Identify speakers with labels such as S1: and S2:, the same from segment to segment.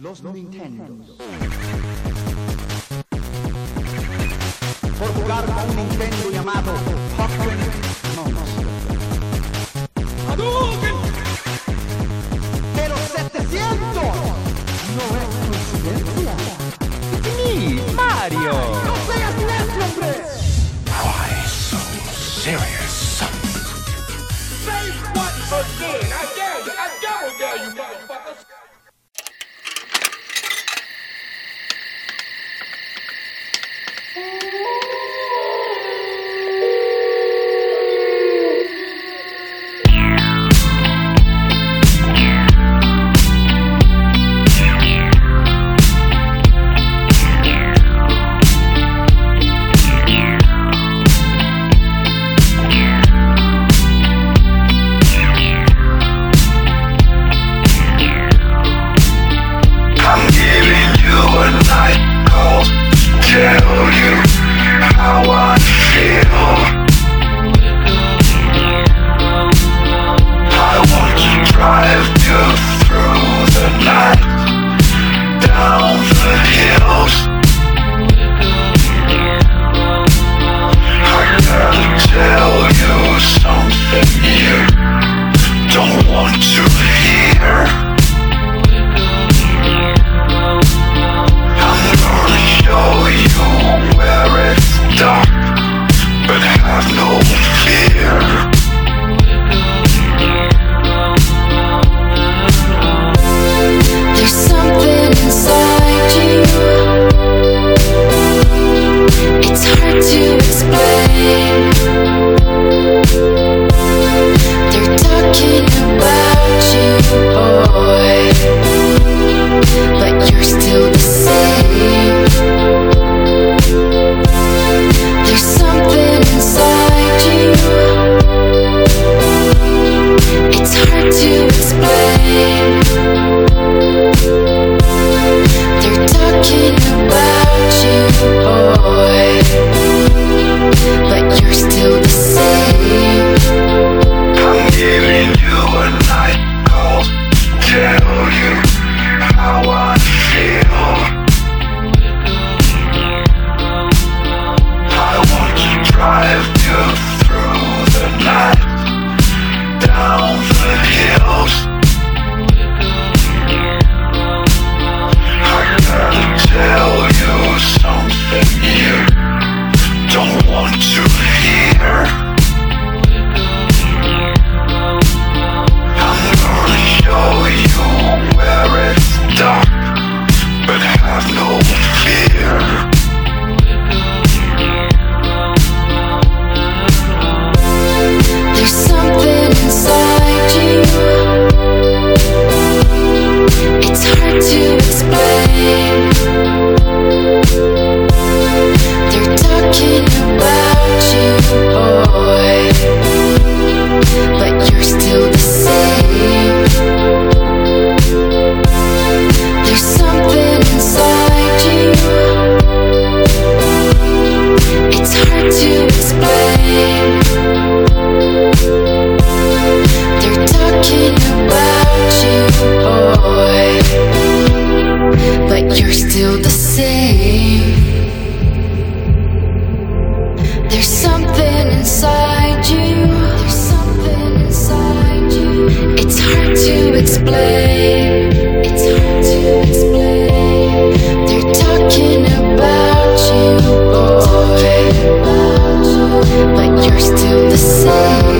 S1: Los Nintendo. Por jugar con un Nintendo llamado Pokémon Monster. ¡Pero 700! No es coincidencia.
S2: ¡Mi Mario!
S1: ¡No seas necio, hombre!
S3: I'm giving you a night cold. Tell you how I feel. I want to drive you through the night, down the hills. I gotta tell you something you don't want to hear. I'm gonna show you where it's dark, but have no fear.
S4: There's something inside you. It's hard to explain. They're talking about you, boy, but you're still the same. There's something inside you. It's hard to explain. They're talking about you, boy, but you're still the same.
S3: I'm giving you a night cold, tell you how I feel. I want to drive you through the night, down the hills. I gotta tell you something you don't want to hear. I'm gonna show you where it's dark, but have no fear.
S4: There's something inside you. It's hard to explain. They're talking about you, boy, but you're still the same. There's something inside you. It's hard to explain. They're talking about you, boy, but you're still the same. There's something inside you. There's something inside you. It's hard to explain. It's hard to explain. They're talking about you, boy, but you're still the same.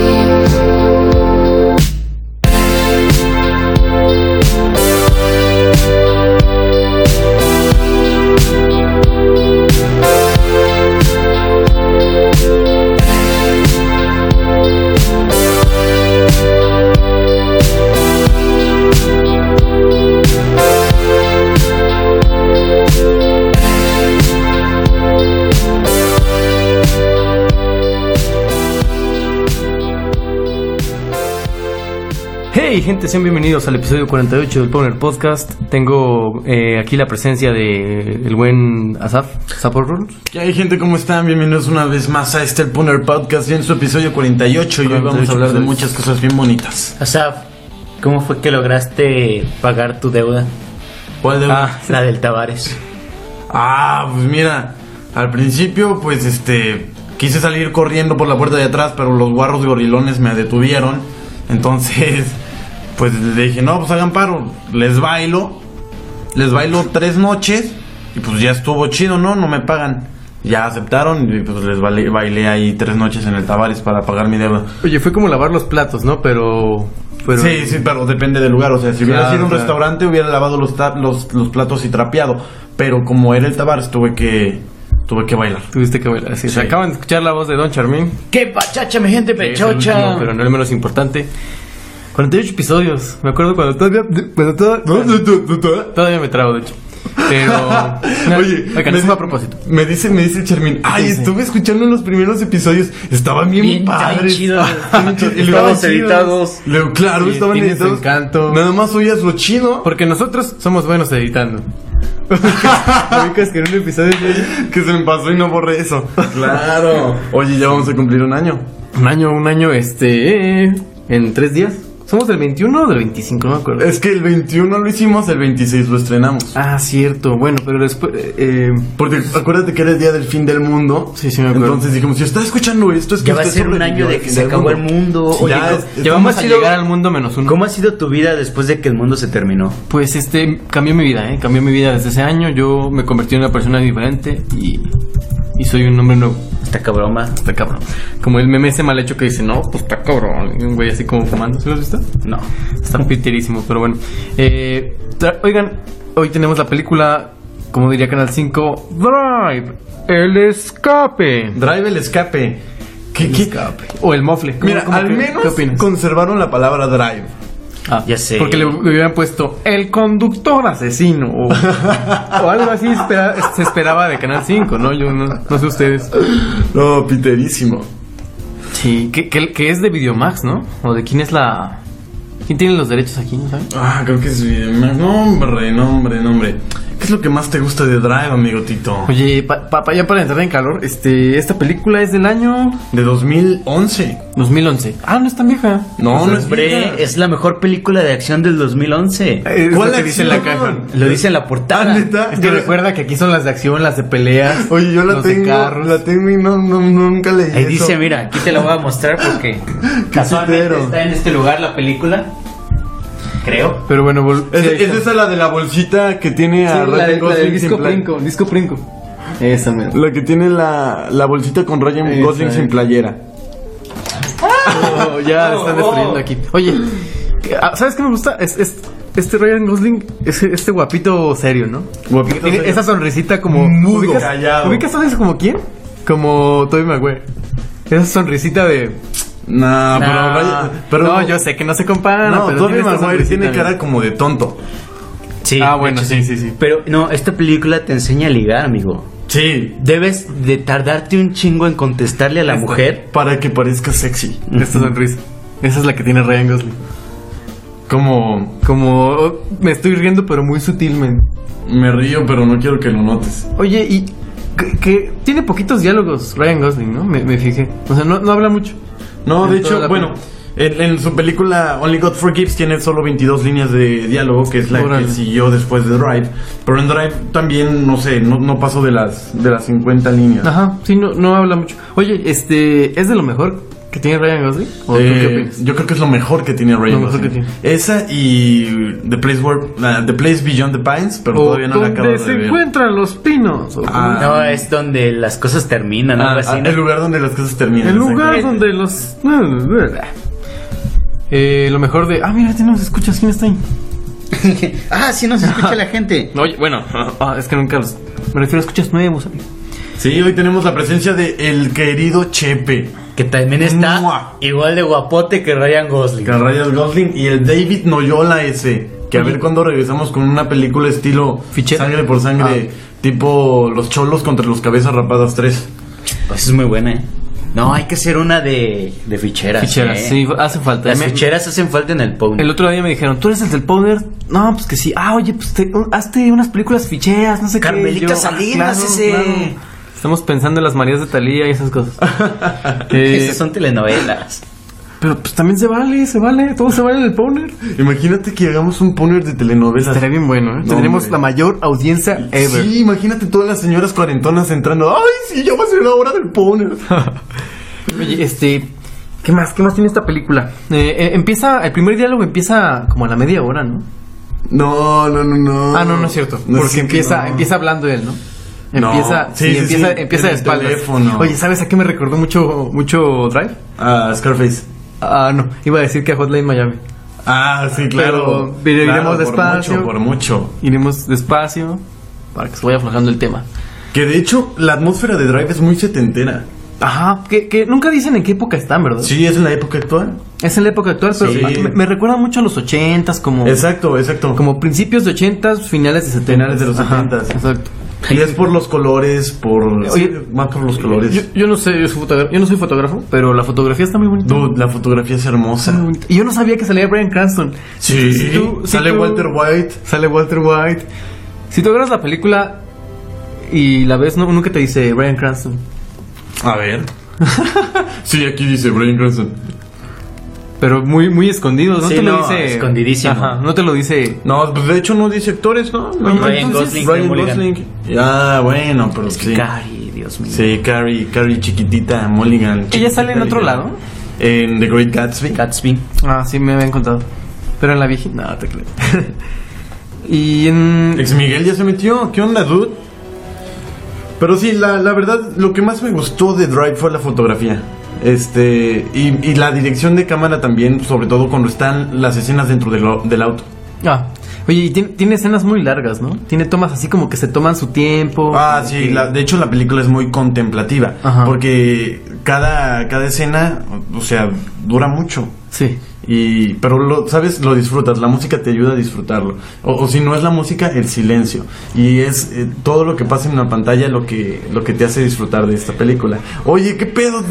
S5: Hey gente, sean bienvenidos al episodio 48 del Powner Podcast. Tengo eh, aquí la presencia de el buen Asaf, Sapor Rules.
S6: ¿Qué hay gente? ¿Cómo están? Bienvenidos una vez más a este El Poner Podcast y en su episodio 48 y hoy vamos a hablar de muchas cosas bien bonitas.
S7: Asaf, ¿cómo fue que lograste pagar tu deuda?
S6: ¿Cuál de
S5: Ah,
S7: La del Tavares.
S6: Ah, pues mira, al principio, pues este, quise salir corriendo por la puerta de atrás, pero los guarros gorilones me detuvieron. Entonces, pues le dije, no, pues hagan paro, les bailo, les bailo tres noches, y pues ya estuvo chido, ¿no? No me pagan. Ya aceptaron y pues les bailé, bailé ahí tres noches en el Tavares para pagar mi deuda.
S5: Oye, fue como lavar los platos, ¿no? Pero. pero
S6: sí, sí, pero depende del lugar. O sea, si hubiera
S5: Claro,
S6: sido un
S5: claro.
S6: restaurante, hubiera lavado los, ta- los, los platos y trapeado. Pero como era el Tavares, tuve que, tuve que bailar.
S5: Tuviste que bailar. Sí,
S6: Sí.
S5: Acaban de escuchar la voz de Don Charmín.
S7: ¡Qué pachacha, mi gente
S5: que es el
S7: pechocha!
S5: último, pero no el menos importante. 48 episodios. Me acuerdo cuando todavía. Cuando toda- todavía me trago, de hecho. Pero.
S6: Oye,
S5: Oigan,
S6: me-
S5: eso fue a propósito.
S6: Me dice, me dice el Charmin, ay, estuve escuchando los primeros episodios, estaban bien,
S7: Bien-
S6: padres.
S7: bien chidos.
S6: Estaban chidos. Y luego-
S7: Estaban
S6: chidos.
S7: editados.
S6: Luego, claro,
S5: Sí,
S6: estaban
S5: tienen su
S6: editados.
S5: encanto.
S6: Nada más oías lo chido
S5: Porque nosotros somos buenos editando. Ubicas que en un episodio.
S6: que se me pasó y no borré eso. Claro. Oye, ya vamos a cumplir un año.
S5: Un año, un año, este. eh, En tres días. ¿Somos del 21 o del 25? No me acuerdo.
S6: Es que el 21 lo hicimos, el 26 lo estrenamos.
S5: Ah, cierto. Bueno, pero después. eh,
S6: Porque acuérdate que era el día del fin del mundo.
S5: Sí, sí, me acuerdo.
S6: Entonces dijimos, si está escuchando esto, es que
S7: Ya va a
S6: usted
S7: ser un
S6: sobrevivió
S7: año de
S6: al
S7: que
S6: fin
S7: se
S6: del
S7: acabó el mundo.
S6: Sí,
S7: Oye,
S6: ya
S7: ¿cómo-
S6: es-
S5: ya
S7: ¿cómo
S5: vamos
S7: has
S5: a
S7: sido-
S5: llegar al mundo menos uno.
S7: ¿Cómo ha sido tu vida después de que el mundo se terminó?
S5: Pues este cambió mi vida, ¿eh? cambió mi vida desde ese año. Yo me convertí en una persona diferente y, y soy un hombre nuevo.
S7: Está cabrón, ma.
S5: Está cabrón. Como el meme ese mal hecho que dice, no, pues está cabrón. Y Un güey así como fumando, ¿se lo has visto?
S7: No.
S5: Está piterísimo, pero bueno. Eh, tra- oigan, hoy tenemos la película, como diría Canal 5, Drive, el escape.
S6: Drive el escape. ¿Qué, qué-
S5: O el mofle. ¿Cómo-
S6: Mira,
S5: cómo
S6: al
S5: que-
S6: menos
S5: ¿Qué opinas?
S6: conservaron la palabra drive.
S5: Ah,
S7: Ya sé.
S5: Porque le, le hubieran puesto el conductor asesino o, o algo así espera- se esperaba de Canal 5, ¿no? Yo no, no sé ustedes.
S6: No, piterísimo.
S5: Sí, que, que- que es de Videomax, ¿no? O de quién es la... ¿Quién tiene los derechos aquí, no saben?
S6: Ah, creo que es bien. No, hombre, no, hombre, no, hombre. ¿Qué es lo que más te gusta de Drive, amigo Tito?
S5: Oye, papá, ya para entrar en calor, este, esta película es del año
S6: De 2011.
S5: 2011. Ah, no es tan vieja.
S6: No, no es vieja.
S7: Hombre, es la mejor película de acción del 2011.
S5: Es
S6: ¿Cuál
S5: lo que dice en la caja?
S6: acción?
S7: Lo dice en la portada.
S6: Ah, ¿neta?
S5: Es que recuerda que aquí son las de acción, las de peleas.
S6: Oye, yo la
S5: los de
S6: tengo,
S5: carros.
S6: la tengo y no, no- nunca leí
S7: Ahí
S6: eso.
S7: dice, mira, aquí te la voy a mostrar porque casualmente
S6: pitero.
S7: está en este lugar la película. Creo.
S5: Pero bueno, vol-
S6: ¿Es,
S5: sí, ahí
S6: es
S5: está.
S6: esa la de la bolsita que tiene
S5: Sí,
S6: a
S5: la de-
S6: Ryan
S5: la de
S6: Gosling sin
S5: disco
S6: play-
S5: princo, disco princo. Esa, mira.
S6: La que tiene la, la bolsita con Ryan
S5: Esa,
S6: Gosling
S5: eh.
S6: sin playera.
S5: Oh, ya están destruyendo aquí. Oye, que- ah, ¿sabes qué me gusta? Es, es- este Ryan Gosling, ese- este guapito serio, ¿no?
S6: Guapito
S5: Tiene
S6: serio.
S5: esa sonrisita como.
S6: Mudo,
S5: ¿ubicas,
S6: callado.
S5: ¿Ubicas sabes como quién? Como Toby Maguire. Esa sonrisita de.
S6: Nah, pero
S5: "Nah".
S6: Ryan- pero
S5: no, yo sé que no se compara.
S6: No,
S5: pero
S6: Tobey
S5: tiene esta
S6: Maguire
S5: sonrisita,
S6: tiene
S5: mira.
S6: cara como de tonto.
S7: Sí.
S5: Ah,
S7: de
S5: bueno,
S7: hecho,
S5: sí, sí, sí.
S7: Pero no, esta película te enseña a ligar, amigo.
S6: Sí.
S7: Debes de tardarte un chingo en contestarle a la mujer.
S6: Para que parezca sexy.
S5: Esta sonrisa. Esa es la que tiene Ryan Gosling.
S6: Como
S5: Como. oh, me estoy riendo, pero muy sutilmente.
S6: me río, pero no quiero que lo notes.
S5: Oye, y que, que tiene poquitos diálogos Ryan Gosling, ¿no? Me, me fijé. O sea, no, no habla mucho.
S6: No,
S5: En
S6: de
S5: toda
S6: hecho,
S5: la
S6: bueno, en, en su película Only God Forgives tiene solo 22 líneas de diálogo, que es la
S5: Órale.
S6: que siguió después de Drive. Pero en Drive también, no sé, no, no pasó de las, de las 50 líneas.
S5: Ajá, sí, no, no habla mucho. Oye, este, ¿es de lo mejor que tiene Ryan Gosling? ¿O tú
S6: Eh,
S5: qué opinas?
S6: yo creo que es lo mejor que tiene Ryan
S5: Lo mejor
S6: Gosling.
S5: que
S6: Esa y The Place, Where, la- The Place Beyond the Pines, pero todavía no la acabo de
S5: ¿Dónde se
S6: ver.
S5: encuentran los pinos? O-
S6: Ah,
S7: No, es donde las cosas terminan,
S6: Ah,
S7: algo así.
S6: ah,
S7: ¿no?
S6: el lugar donde las cosas terminan.
S5: el lugar
S6: exacto.
S5: donde los... Eh, lo mejor de... Ah, mira, tenemos escuchas. ¿Quién está ahí?
S7: ah, sí nos escucha la gente.
S5: Oye, bueno. Ah, es que nunca los... Me refiero a escuchas nuevos, amigo.
S6: Sí, hoy tenemos la presencia de el querido Chepe.
S7: Que también está
S6: Mua.
S7: igual de guapote que Ryan Gosling.
S6: Con Ryan Gosling y el David Noyola ese. Que a
S5: Oye.
S6: ver cuando regresamos con una película estilo
S5: Fichera.
S6: Sangre por Sangre,
S5: Ah.
S6: tipo Los Cholos contra los Cabezas Rapadas 3.
S7: Pues es muy buena, ¿eh? No, hay que hacer una de, de ficheras.
S5: Ficheras,
S7: ¿eh?
S5: sí, hace falta.
S7: Las
S5: Me-
S7: ficheras hacen falta en el Pony.
S5: El otro día me dijeron, ¿tú eres el del Powder? No, pues que sí. Ah, oye, pues te, un- hazte unas películas ficheras, no sé qué.
S7: Carmelita
S5: Y yo,
S7: Salinas,
S5: "Ah,
S7: ese".
S5: Estamos pensando en las Marías de Talía y esas cosas. Eh,
S7: Esas son telenovelas.
S5: Pero pues también se vale, se vale, todo se vale en el Powner.
S6: Imagínate que hagamos un poner de telenovelas.
S5: Estaría bien bueno, ¿eh? Tendremos
S6: hombre.
S5: la mayor audiencia ever.
S6: Sí, imagínate todas las señoras cuarentonas entrando. ¡Ay, sí, ya va a ser la hora del poner!
S5: Oye, este. ¿Qué más? ¿Qué más tiene esta película? Eh, eh, empieza, el primer diálogo empieza como a la media hora, ¿no?
S6: No, no, no, no.
S5: Ah, no, no es cierto.
S6: No es
S5: porque
S6: cierto,
S5: empieza,
S6: no.
S5: empieza hablando él, ¿no?
S6: No.
S5: Empieza,
S6: Sí,
S5: sí,
S6: sí,
S5: empieza,
S6: sí,
S5: empieza de
S6: en el
S5: espaldas.
S6: teléfono.
S5: Oye, ¿sabes a qué me recordó mucho, mucho Drive?
S6: Ah, Scarface.
S5: Ah, no, iba a decir que a Hotline Miami.
S6: Ah, sí, claro.
S5: Pero- pero
S6: Claro,
S5: iremos despacio.
S6: Por mucho, por mucho.
S5: Iremos despacio para que se vaya aflojando el tema.
S6: Que de hecho, la atmósfera de Drive es muy setentera.
S5: Ajá, que, que nunca dicen en qué época están, ¿verdad?
S6: Sí, es en la época actual.
S5: Es en la época actual, pero
S6: Sí.
S5: me, me recuerda mucho a los ochentas, como,
S6: Exacto, exacto.
S5: Oh. como principios de ochentas, finales de setentas.
S6: Finales de los
S5: Ajá,
S6: setentas.
S5: Exacto.
S6: Y es por los colores, por.
S5: Oye,
S6: más por los colores.
S5: Yo, yo no sé, yo soy, fotógrafo, yo no soy fotógrafo, pero la fotografía está muy bonita.
S6: Dude, la fotografía es
S5: Está
S6: hermosa.
S5: muy bonita. Y yo no sabía que salía Brian Cranston.
S6: Sí,
S5: Ah, Si tú- si
S6: sale
S5: tú-
S6: Walter White.
S5: Sale Walter White. Si tú agarras la película y la ves, no, nunca te dice Brian Cranston.
S6: A ver. sí, aquí dice Brian Cranston.
S5: Pero muy, muy escondido, no
S7: Sí,
S5: te lo
S7: no,
S5: dice.
S7: escondidísimo.
S5: Ajá, no te lo dice.
S6: No, pues de hecho no dice actores, ¿no?
S7: Ryan Gosling,
S6: Ryan
S7: Ken Mulligan.
S6: Gosling. Ah, bueno, pero sí.
S7: Cari, Dios mío.
S6: Sí, Carrie, Carrie chiquitita, Mulligan. chiquitita,
S5: sale en otro
S6: ligera.
S5: lado?
S6: En The Great Gatsby.
S7: Gatsby.
S5: Ah, sí, me habían contado. Pero en la vieja. No, te creo. y en.
S6: Ex Miguel ya se metió, ¿qué onda, dude? Pero sí, la, la verdad, lo que más me gustó de Drive fue la fotografía. Este, y, y la dirección de cámara también, sobre todo cuando están las escenas dentro del, o- del auto.
S5: Ah. Oye, y tiene, tiene escenas muy largas, ¿no? Tiene tomas así como que se toman su tiempo.
S6: Ah, sí, la- de hecho la película es muy contemplativa,
S5: Ajá.
S6: porque cada, cada escena, o sea, dura mucho.
S5: Sí.
S6: Y, pero lo, sabes, lo disfrutas, la música te ayuda a disfrutarlo. O, o si no es la música, el silencio. Y es eh, todo lo que pasa en la pantalla lo que, lo que te hace disfrutar de esta película. Oye, ¿qué pedo?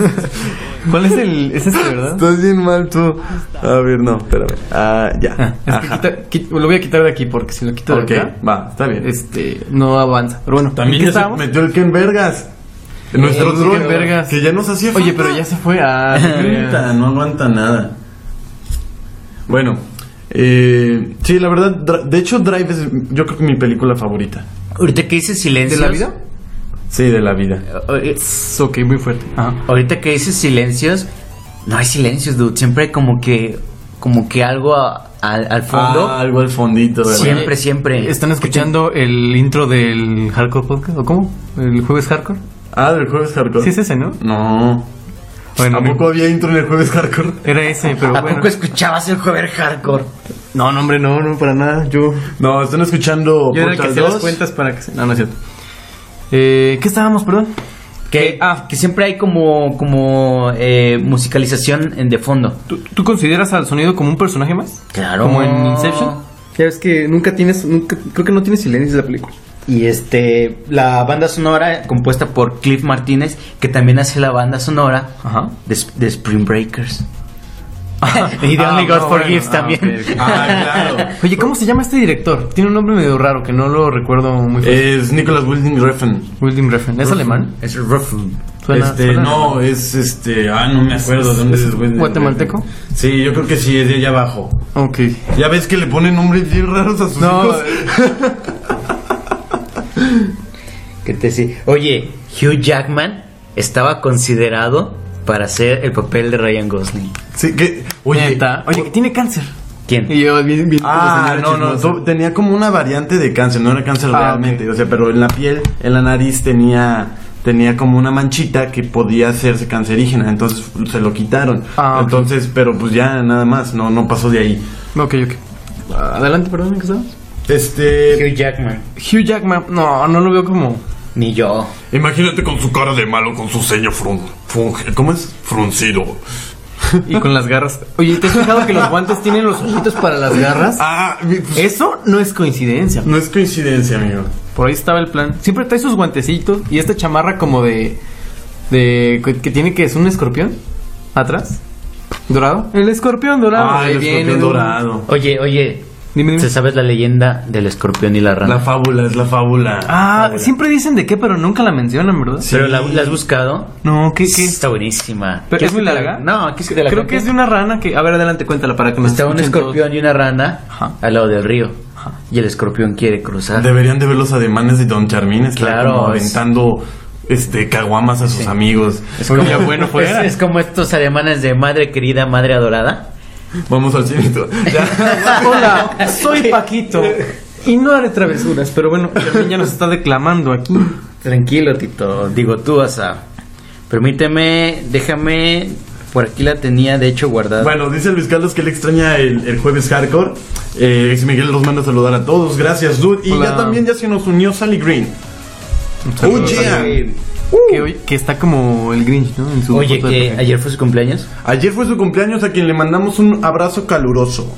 S5: ¿Cuál es el. Es este, verdad?
S6: Estás bien mal tú. A ver, no, espérame. Ah, ya.
S5: Es que
S6: Ajá.
S5: quita- qui- lo voy a quitar de aquí porque si lo quito de
S6: Ok,
S5: acá,
S6: va, está bien.
S5: este, no avanza. Pero bueno, ¿en
S6: También
S5: qué
S6: ya se
S5: estábamos?
S6: metió el Ken Vergas. Nuestro
S5: el
S6: dron,
S5: Ken Vergas.
S6: Que ya nos hacía
S5: Oye,
S6: falta.
S5: pero ya se fue ah, a.
S6: Puta, no aguanta nada. Bueno, eh, sí, la verdad, Dra- de hecho, Drive es yo creo que mi película favorita.
S7: Ahorita que dices silencio.
S5: ¿De la vida?
S6: Sí, de la vida.
S5: Oh, eh, Es ok, muy fuerte. Ajá.
S7: Ahorita que dices silencios, no hay silencios, dude. Siempre hay como que, como que algo a- al, al fondo.
S6: Ah, algo al fondito, ¿verdad?
S7: Siempre. siempre.
S5: ¿Están escuchando el intro del Hardcore Podcast? ¿O cómo? ¿El jueves Hardcore?
S6: Ah, del jueves hardcore.
S5: Sí, es ese, ¿no?
S6: No.
S5: Bueno,
S6: Tampoco había intro en el jueves hardcore.
S5: Era ese, pero
S6: Ah,
S7: ¿A
S5: bueno.
S6: pues.
S7: poco escuchabas el jueves hardcore?
S5: No, no, hombre, no, no, para nada. Yo,
S6: No, están escuchando
S5: yo era el que
S6: Portal
S5: hacía las
S6: 2.
S5: cuentas para que se... No, no es cierto. Eh, ¿Qué estábamos, perdón?
S7: Que, ah, que siempre hay como, como eh, musicalización en de fondo.
S5: ¿Tú, tú consideras al sonido como un personaje más?
S7: Claro.
S5: ¿Como en Inception? Ya ves que nunca tienes... Nunca, creo que no tienes silencio de la película.
S7: Y este, la banda sonora compuesta por Cliff Martínez, que también hace la banda sonora
S5: Ajá.
S7: de, Sp- de Spring Breakers. y de
S5: Ah,
S7: Only God
S5: no,
S7: Forgives
S5: bueno, ah,
S7: también.
S5: ok, ok.
S6: Ah, claro.
S5: Oye, ¿cómo se llama este director? Tiene un nombre medio raro que no lo recuerdo muy bien.
S6: Es Nicholas Wilding Refn.
S5: William Refn. ¿Es alemán?
S7: Es Ruffin.
S5: Suena-
S6: este,
S5: suena-
S6: no, es este. Ah, no me acuerdo de dónde es, Wilding
S5: guatemalteco?
S6: Refn. Sí, yo creo que sí, es de allá abajo.
S5: Ok.
S6: Ya ves que le ponen nombres bien raros a sus
S5: No,
S6: hijos.
S7: Que te sí. Oye, Hugh Jackman estaba considerado para hacer el papel de Ryan Gosling.
S6: Sí, que. Oye.
S5: Neta. Oye, que tiene cáncer.
S7: ¿Quién?
S5: Y yo, bien, bien-
S6: Ah,
S5: como
S6: no,
S5: señora
S6: no,
S5: chismosa.
S6: to- tenía como una variante de cáncer, no era cáncer
S5: Ah,
S6: realmente,
S5: ok.
S6: o sea, pero en la piel, en la nariz tenía tenía como una manchita que podía hacerse cancerígena, entonces se lo quitaron.
S5: Ah, ok.
S6: entonces, pero pues ya nada más, no no pasó de ahí.
S5: Ok, ok. Adelante, perdón, ¿en qué estabas?
S6: Este,
S7: Hugh Jackman.
S5: Hugh Jackman. No, no lo veo como.
S7: Ni yo.
S6: imagínate con su cara de malo, con su ceño frun, frunge- ¿cómo es? Fruncido.
S5: Y con las garras. Oye, ¿te has fijado que los guantes tienen los ojitos para las garras?
S6: Ah, mi- pues,
S5: Eso no es coincidencia.
S6: no es coincidencia, amigo.
S5: Por ahí estaba el plan. Siempre trae sus guantecitos y esta chamarra como de. de que que tiene que es un escorpión atrás. ¿Dorado? El escorpión dorado.
S6: Ah,
S5: Ahí
S6: el
S5: viene,
S6: escorpión
S5: duro.
S6: dorado.
S7: Oye, oye,
S5: Dime, dime.
S7: ¿Se sabe la leyenda del escorpión y la rana?
S6: La fábula es la fábula.
S5: Ah, siempre dicen de qué, pero nunca la mencionan, ¿verdad?
S7: ¿Pero la, la has buscado?
S5: No, ¿qué, qué?
S7: Está buenísima.
S5: Pero,
S7: ¿Quieres
S5: ¿es muy
S7: que te
S5: larga?
S7: No, ¿quieres que te la
S5: Creo
S7: cante?
S5: que es de una rana que... A ver, adelante, cuéntala para que nos
S7: Está un
S5: escuchen todos.
S7: escorpión y una rana
S5: Ajá.
S7: al lado del río.
S5: Ajá.
S7: Y el escorpión quiere cruzar.
S6: Deberían de ver los ademanes de Don Charmín, está
S7: Claro,
S6: como
S7: es-
S6: aventando este caguamas a sus amigos.
S7: Es como,
S6: Oye, bueno fuera.
S7: es- es como estos alemanes de madre querida, madre adorada.
S6: Vamos al cine. tú. Ya.
S5: Hola, soy Paquito. Y no haré travesuras, pero bueno, la niña nos está declamando aquí.
S7: Tranquilo, Tito. Digo, tú vas a. Permíteme, déjame. Por aquí la tenía, de hecho, guardada.
S6: Bueno, dice Luis Carlos que él extraña el, el jueves hardcore. Eh, ex Miguel los manda a saludar a todos. Gracias, dude. Y
S5: Hola.
S6: ya también ya se nos unió Sally Green. Oh, yeah. Uh.
S5: Que, hoy- que está como el Grinch, ¿no? En su
S7: Oye,
S5: foto de
S7: que
S5: perfil.
S7: ayer fue su cumpleaños.
S6: Ayer fue su cumpleaños a quien le mandamos un abrazo caluroso.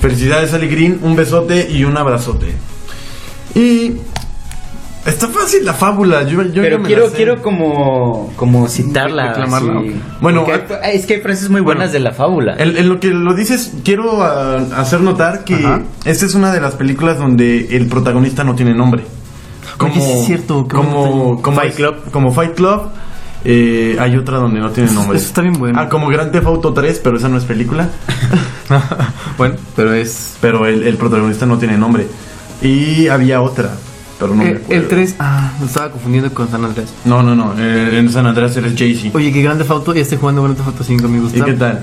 S6: Felicidades, Sally Green. Un besote y un abrazote. Y. Está fácil la fábula. Yo, yo ya
S7: Pero
S6: me
S7: quiero,
S6: la sé.
S7: quiero como, como citarla.
S5: Reclamarla,
S7: así.
S5: ok.
S6: Bueno,
S7: Porque hay- ah, es que hay frases muy buenas de la fábula.
S6: En, en lo que lo dices, quiero ah, hacer notar que
S5: Ajá.
S6: esta es una de las películas donde el protagonista no tiene nombre.
S5: Oye, sí es cierto, qué
S6: Como,
S5: bonito.
S6: como
S7: Fight Club.
S6: Como Fight Club. eh, hay otra donde no tiene
S5: Eso-
S6: nombre.
S5: eso está bien bueno.
S6: Ah, como Grand Theft Auto 3, pero esa no es película.
S5: bueno, pero es...
S6: Pero el, el protagonista no tiene nombre. Y había otra, pero no me
S5: Eh,
S6: acuerdo.
S5: el 3... Ah, me estaba confundiendo con San Andrés.
S6: No, no, no. eh, en San Andreas eres Jay-Z.
S5: Oye, que grande Auto, ya estoy jugando Grande Auto 5, me gusta.
S6: ¿Y qué tal?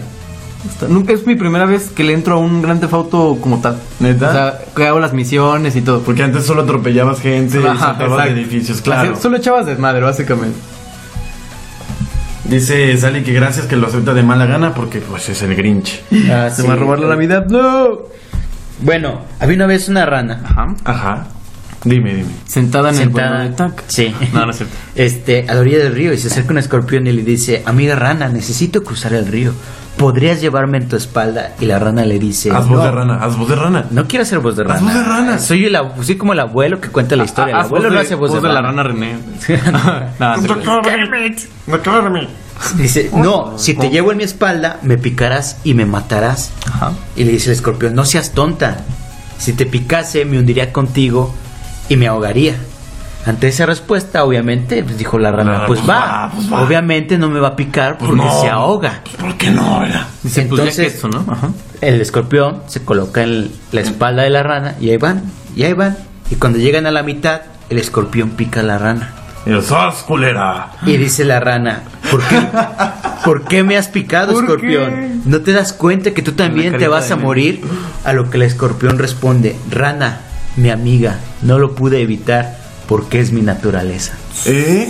S5: Está- Nunca es mi primera vez que le entro a un Grande Auto como tal.
S6: ¿Neta?
S5: O sea, que hago las misiones y todo.
S6: Porque antes solo atropellabas gente y
S5: Ajá,
S6: saltabas de
S5: exacto.
S6: edificios, claro.
S5: Así- Solo echabas desmadre, básicamente.
S6: Dice Sally que gracias que lo acepta de mala gana porque pues es el Grinch.
S7: Ah,
S5: Se
S7: sí.
S5: me va a robar la Navidad. ¡No!
S7: Bueno, había una vez una rana.
S5: Ajá.
S6: Ajá. Dime, dime.
S5: Sentada en
S7: sentada.
S5: el tac.
S7: Sí.
S5: No, no es cierto.
S7: Este, a la orilla del río y se acerca un escorpión y le dice, amiga rana, necesito cruzar el río. ¿Podrías llevarme en tu espalda? Y la rana le dice,
S6: Haz voz
S7: "No,
S6: de rana, haz voz de rana.
S7: No quiero hacer voz de rana.
S6: Haz voz de rana.
S7: Soy, el ab- soy como el abuelo que cuenta la historia. el
S5: Ah,
S7: abuelo
S5: voz
S7: no
S5: de-
S7: hace voz,
S5: de la rana René. Nada, no, no,
S6: Declárame.
S7: Dice, no, si te llevo en mi espalda, me picarás y me matarás.
S5: Ajá.
S7: Y le dice el escorpión, no seas tonta. Si te picase, me hundiría contigo y me ahogaría. Ante esa respuesta, obviamente, pues, dijo la rana,
S6: rana,
S7: pues,
S6: pues
S7: va,
S6: va, pues va.
S7: Obviamente no me va a picar porque
S6: no.
S7: se ahoga.
S6: Pues, ¿Por qué no, verdad?
S5: Dice, pues ya
S7: Entonces-
S5: que esto, ¿no? Ajá.
S7: El escorpión se coloca en la espalda de la rana y ahí van, y ahí van. Y cuando llegan a la mitad, el escorpión pica a la rana.
S6: El sos culera.
S7: Y dice la rana, ¿por qué, ¿por qué me has picado,
S5: ¿Por
S7: escorpión? ¿No te das cuenta que tú también
S5: Una
S7: te
S5: carita
S7: vas
S5: de
S7: a
S5: mí.
S7: morir? A lo que el escorpión responde, rana, mi amiga, no lo pude evitar porque es mi naturaleza.
S6: ¿Eh?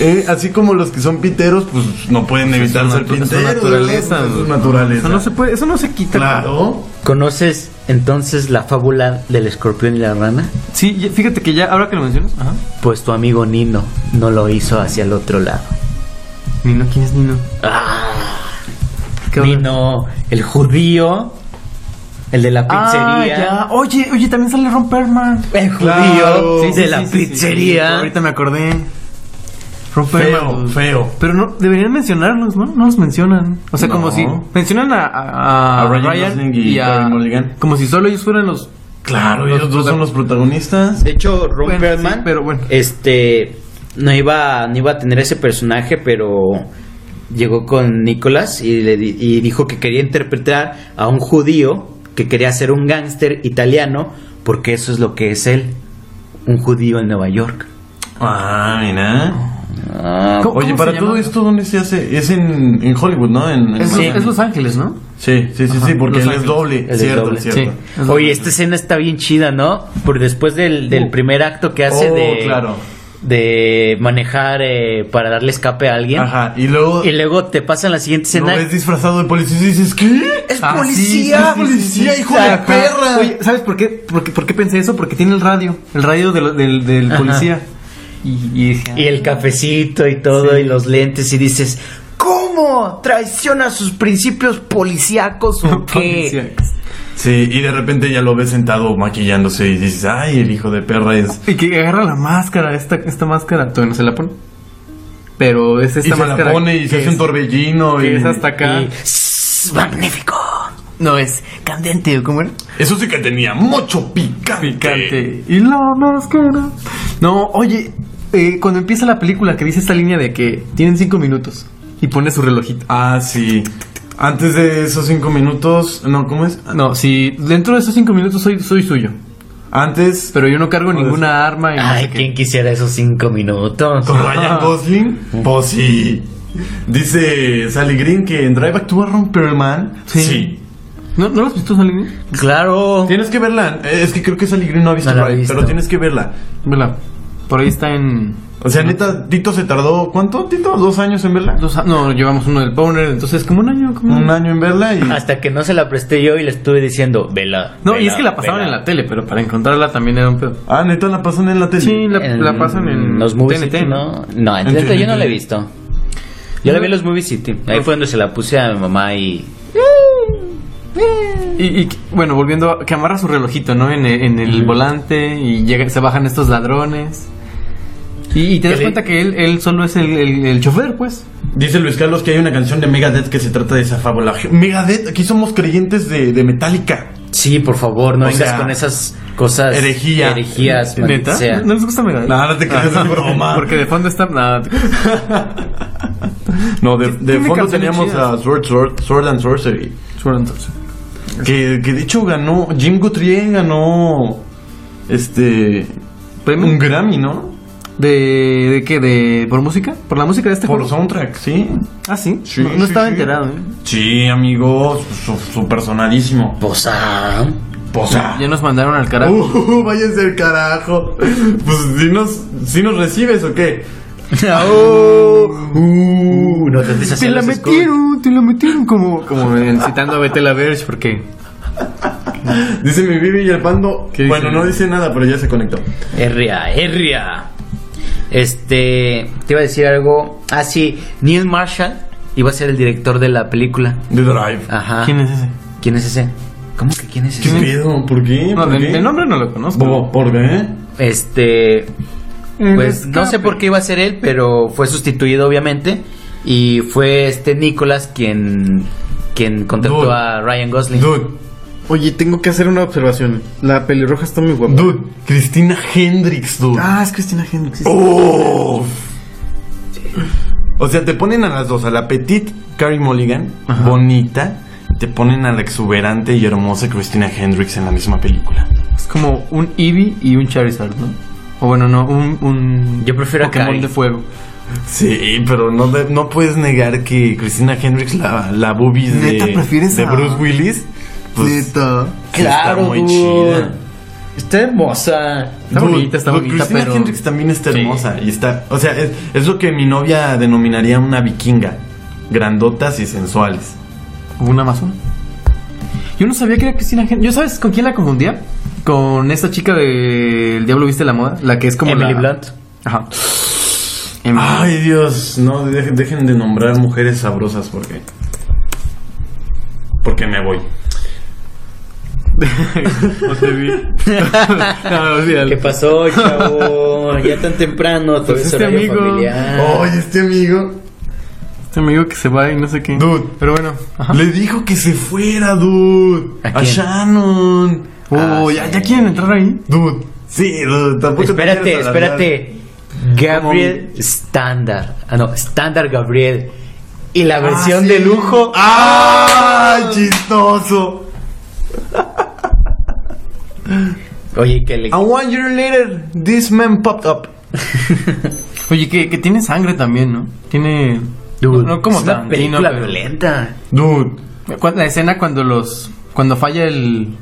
S6: ¿Eh? Así como los que son piteros, pues no pueden evitar
S5: Es
S6: ser
S5: una-
S6: piteros.
S5: es una naturaleza.
S6: ¿verdad? Pues, Es su
S5: güey.
S6: naturaleza.
S5: Eso no se puede, eso no se quita.
S6: Claro.
S7: ¿Conoces entonces la fábula del escorpión y la rana?
S5: Sí, ya- fíjate que ya, ahora que lo mencionas, ajá.
S7: Pues tu amigo Nino no lo hizo hacia el otro lado.
S5: Nino, ¿quién es Nino? Ah, ¿Qué onda?
S7: Nino, el judío, el de la
S5: Ah,
S7: pizzería.
S5: ya. Oye, oye, también sale Ron Perlman.
S7: El judío
S6: Claro.
S7: de
S5: Sí, sí,
S7: la
S5: sí, sí, sí.
S7: pizzería.
S5: Ahorita me acordé. Ron
S6: Feo,
S5: Perlman.
S6: feo.
S5: Pero no, deberían mencionarlos, ¿no? No los mencionan. O sea,
S6: No.
S5: como si mencionan a, a,
S6: A Ryan Gosling y
S5: a-
S6: Barry Mulligan.
S5: Como si solo ellos fueran los...
S6: Claro, ellos dos son los protagonistas.
S7: De hecho, Ron
S5: Bueno,
S7: Perlman,
S5: sí, pero bueno.
S7: este, no iba, no iba a tener ese personaje, pero llegó con Nicholas y, le di- y dijo que quería interpretar a un judío que quería ser un gángster italiano, porque eso es lo que es él, un judío en Nueva York.
S6: Ah, mira.
S7: Ah,
S5: ¿Cómo-
S6: Oye,
S5: cómo
S6: para
S5: se
S6: todo
S5: llama?
S6: esto, ¿dónde se hace? Es en, en Hollywood, ¿no? En, en
S5: Es,
S6: Miami.
S5: los, es Los Ángeles, ¿no?
S6: Sí, sí, sí, sí, porque
S5: Los
S6: él es
S5: Ángeles.
S6: doble.
S7: Él es
S6: cierto,
S7: doble.
S6: cierto.
S5: Sí. Es
S7: Oye,
S5: lo-
S7: esta escena está bien chida, ¿no? Porque después del, del primer acto que hace
S6: Uh. Oh,
S7: de,
S6: claro.
S7: de manejar eh, para darle escape a alguien.
S6: Ajá, y luego
S7: Y luego te pasan la siguiente
S6: lo
S7: escena.
S6: ves disfrazado de policía y dices, ¿qué?
S7: ¡Es
S5: Ah, sí,
S7: policía!
S6: sí, sí, policía, hijo de
S5: Ajá.
S6: perra!
S5: Oye, ¿sabes por qué? por qué? por qué pensé eso? Porque tiene el radio, el radio de lo- del, del
S7: Ajá.
S5: policía. Y, y dije,
S7: Y el cafecito y todo, y los lentes, y dices, ¿cómo? ¿Traiciona sus principios policíacos o qué?
S5: policíacos.
S6: Sí, y de repente ya lo ves sentado maquillándose y dices, ay, el hijo de perra es...
S5: Y que agarra la máscara, esta, esta máscara, todavía no se la pone. Pero es esta
S6: y se la
S5: máscara.
S6: pone y
S5: que
S6: se hace un
S5: es-
S6: torbellino
S5: que
S6: y...
S5: es hasta acá.
S7: Y, "Sss, ¡Magnífico!
S5: No es candente, ¿cómo era?
S6: Eso sí que tenía mucho picante.
S5: Picante. Y la máscara. No, oye, eh, cuando empieza la película que dice esta línea de que tienen cinco minutos y pone su relojito.
S6: Ah, sí. Antes de esos cinco minutos, no, ¿cómo es?
S7: Ah.
S5: No, si dentro de esos cinco minutos soy, soy suyo.
S6: Antes,
S5: Pero yo no cargo ninguna arma y no
S7: Ay,
S5: sé qué.
S7: ¿quién quisiera esos cinco minutos?
S6: con Ryan Gosling, pues sí. Dice Sally Green que en Drive actúa Ron Perlman.
S5: Sí. ¿No, ¿No lo has visto esa línea?
S7: Claro.
S6: Tienes que verla. Eh, Es que creo que Sally Green no ha visto
S7: No la he
S6: Drive,
S7: visto.
S6: pero tienes que verla.
S5: Vela. Por ahí está en.
S6: O sea, neta, Tito se tardó, ¿cuánto? Tito, dos años en verla.
S5: Dos a- no, llevamos uno del Powner, entonces como un año. Como
S6: Un año en verla y...
S7: Hasta que no se la presté yo y le estuve diciendo, vela.
S5: No, y
S7: vela,
S5: es que la pasaban
S7: vela".
S5: en la tele, pero para encontrarla también era un pedo.
S6: Ah, neta, la pasan en la tele.
S5: Sí, la, la pasan en
S7: los Movie
S5: TNT,
S7: City, ¿no? No, en
S6: En
S7: TNT yo no
S6: TNT.
S7: la he visto. Yo la vi en los Movie City. Ahí fue donde se la puse a mi mamá y.
S5: Y, y, bueno, volviendo, a- que amarra su relojito, ¿no? En, e- en el
S7: Ujú.
S5: volante y llega, se bajan estos ladrones. Y, y te das
S7: Que le-
S5: cuenta que él, él solo es el, el- el chofer, pues.
S6: Dice Luis Carlos que hay una canción de Megadeth que se trata de esa fábula. Megadeth, aquí somos creyentes de, de Metallica.
S7: Sí, por favor, no
S6: O
S7: vengas
S6: sea,
S7: con esas cosas.
S6: herejía.
S7: Herejías, maldita
S5: ¿Neta?
S7: sea.
S5: ¿No les gusta Megadeth?
S6: Nah, no te creas, es
S5: Ah,
S6: broma.
S5: Porque de fondo está... Nah, te-
S6: No, de, de
S5: Tiene
S6: fondo
S5: canciones
S6: teníamos
S5: chidas.
S6: a Sword, Sword, Sword and Sorcery.
S5: Suena entonces.
S6: Que, que de hecho ganó, Jim Guthrie ganó este
S5: ¿Premio?
S6: un Grammy, ¿no?
S5: ¿De, ¿De qué? ¿De, ¿Por música? ¿Por la música de este
S6: Por
S5: juego?
S6: soundtrack, sí.
S5: Ah, sí.
S6: Sí,
S5: no no
S6: sí,
S5: estaba
S6: sí.
S5: enterado, ¿eh?
S6: Sí, amigo, su, su personadísimo.
S7: Posa.
S6: Posa.
S5: Ya nos mandaron al carajo.
S6: Uh, váyanse al carajo. Pues si nos, si nos recibes o qué.
S7: Uh, no te andes hacia
S5: Ah, Te la
S7: los escudos.
S5: metieron, te la metieron como, como en- citando a Betel Verge porque
S6: Dice mi Bibi y el pando.
S5: ¿Qué dice?
S6: Bueno, no dice nada, pero ya se conectó.
S7: Herria, herria. Este, te iba a decir algo. Ah, sí, Neil Marshall iba a ser el director de la película.
S6: The Drive.
S5: Ah,
S7: Ajá.
S5: ¿quién es ese?
S7: ¿Quién es ese? ¿Cómo que quién es
S6: ¿Qué
S7: ese?
S6: pedo? ¿Por qué?
S5: No,
S6: ¿Por
S5: de,
S6: qué?
S5: de nombre no lo conozco.
S6: Bobo, ¿Por qué?
S7: Este,
S5: El
S7: pues no sé
S5: escape.
S7: por qué iba a ser él, pero fue sustituido obviamente y fue este Nicholas quien quien contrató
S6: Dude.
S7: a Ryan Gosling.
S6: Dude,
S2: Oye, tengo que hacer una observación. La pelirroja está muy guapa.
S6: dude, Cristina Hendrix, dude.
S2: Ah, es Cristina Hendricks.
S6: Uf. O sea, te ponen a las dos, a la petit Carrie Mulligan, bonita, te ponen a la exuberante y hermosa Christina Hendricks en la misma película.
S5: Es como un Eevee y un Charizard, ¿no? O bueno, no, un, un
S7: Yo prefiero a
S5: Pokémon
S7: Kai.
S5: de fuego.
S6: Sí, pero no, de- no puedes negar que Christina Hendricks, la, la boobies
S2: ¿Neta
S6: de,
S2: prefieres
S6: de
S2: a-
S6: Bruce Willis, pues,
S2: Neta.
S6: sí
S7: Claro,
S6: está muy
S7: dude.
S6: chida.
S7: Está hermosa.
S5: Está
S6: Dude,
S5: bonita, está
S6: dude,
S5: bonita,
S6: Christina
S5: pero
S6: Hendricks también está hermosa y está, o sea, es, es lo que mi novia denominaría una vikinga, grandotas y sensuales.
S5: una amazona. Yo no sabía que era Cristina Hendricks. ¿Yo sabes con quién la confundía? Con esta chica de El Diablo Viste la Moda, la que es como
S7: Emily
S5: la...
S7: Blunt.
S5: Ajá. Em-. Emily.
S6: Ay, Dios, no, dejen, dejen de nombrar mujeres sabrosas porque. Porque me voy.
S5: No, olvídalo.
S7: ¿Qué pasó, chavo? ya tan temprano, todo
S5: Pues
S7: ese
S5: este
S7: horario
S5: amigo- Oh,
S7: familiar.
S6: Oye, este amigo.
S5: Este amigo que se va y no sé qué.
S6: Dude.
S5: Pero bueno. Ajá.
S6: Le dijo que se fuera, dude.
S7: ¿A
S6: ¿A,
S7: quién?
S6: Shannon.
S5: Oh,
S7: Ah,
S5: ya,
S7: sí.
S5: ya quieren entrar ahí.
S6: Dude. Sí, dude. Tampoco te
S7: Espérate,
S6: quieras alargar.
S7: espérate. Gabriel Standard. Ah, no, Standard Gabriel. Y
S5: Ah,
S7: la versión
S6: sí.
S7: de lujo.
S6: ¡Ah! Chistoso.
S7: Oye, que le.
S5: Ah,
S6: And one year later, this man popped up.
S5: Oye, que, que tiene sangre también, ¿no? Tiene.
S7: Dude,
S5: no, no como
S7: es una
S5: Tarantino,
S7: película
S5: pero-
S7: violenta.
S6: Dude.
S5: Cu- La escena cuando los. Cuando falla el,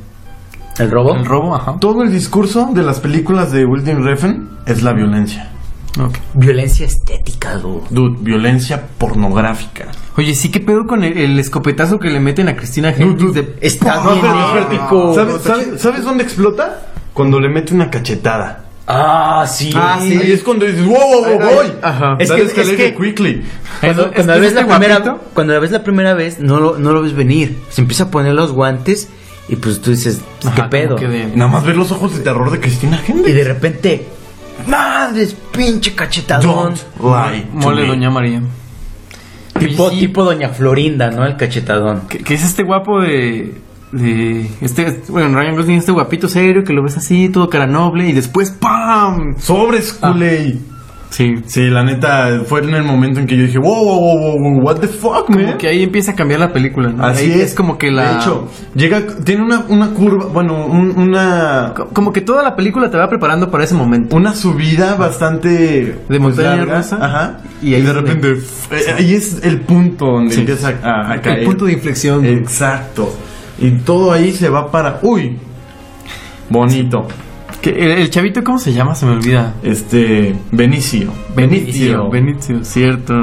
S7: ¿El robo?
S5: el robo, ajá.
S6: Todo el discurso de las películas de William Refn es la violencia.
S5: Ok.
S7: Violencia estética, dude.
S6: Dude, violencia pornográfica.
S5: Oye, sí, ¿qué pedo con el, el escopetazo que le meten a Cristina Hendricks? de-
S7: Está
S6: No,
S7: bien eh.
S6: espérate, espérate.
S7: épico.
S6: ¿Sabes, sabes, sabes dónde explota? Cuando le mete una cachetada.
S7: Ah, sí.
S6: Ahí es cuando dices, wow, wow, wow, voy.
S5: Ajá.
S6: Es
S7: Es
S6: que,
S7: que- es que-
S6: quickly.
S7: Cuando,
S5: Es-
S7: cuando
S5: es
S7: la ves la
S5: este
S7: primera,
S5: guapito.
S7: cuando la ves la primera vez, no lo, no lo ves venir. Se empieza a poner los guantes y pues tú dices, pues, ¿qué
S5: Ajá,
S7: pedo?
S5: como que de-
S6: Nada más ver los ojos de terror de Cristina
S7: Y
S6: Hendricks.
S7: de repente, madres, pinche cachetadón.
S6: Don't lie. to
S5: Mole,
S6: me.
S5: Doña María.
S7: Tipo,
S5: Oye, sí,
S7: tipo Doña Florinda, ¿no? El cachetadón.
S5: Que, que es este guapo de. de este, este- bueno, Ryan Gosling, este guapito serio que lo ves así, todo cara noble, y después ¡pam!
S6: Sobres,
S5: Ah.
S6: culey.
S5: Sí.
S6: Sí, la neta, fue en el momento en que yo dije, wow, wow, wow, wow, wow, what the fuck, man.
S5: Como que ahí empieza a cambiar la película, ¿no?
S6: Así
S5: Ahí
S6: es.
S5: como que la.
S6: De hecho, llega, tiene una, una curva, bueno, un- una,
S5: co- como que toda la película te va preparando para ese momento.
S6: una subida bastante... pues,
S5: De montaña
S6: larga.
S5: rusa.
S6: Ajá.
S5: Y
S6: Y,
S5: ahí
S6: de
S5: es donde-
S6: repente, f- eh, ahí es el punto donde
S5: Sí.
S6: empieza a, a caer.
S5: El punto de inflexión.
S6: Exacto. Y todo ahí se va para... Uy, bonito.
S5: Que el, el chavito, ¿cómo se llama? Se me olvida.
S6: Este, Benicio.
S5: Benicio. Benicio, cierto.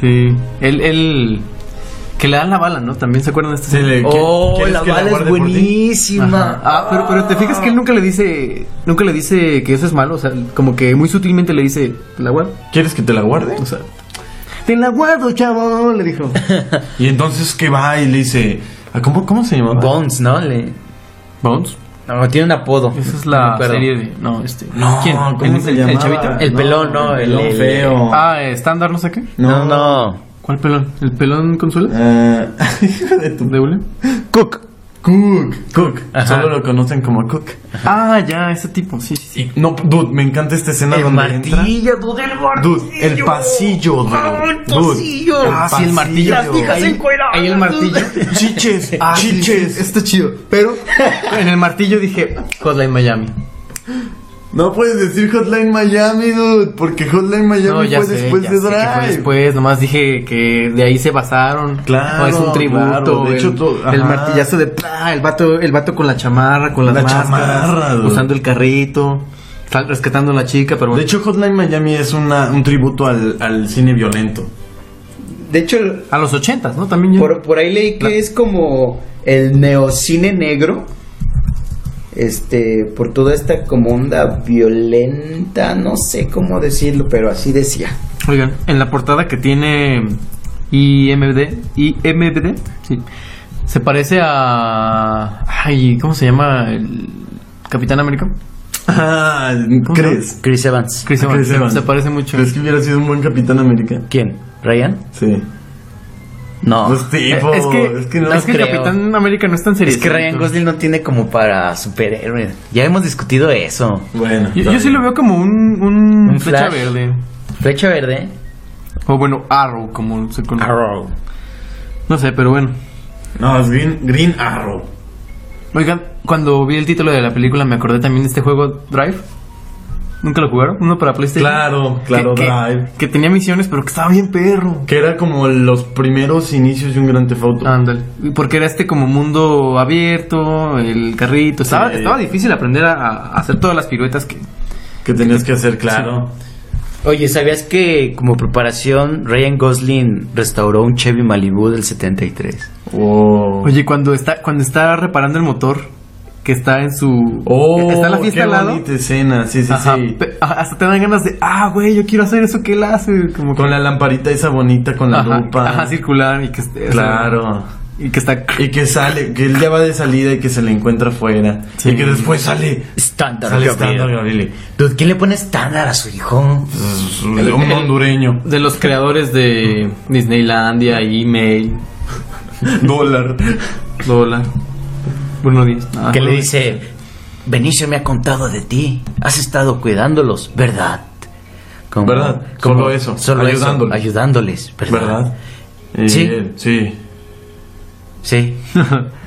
S5: Sí. Él, él. Que le dan la bala, ¿no? También se acuerdan de este.
S6: Se le- ¿Qué-
S7: Oh,
S6: quieres
S7: la
S6: que la
S7: bala es
S6: guarde por ti?
S5: Ajá.
S7: buenísima.
S5: Ah, pero, pero te fijas que él nunca le dice. Nunca le dice que eso es malo. O sea, como que muy sutilmente le dice. La guardo.
S6: ¿Quieres que te la guarde?
S5: O sea. Te la guardo, chavo. Le dijo.
S6: Y entonces que va y le dice... ah, ¿Cómo, cómo se llamaba?
S7: Bones, ¿no? Le-
S5: Bones.
S7: No, tiene un apodo.
S5: Esa es
S7: No me
S5: la
S7: acuerdo.
S5: serie de. No, este.
S6: No,
S5: ¿Quién?
S6: ¿cómo
S5: ¿El,
S6: se
S5: el- el
S6: llamaba?
S5: chavito?
S7: El pelón, ¿no?
S6: El
S7: El-
S6: pelón
S7: el-
S6: feo.
S5: Ah, eh, estándar, no sé qué.
S7: No, no.
S5: ¿Cuál pelón? ¿El pelón consuela?
S6: Eh, hijo de tu...
S5: ah, ¿De Ule?
S7: Cook.
S6: Cook. Cook.
S7: Ajá.
S6: Solo lo conocen como Cook.
S5: Ah, ya, ese tipo, sí, sí, sí.
S6: Y, no, dude, me encanta esta escena
S7: El
S6: donde entra.
S7: martillo, dude, el martillo.
S6: Dude, el pasillo, dude.
S7: el
S6: Dude,
S7: pasillo.
S5: Ah, sí, el martillo.
S7: Las viejas
S5: Ahí-
S7: encueradas,
S5: Ahí el
S7: dude.
S5: martillo.
S6: Chiches, chiches.
S5: Está chido. Pero en el martillo dije Hotline Miami.
S6: No puedes decir Hotline Miami, dude, porque Hotline Miami
S5: No, ya
S6: fue
S5: sé.
S6: después
S5: ya
S6: de
S5: sé que fue
S6: Drive.
S5: después, nomás dije que de ahí se basaron.
S6: Claro,
S5: No, es un tributo.
S6: claro, de
S5: el,
S6: hecho, todo-
S5: el
S6: ajá.
S5: martillazo de ¡pla! el vato, el vato con la chamarra, con las
S6: La
S5: máscaras,
S6: chamarra, dude.
S5: usando el carrito, sal- rescatando a la chica, pero
S6: De hecho, Hotline Miami es una, un tributo al, al cine violento.
S7: De hecho,
S5: a los ochentas, ¿no? También yo.
S7: Por, por ahí leí que es como el neocine negro. Este, por toda esta como onda violenta, no sé cómo decirlo, pero así decía.
S5: Oigan, en la portada que tiene IMBD, IMBD, sí, se parece a. Ay, ¿cómo se llama? El Capitán América.
S6: Ah, ¿crees?
S7: Chris Evans.
S5: Chris
S6: Ah,
S5: Evans.
S6: Chris Evans.
S5: Se parece mucho.
S6: ¿Crees que hubiera sido un buen Capitán América?
S7: ¿Quién? ¿Ryan?
S6: Sí. Pues
S7: No.
S6: Los tipos.
S5: Ah, Eh, es que, es que,
S6: no.
S7: es
S5: el
S7: creo.
S5: Capitán América no es tan serio.
S7: Es que Ryan Gosling no tiene como para superhéroe. Ya hemos discutido eso.
S6: Bueno.
S5: Yo,
S6: está
S5: yo sí
S6: bien.
S5: lo veo como un, un,
S7: Un
S5: flecha
S7: flash.
S5: verde.
S7: Flecha verde.
S5: O bueno, Arrow, como se conoce.
S7: Arrow.
S5: No sé, pero bueno.
S6: No, es Green, Green Arrow.
S5: Oigan, cuando vi el título de la película me acordé también de este juego Drive. ¿Nunca lo jugaron? Uno para PlayStation.
S6: Claro, claro,
S5: que, que-
S6: Drive.
S5: Que, tenía misiones, pero que estaba bien perro. Ah.
S6: Que era como los primeros inicios de un gran tefauto.
S5: Ándale. Porque era este como mundo abierto, el carrito. Estaba,
S6: Sí.
S5: estaba difícil aprender a, a hacer todas las piruetas que.
S6: que tenías que hacer, claro.
S7: Oye, ¿sabías que como preparación Ryan Gosling restauró un Chevy Malibu del 73?
S6: Wow.
S5: Oye, cuando está, cuando está reparando el motor, que está en su.
S6: Oh,
S5: está la fiesta
S6: qué
S5: al lado.
S6: bonita escena, sí, sí,
S5: Ajá.
S6: sí.
S5: Pe- ajá, hasta te dan ganas de, ah, güey, yo quiero hacer eso que él hace. Como que-
S6: Con la lamparita esa bonita con la
S5: ajá,
S6: lupa.
S5: ajá, circular y que esté- o sea,
S6: Claro.
S5: y que está.
S6: Y que sale, que él ya va de salida y que se le encuentra afuera.
S5: Sí.
S6: Y que después sale.
S7: Estándar,
S6: Sale
S7: Gabriel.
S6: estándar, Gabriel.
S7: Dude, ¿quién le pone estándar a su hijo?
S6: Pues, Un hondureño.
S5: De los creadores de Disneylandia, email,
S6: Dólar.
S5: Lola, Bruno Díaz. Ah,
S7: que le
S5: Bruno
S7: dice, Benicio me ha contado de ti, has estado cuidándolos, ¿verdad? Como-
S6: ¿Verdad? Solo eso,
S7: Solo eso,
S6: ayudándoles.
S7: ayudándoles, ¿verdad?
S6: ¿Verdad? Y
S7: Sí.
S6: él, Sí.
S7: Sí.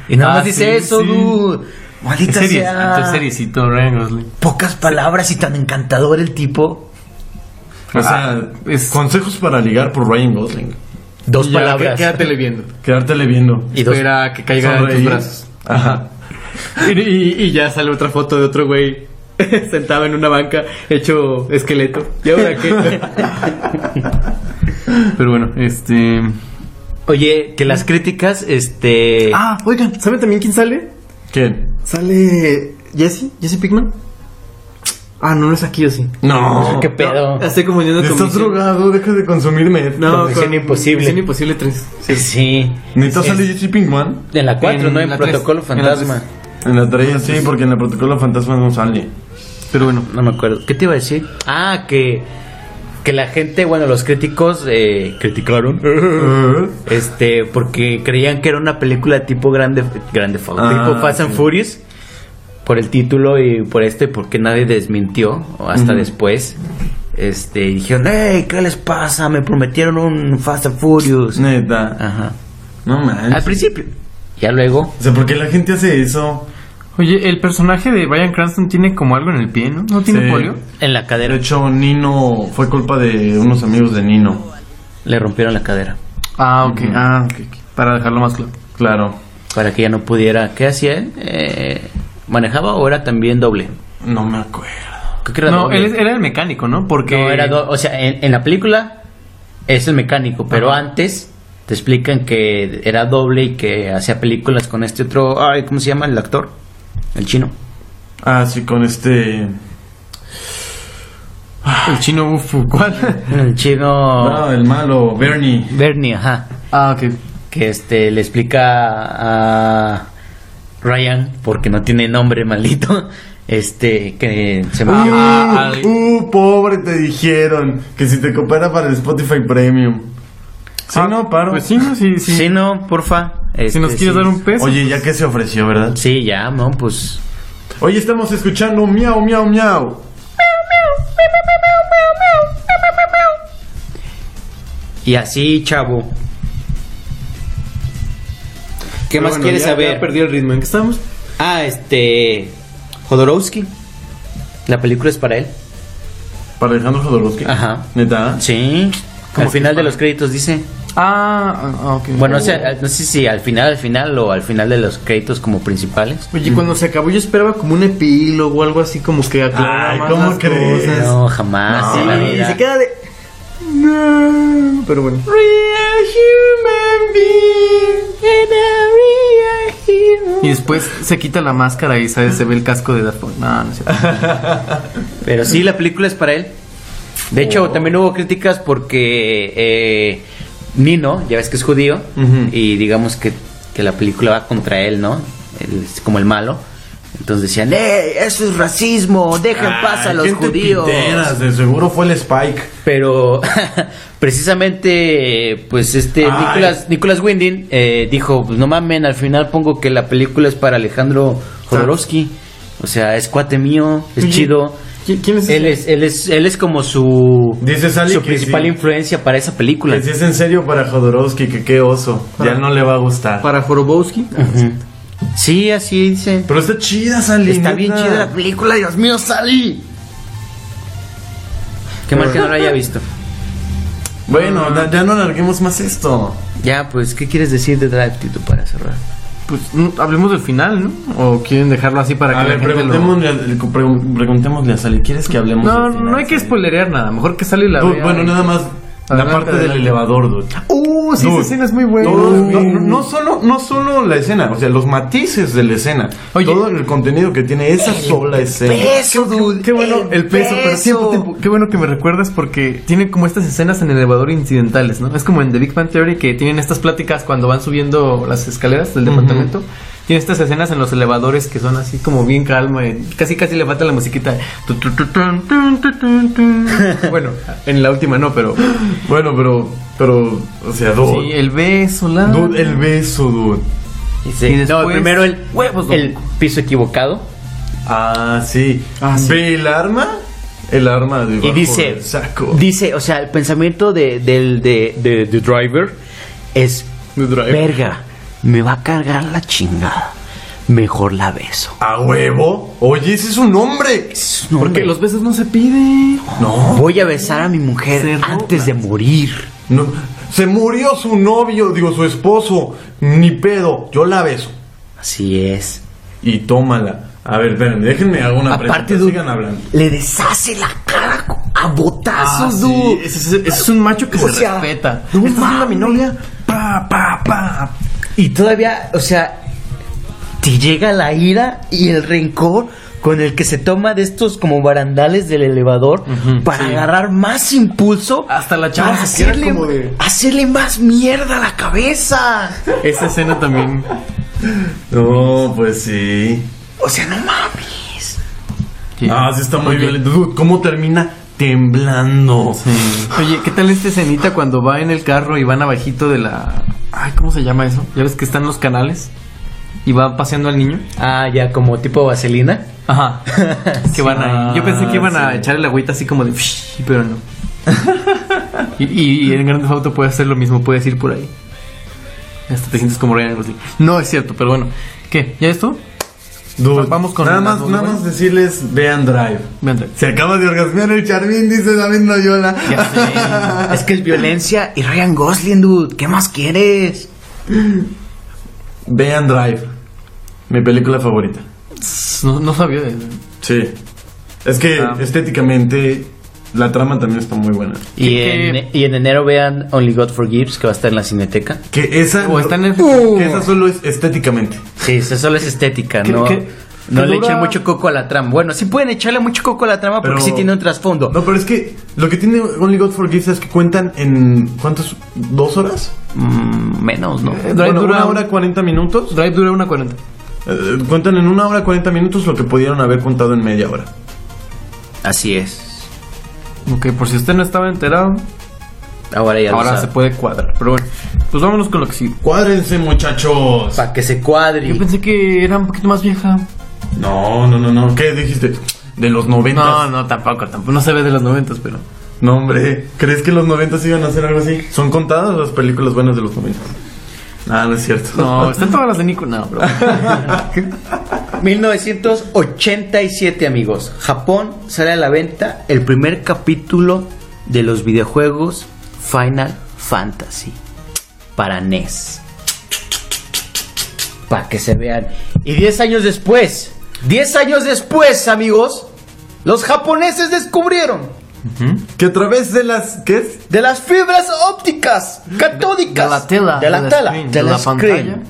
S7: Y nada
S5: Ah,
S7: más dice
S5: sí,
S7: eso,
S5: sí.
S7: dude. Maldita
S5: Series,
S7: sea.
S5: entonces seriecito, Ryan Gosling.
S7: Pocas palabras y tan encantador el tipo.
S6: O sea,
S5: Ah, es-
S6: consejos para ligar por Ryan Gosling.
S7: Dos
S5: Y ya,
S7: palabras.
S5: qué- Quédatele viendo.
S6: Quedártele viendo.
S7: Y dos-
S5: Espera que caiga en tus
S6: Sonreír.
S5: brazos.
S6: Ajá.
S5: Y, y- y ya sale otra foto de otro güey sentado en una banca, hecho esqueleto. ¿Y ahora qué? Pero bueno, este.
S7: Oye, que las críticas, este...
S5: Ah, oigan, ¿saben también quién sale?
S6: ¿Quién?
S5: Sale Jesse, Jesse Pickman. Ah, no, no es aquí o sí.
S6: No.
S7: qué pedo.
S5: Estoy confundiendo con.
S6: Estás
S5: Misión-
S6: drogado, deja de consumirme.
S5: No,
S7: Con Misión
S5: con
S7: Imposible.
S5: Misión Imposible 3.
S7: sí.
S6: Neta
S7: Es-
S6: sale Jesse Pinkman.
S7: En la 4,
S5: En
S7: ¿no? En
S5: la tres.
S7: Protocolo
S5: En la tres.
S7: Fantasma.
S6: En la tarea sí, porque en el protocolo fantasma no sale.
S5: Pero bueno,
S7: No me acuerdo. ¿Qué te iba a decir? Ah, que que la gente, bueno, los críticos eh, criticaron este porque creían que era una película tipo grande grande Fau-
S6: Ah,
S7: tipo Fast and
S6: sí.
S7: Furious por el título y por este porque nadie desmintió o hasta después. Este, y dijeron, hey, ¿qué les pasa? Me prometieron un Fast and Furious.
S6: Neta.
S7: Ajá.
S6: No manches.
S7: Al principio. Ya luego.
S6: O sea, ¿por qué la gente hace eso?
S5: Oye, el personaje de Brian Cranston tiene como algo en el pie, ¿no? ¿No tiene
S6: Sí.
S5: polio?
S7: En la
S6: De
S7: cadera.
S6: hecho, Nino fue culpa de unos amigos de Nino.
S7: Le rompieron la cadera.
S5: Ah, ok. Ah,
S6: Ah, ok, ok.
S5: para dejarlo más claro.
S6: claro.
S7: Para que ya no pudiera. ¿Qué hacía él? Eh, ¿Manejaba o era también doble?
S6: No me acuerdo.
S7: Creo que era
S5: No,
S7: doble.
S5: él es- era el mecánico, ¿no? Porque...
S7: No, era do- O sea, en, en la película es el mecánico, pero antes te explican que era doble y que hacía películas con este otro. Ay, ¿Cómo se llama el actor? El chino.
S6: Ah, sí, con este.
S5: El chino Ufu. ¿Cuál?
S7: El chino.
S6: No, el malo, Bernie.
S7: Bernie, ajá.
S5: ah, ok.
S7: Que este le explica a Ryan, porque no tiene nombre maldito. Este, que se me olvidó.
S5: Ah,
S6: uh, uh, pobre, te dijeron que si te coopera para el Spotify Premium. Sí,
S5: Ah,
S6: no, paro.
S5: Pues sí, no, sí, sí.
S7: Sí, no, porfa.
S5: Si
S7: Este,
S5: nos quieres
S7: sí.
S5: dar un peso.
S6: Oye, ya que se ofreció, ¿verdad?
S7: Sí, ya, no, pues.
S6: Hoy estamos escuchando miau, miau, miau.
S7: Y así, chavo. ¿Qué
S2: Pero
S7: más
S2: bueno,
S7: quieres
S2: ya-
S7: saber?
S2: Ya perdí el ritmo. ¿En qué estamos?
S7: Ah, este. Jodorowsky. La película es para él.
S6: Para Alejandro Jodorowsky.
S7: Ajá.
S6: Neta.
S7: Sí. Al final de los créditos dice.
S5: Ah, ah, ok.
S7: Bueno, o sea,
S2: Oh.
S7: no sé si al final, al final o al final de los créditos como principales.
S2: Oye,
S6: Mm.
S2: cuando se acabó yo esperaba como un epílogo o algo así como que aclarara
S6: Ay,
S2: más
S6: ¿cómo
S2: las
S6: crees? Ah,
S2: cosas.
S7: No, jamás.
S6: No,
S7: en la
S2: Y
S7: vida.
S2: se queda de... No, pero bueno.
S5: Y después se quita la máscara y ¿sabes? se ve el casco de Daft Punk. No, no es cierto.
S7: Pero sí, la película es para él. De hecho,
S6: Oh.
S7: también hubo críticas porque eh, Nino, ya ves que es judío,
S6: Ujú.
S7: y digamos que, que la película va contra él, ¿no? Él es como el malo. Entonces decían, ¡eh! Eso es racismo, dejen
S6: Ah,
S7: paz a los
S6: gente
S7: judíos.
S6: piteras, de seguro fue el Spike.
S7: Pero precisamente, pues este
S6: Ay.
S7: Nicolas, Nicolas Winding eh, dijo, pues no mamen, al final pongo que la película es para Alejandro
S6: Ah.
S7: Jodorowsky. O sea, es cuate mío, es
S2: Oye,
S7: chido.
S2: ¿qui- quién es ese?
S7: él es, él es Él es como su,
S6: Dice Sally
S7: su
S6: que
S7: principal
S6: sí.
S7: influencia para esa película.
S6: Que si es en serio para Jodorowsky, que qué oso.
S2: Para-
S6: ya no le va a gustar.
S2: Para Jorobowski.
S7: Ujú. Sí, así dice.
S6: Pero está chida, Sally.
S7: Está
S6: neta.
S7: bien chida la película, Dios mío, salí. Qué mal que no la haya visto.
S6: Bueno, da- ya no alarguemos más esto.
S7: Ya, pues, ¿qué quieres decir de Drive, Tito, para cerrar?
S5: Pues mm, hablemos del final, ¿no? ¿O quieren dejarlo así para
S6: A
S5: que la
S6: ver,
S5: gente lo-
S6: preguntémosle, al- pregun- preguntémosle a Sally. ¿Quieres que hablemos?
S5: No,
S6: del final,
S5: no hay que
S6: Sally?
S5: spoilerear nada. Mejor que sale la...
S6: Dude,
S5: vea
S6: bueno,
S5: y-
S6: nada más la
S5: Adelante,
S6: parte del
S5: adelante.
S6: elevador, dude.
S5: Uh, sí,
S6: Dude,
S5: esa escena es muy buena.
S6: todo- no, no- no solo, no solo la escena, o sea, los matices de la escena.
S5: Oye.
S6: todo el contenido que tiene esa sola escena.
S7: Eso, dude.
S5: Qué bueno el, peso, pero tiempo, tiempo. Qué bueno que me recuerdas porque tiene como estas escenas en el elevador incidentales, ¿no? Es como en The Big Bang Theory que tienen estas pláticas cuando van subiendo las escaleras del departamento. Tiene estas escenas en los elevadores que son así como bien calma, eh, casi casi le falta la musiquita. Tu, tu, tu, tun, tun, tu, tun, tun. bueno, en la última no, pero
S6: Bueno, pero, pero, o sea, dude.
S5: sí, el beso, la
S6: Dude, el beso, dude.
S7: Dice,
S5: Y
S7: no,
S5: después-
S7: primero el
S5: Huevos, don-
S7: el piso equivocado
S6: Ah, sí.
S2: Ah, sí.
S6: Ve el arma, el arma de
S7: y dice,
S6: saco.
S7: dice, o sea, el pensamiento de del de, de- de driver es
S6: The Driver.
S7: verga, me va a cargar la chingada. Mejor la beso.
S6: A huevo. Oye, ese es un hombre.
S7: No,
S5: porque
S7: hombre,
S5: los besos no se piden.
S6: No,
S7: voy a besar a mi mujer
S5: Se roba.
S7: antes de morir.
S6: no. Se murió su novio, digo, su esposo. Ni pedo. Yo la beso.
S7: Así es.
S6: Y tómala. A ver, espérenme, déjenme hago una
S7: Aparte,
S6: pregunta.
S7: dude,
S6: Sigan hablando.
S7: le deshace la cara co- a
S5: Ah,
S7: botazos,
S5: sí,
S7: dude.
S5: ese, es- ese es un macho que
S7: O
S5: se
S7: sea,
S5: respeta.
S7: no
S5: Esta es una
S7: mames.
S5: minoría.
S6: Pa, pa, pa.
S7: Y todavía, o sea, te llega la ira y el rencor con el que se toma de estos como barandales del elevador para agarrar más impulso.
S5: Hasta la chava
S7: para
S5: se queda
S7: hacerle,
S5: como de-
S7: hacerle más mierda a la cabeza.
S5: Esa escena también.
S6: No, pues sí.
S7: O sea, no mames.
S6: Ah, sí está muy violento. Dude, ¿cómo termina? temblando.
S5: Oye, ¿qué tal esta escenita cuando va en el carro y van abajito de la... Ay, ¿cómo se llama eso? Ya ves que están los canales y va paseando al niño.
S7: Ah, ya, como tipo vaselina.
S5: Ajá. que van ahí. Yo pensé que iban a
S7: Ah,
S6: sí.
S5: echar el agüita así como de... "Psh", Pero no. y, y- y en Grand Theft Auto puedes hacer lo mismo, puedes ir por ahí. Hasta te sientes como Ryan Gosling. No es cierto, pero bueno. ¿Qué? ¿Ya esto?
S6: Dude,
S5: Vamos con
S6: nada
S5: el
S6: más,
S5: Nando,
S6: nada
S5: ¿no?
S6: más decirles, vean Drive.
S5: Ve, André.
S6: Se acaba de orgasmear el Charmín, dice David Noyola.
S7: Ya sé. es que es violencia y Ryan Gosling, dude. ¿Qué más quieres?
S6: Vean Drive. Mi película favorita.
S5: No, no sabía de...
S6: Sí. Es que
S5: Ah.
S6: estéticamente la trama también está muy buena.
S7: Y
S5: ¿Qué-
S7: en, y en enero vean Only God Forgives, que va a estar en la cineteca.
S6: Que esa,
S5: O está en el-
S6: que esa solo es estéticamente.
S7: Sí, eso solo es estética,
S5: ¿Qué-
S7: no,
S5: qué-
S7: no
S5: qué
S7: le
S5: dura?
S7: echen mucho coco a la trama. Bueno, sí pueden echarle mucho coco a la trama porque
S6: Pero-
S7: sí tiene un trasfondo.
S6: No, pero es que lo que tiene Only God Forgives es que cuentan en. ¿Cuántos? ¿Dos horas?
S7: Mm, menos, ¿no?
S5: Drive
S6: bueno,
S5: Eh, dura
S6: una
S5: un-
S6: hora cuarenta minutos.
S5: Drive dura una 40.
S6: Eh, cuentan en una hora cuarenta minutos lo que pudieron haber contado en media hora.
S7: Así es.
S5: Ok, por si usted no estaba enterado,
S7: Ahora ya
S5: ahora
S7: lo
S5: se
S7: sabe.
S5: puede cuadrar. Pero bueno, pues vámonos con lo que sigue.
S6: ¡Cuádrense, muchachos!
S7: Para que se cuadre.
S5: Yo pensé que era un poquito más vieja.
S6: No, no, no, no. ¿Qué dijiste? De los noventas.
S5: No, no, tampoco, tampoco. No se ve de los noventas, pero.
S6: No, hombre, ¿crees que los 90 iban a hacer algo así? Son contadas las películas buenas de los 90. Ah, no es cierto.
S5: No, están todas las de Nico. No, bro.
S7: 1987, amigos. Japón sale a la venta el primer capítulo de los videojuegos Final Fantasy para NES. Para que se vean. Y 10 años después, 10 años después, amigos, los japoneses descubrieron
S6: Que a través de las. ¿Qué es?
S7: de las fibras ópticas catódicas
S5: De la tela,
S7: de la,
S5: del
S7: tela,
S5: screen,
S7: de
S5: de
S7: la,
S5: la
S7: screen,
S5: pantalla.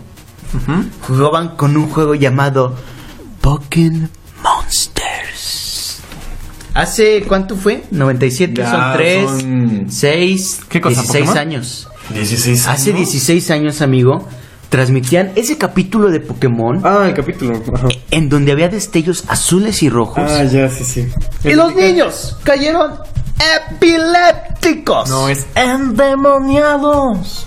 S7: jugaban con un juego llamado Pokémon Monsters hace cuánto fue 97
S6: Ya
S7: son 3
S6: son-
S7: 6
S5: ¿Qué cosa,
S7: 16
S5: Pokémon? Ah,
S7: años
S6: 16 años.
S7: hace 16 años amigo transmitían ese capítulo de Pokémon
S5: Ah, el capítulo. Ah,
S7: en donde había destellos azules y rojos
S5: ya, sí, sí.
S7: y los niños cayeron epilépticos
S5: No, es
S7: endemoniados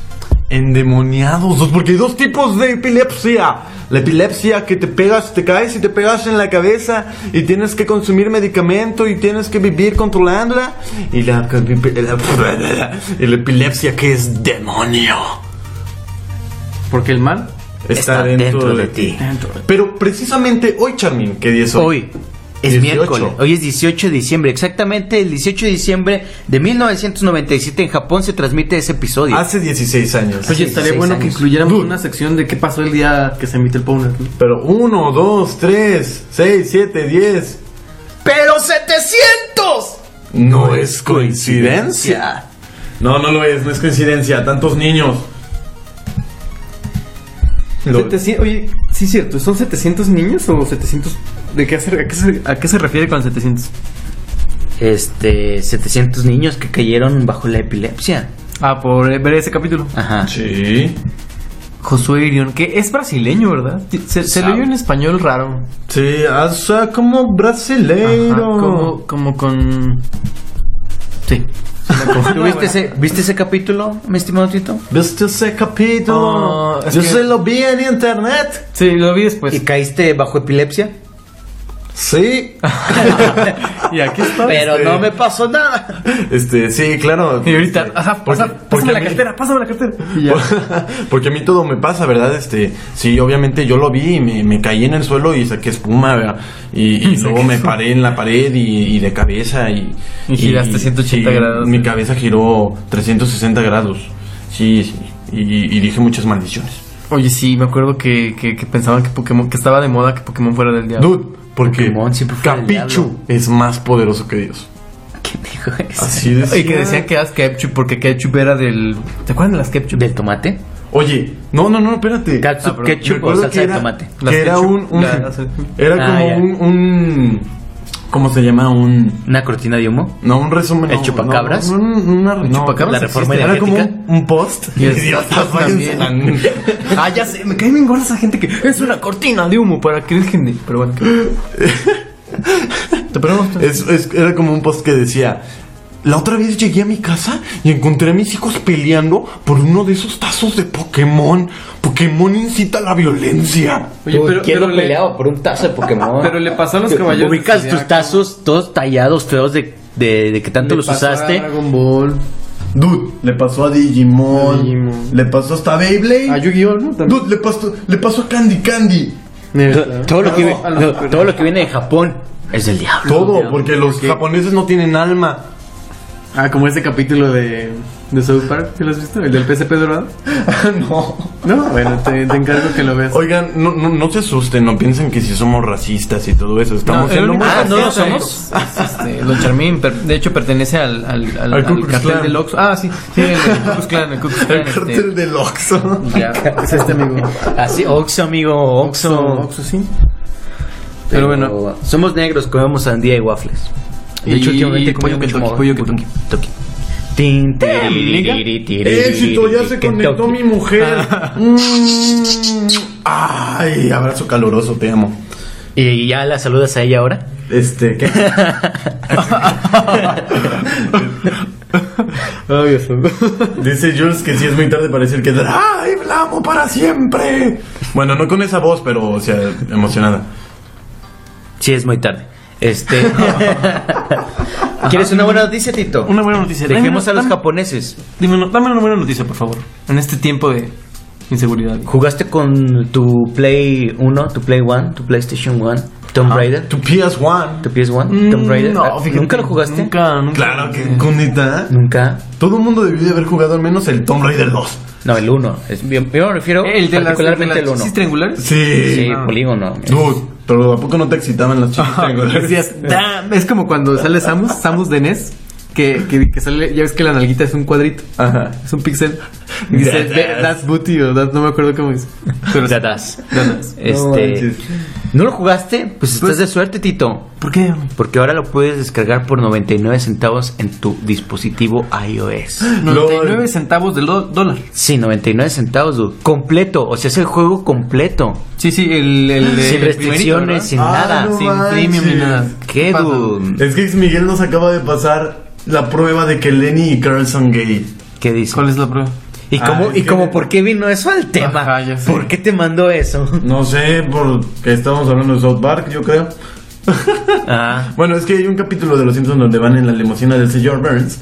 S6: Endemoniados. dos- Porque hay dos tipos de epilepsia. La epilepsia que te pegas, te caes y te pegas en la cabeza. Y tienes que consumir medicamento y tienes que vivir controlándola. Y la. La, la epilepsia que es demonio.
S5: Porque el mal.
S6: Está, dentro, de, ti. Pero precisamente hoy, Charmin, ¿qué día es hoy?
S7: Hoy es
S6: 18.
S7: miércoles. Hoy es 18 de diciembre. Exactamente el 18 de diciembre de 1997 en Japón se transmite ese episodio.
S6: Hace 16 años.
S5: Oye,
S7: Sí,
S5: estaría
S7: 16
S5: bueno que
S7: años.
S5: incluyéramos una sección de qué pasó el día que se emite el Powner. ¿no?
S6: Pero 1, 2, 3, 6, 7, 10.
S7: ¡Pero 700!
S6: No es coincidencia. No, no lo es, no es coincidencia. Tantos niños. Lo-
S5: Seteci- Oye, sí, es cierto. ¿Son 700 niños o 700.? ¿De qué hacer? ¿A qué se, a qué se refiere con 700?
S7: Este, 700 niños que cayeron bajo la epilepsia.
S5: Ah, por eh, ver ese capítulo.
S7: Ajá.
S6: Sí.
S5: Josué Irión, que es brasileño, ¿verdad? Se, se le
S7: Sabe.
S5: oye en español raro.
S6: Sí, o sea, como brasileiro.
S5: Ajá, como, como con. Sí.
S7: ¿Tú viste, ese, viste ese capítulo, mi estimado Tito?
S6: ¿Viste ese capítulo?
S5: Ah, es
S6: Yo
S5: que-
S6: se lo vi en internet.
S5: Sí, lo vi después.
S7: ¿Y caíste bajo epilepsia?
S6: Sí.
S5: Y aquí está.
S7: Pero
S6: este-
S7: no me pasó nada.
S6: Este, sí, claro.
S5: Y ahorita,
S6: Este,
S5: ajá,
S6: porque-
S5: pasa-
S6: porque
S5: pásame
S6: a
S5: la
S6: mí-
S5: cartera, pásame la cartera. Y ya.
S6: Porque a mí todo me pasa, ¿verdad? Este, sí, obviamente yo lo vi y me, me caí en el suelo y saqué espuma, ¿verdad? Y, y luego me paré en la pared y, y de cabeza y...
S5: Y giraste 180
S6: sí,
S5: grados.
S6: Mi cabeza giró 360 grados. Sí, sí. Y, y dije muchas maldiciones.
S5: Oye, sí, me acuerdo que, que, que pensaban que Pokémon, que estaba de moda que Pokémon fuera del diablo.
S6: Dude, porque
S7: Pokémon siempre fue el
S6: Capichu
S7: diablo.
S6: es más poderoso que Dios.
S7: ¿Qué dijo eso?
S6: Así de
S5: Y que decían que eras Ketchup porque Ketchup era del. ¿Te acuerdan de las Ketchup?
S7: ¿Del tomate?
S6: Oye, no, no, no, espérate. Ah,
S7: Catsup,
S5: perdón.
S7: ketchup o
S6: Recuerdo
S7: salsa
S6: que
S7: de
S6: era,
S7: tomate.
S6: que
S5: Las
S6: era
S5: ketchup.
S6: un, un-
S5: La- la-
S6: era
S7: Ah,
S6: como
S7: ya.
S6: un, un- ¿cómo se llama? Un
S7: ¿Una cortina de humo?
S6: no, un resumen.
S7: ¿El
S6: no,
S7: chupacabras?
S6: No, no, no, una- no,
S5: chupacabras
S7: ¿La reforma
S6: Era como
S7: energética?
S6: un, un post.
S5: Y el-
S6: Idiotas,
S5: también.
S6: váyanse a la-
S5: Ah, ya sé, me cae bien gorda esa gente que es una cortina de humo para que dejen de. Pero bueno, que- Te pregunto.
S6: Es- es- era como un post que decía: La otra vez llegué a mi casa y encontré a mis hijos peleando por uno de esos tazos de Pokémon. Pokémon incita a la violencia.
S5: Oye,
S7: Uy,
S5: pero,
S7: quiero
S5: pero le,
S7: peleado por un tazo de Pokémon.
S5: pero le pasó a los
S7: Te-
S5: caballeros.
S7: Ubicas
S5: del
S7: tus
S5: Zodiaco,
S7: tazos todos tallados, feos de, de, de que tanto
S5: le
S7: los
S5: pasó a
S7: usaste.
S5: Dragon Ball.
S6: Dude, le pasó a Digimon.
S5: A Digimon.
S6: Le pasó hasta
S5: A
S6: Beyblade.
S5: Yu-Gi-Oh, Ah, ¿no? También.
S6: Dude, le pasó, le pasó a Candy Candy.
S5: Neta.
S7: Todo lo, que, vi-
S5: Este, A los-
S7: no, todo lo que viene de Japón es del diablo.
S6: Todo, porque los japoneses no tienen alma.
S5: Ah, como ese capítulo de, de South Park, ¿sí lo has visto? El del PSP dorado.
S6: no.
S5: No, bueno, te, te encargo que lo veas.
S6: Oigan, no, no, no se asusten, no piensen que si somos racistas y todo eso. Estamos
S5: el
S6: siendo
S5: único
S6: muy
S7: Ah, ¿no lo
S5: racista
S7: somos?
S5: es- es este, Don Charmín, per- de hecho, pertenece al, al, al,
S6: Al
S5: al
S6: Ku Klux
S5: cartel
S6: Klan.
S5: del Oxxo. Ah, sí, sí, el, Ku Klux Klan, el Ku Klux Klan,
S6: El
S5: este,
S6: cartel del Oxxo.
S5: ya, es este amigo.
S7: Así, Oxo, amigo, Oxo.
S5: Oxxo, sí. Pero bueno,
S7: somos negros, comemos sandía y waffles.
S5: Y- y pollo Kentucky, pollo Kentucky.
S7: Tin, tiri,
S5: liga.
S7: tiri, tiri,
S6: Éxito, ya se
S7: Kentucky.
S6: conectó mi mujer. Mm. Ay, abrazo caloroso, te amo.
S7: ¿Y ya la saludas a ella ahora?
S6: Este, ¿qué? Dice Jules que sí es muy tarde para decir que ¡Ay, la amo para siempre! Bueno, no con esa voz, pero, o sea, emocionada.
S7: Sí, es muy tarde. Este. ¿Quieres una buena noticia, Tito?
S5: una buena noticia.
S7: Dejemos a
S5: Dame-
S7: los
S5: dame-
S7: japoneses.
S5: Dime, no- dame una buena noticia, por favor. En este tiempo de inseguridad.
S7: ¿Jugaste con tu Play 1, tu Play 1, tu PlayStation 1, Tomb Raider,
S6: Tu PS1.
S7: tu PS1,
S5: Mm,
S7: Tomb Raider? Ah, ¿Nunca lo jugaste?
S5: Nunca, nunca.
S6: Claro que, cunita.
S7: Nunca.
S6: Todo el mundo debió de haber jugado al menos el Tomb Raider 2.
S7: No, el 1. Yo, yo me refiero
S5: El de las, de
S7: particularmente
S5: las Ah.
S7: el 1.
S5: chichis triangulares.
S6: Sí.
S7: Sí,
S5: no.
S7: polígono.
S6: Dude, pero ¿a poco no te excitaban las chicas triangulares?
S5: Decías, "Damn". Es como cuando sale Samus, Samus de NES, que, que, que sale, ya ves que la nalguita es un cuadrito,
S6: Ajá.
S5: es un pixel. Y dice,
S6: Dadas.
S5: that's booty o that, no me acuerdo cómo es. Pero sí.
S7: Dadas.
S5: Dadas.
S7: Este,
S6: manches.
S7: ¿No lo jugaste? Pues estás
S5: Pues-
S7: de suerte, Tito.
S5: ¿Por qué?
S7: Porque ahora lo puedes descargar por 99 centavos en tu dispositivo iOS.
S5: 99
S6: Lol.
S5: centavos del do- dólar.
S7: Sí, 99 centavos, dude. Completo. O sea, es el juego completo.
S5: Sí, sí, el, el,
S7: Ah. Sin
S5: el primerito, ¿verdad?
S7: restricciones, sin
S6: Ah,
S7: nada.
S6: no
S5: sin
S6: manches.
S5: premium ni nada.
S7: ¿Qué,
S5: pasa?
S7: dude?
S6: Es que ex Miguel nos acaba de pasar la prueba de que Lenny y Carl son gay.
S7: ¿Qué dice?
S5: ¿Cuál es la prueba?
S7: ¿Y cómo,
S6: Ah,
S7: y
S6: es que-
S7: cómo por qué vino eso al tema?
S5: Ajá, ya sé.
S7: ¿Por qué te mandó eso?
S6: No sé, porque estamos hablando de South Park, yo creo.
S7: Ah,
S6: Bueno, es que hay un capítulo de Los Simpsons donde van en la limusina del señor Burns,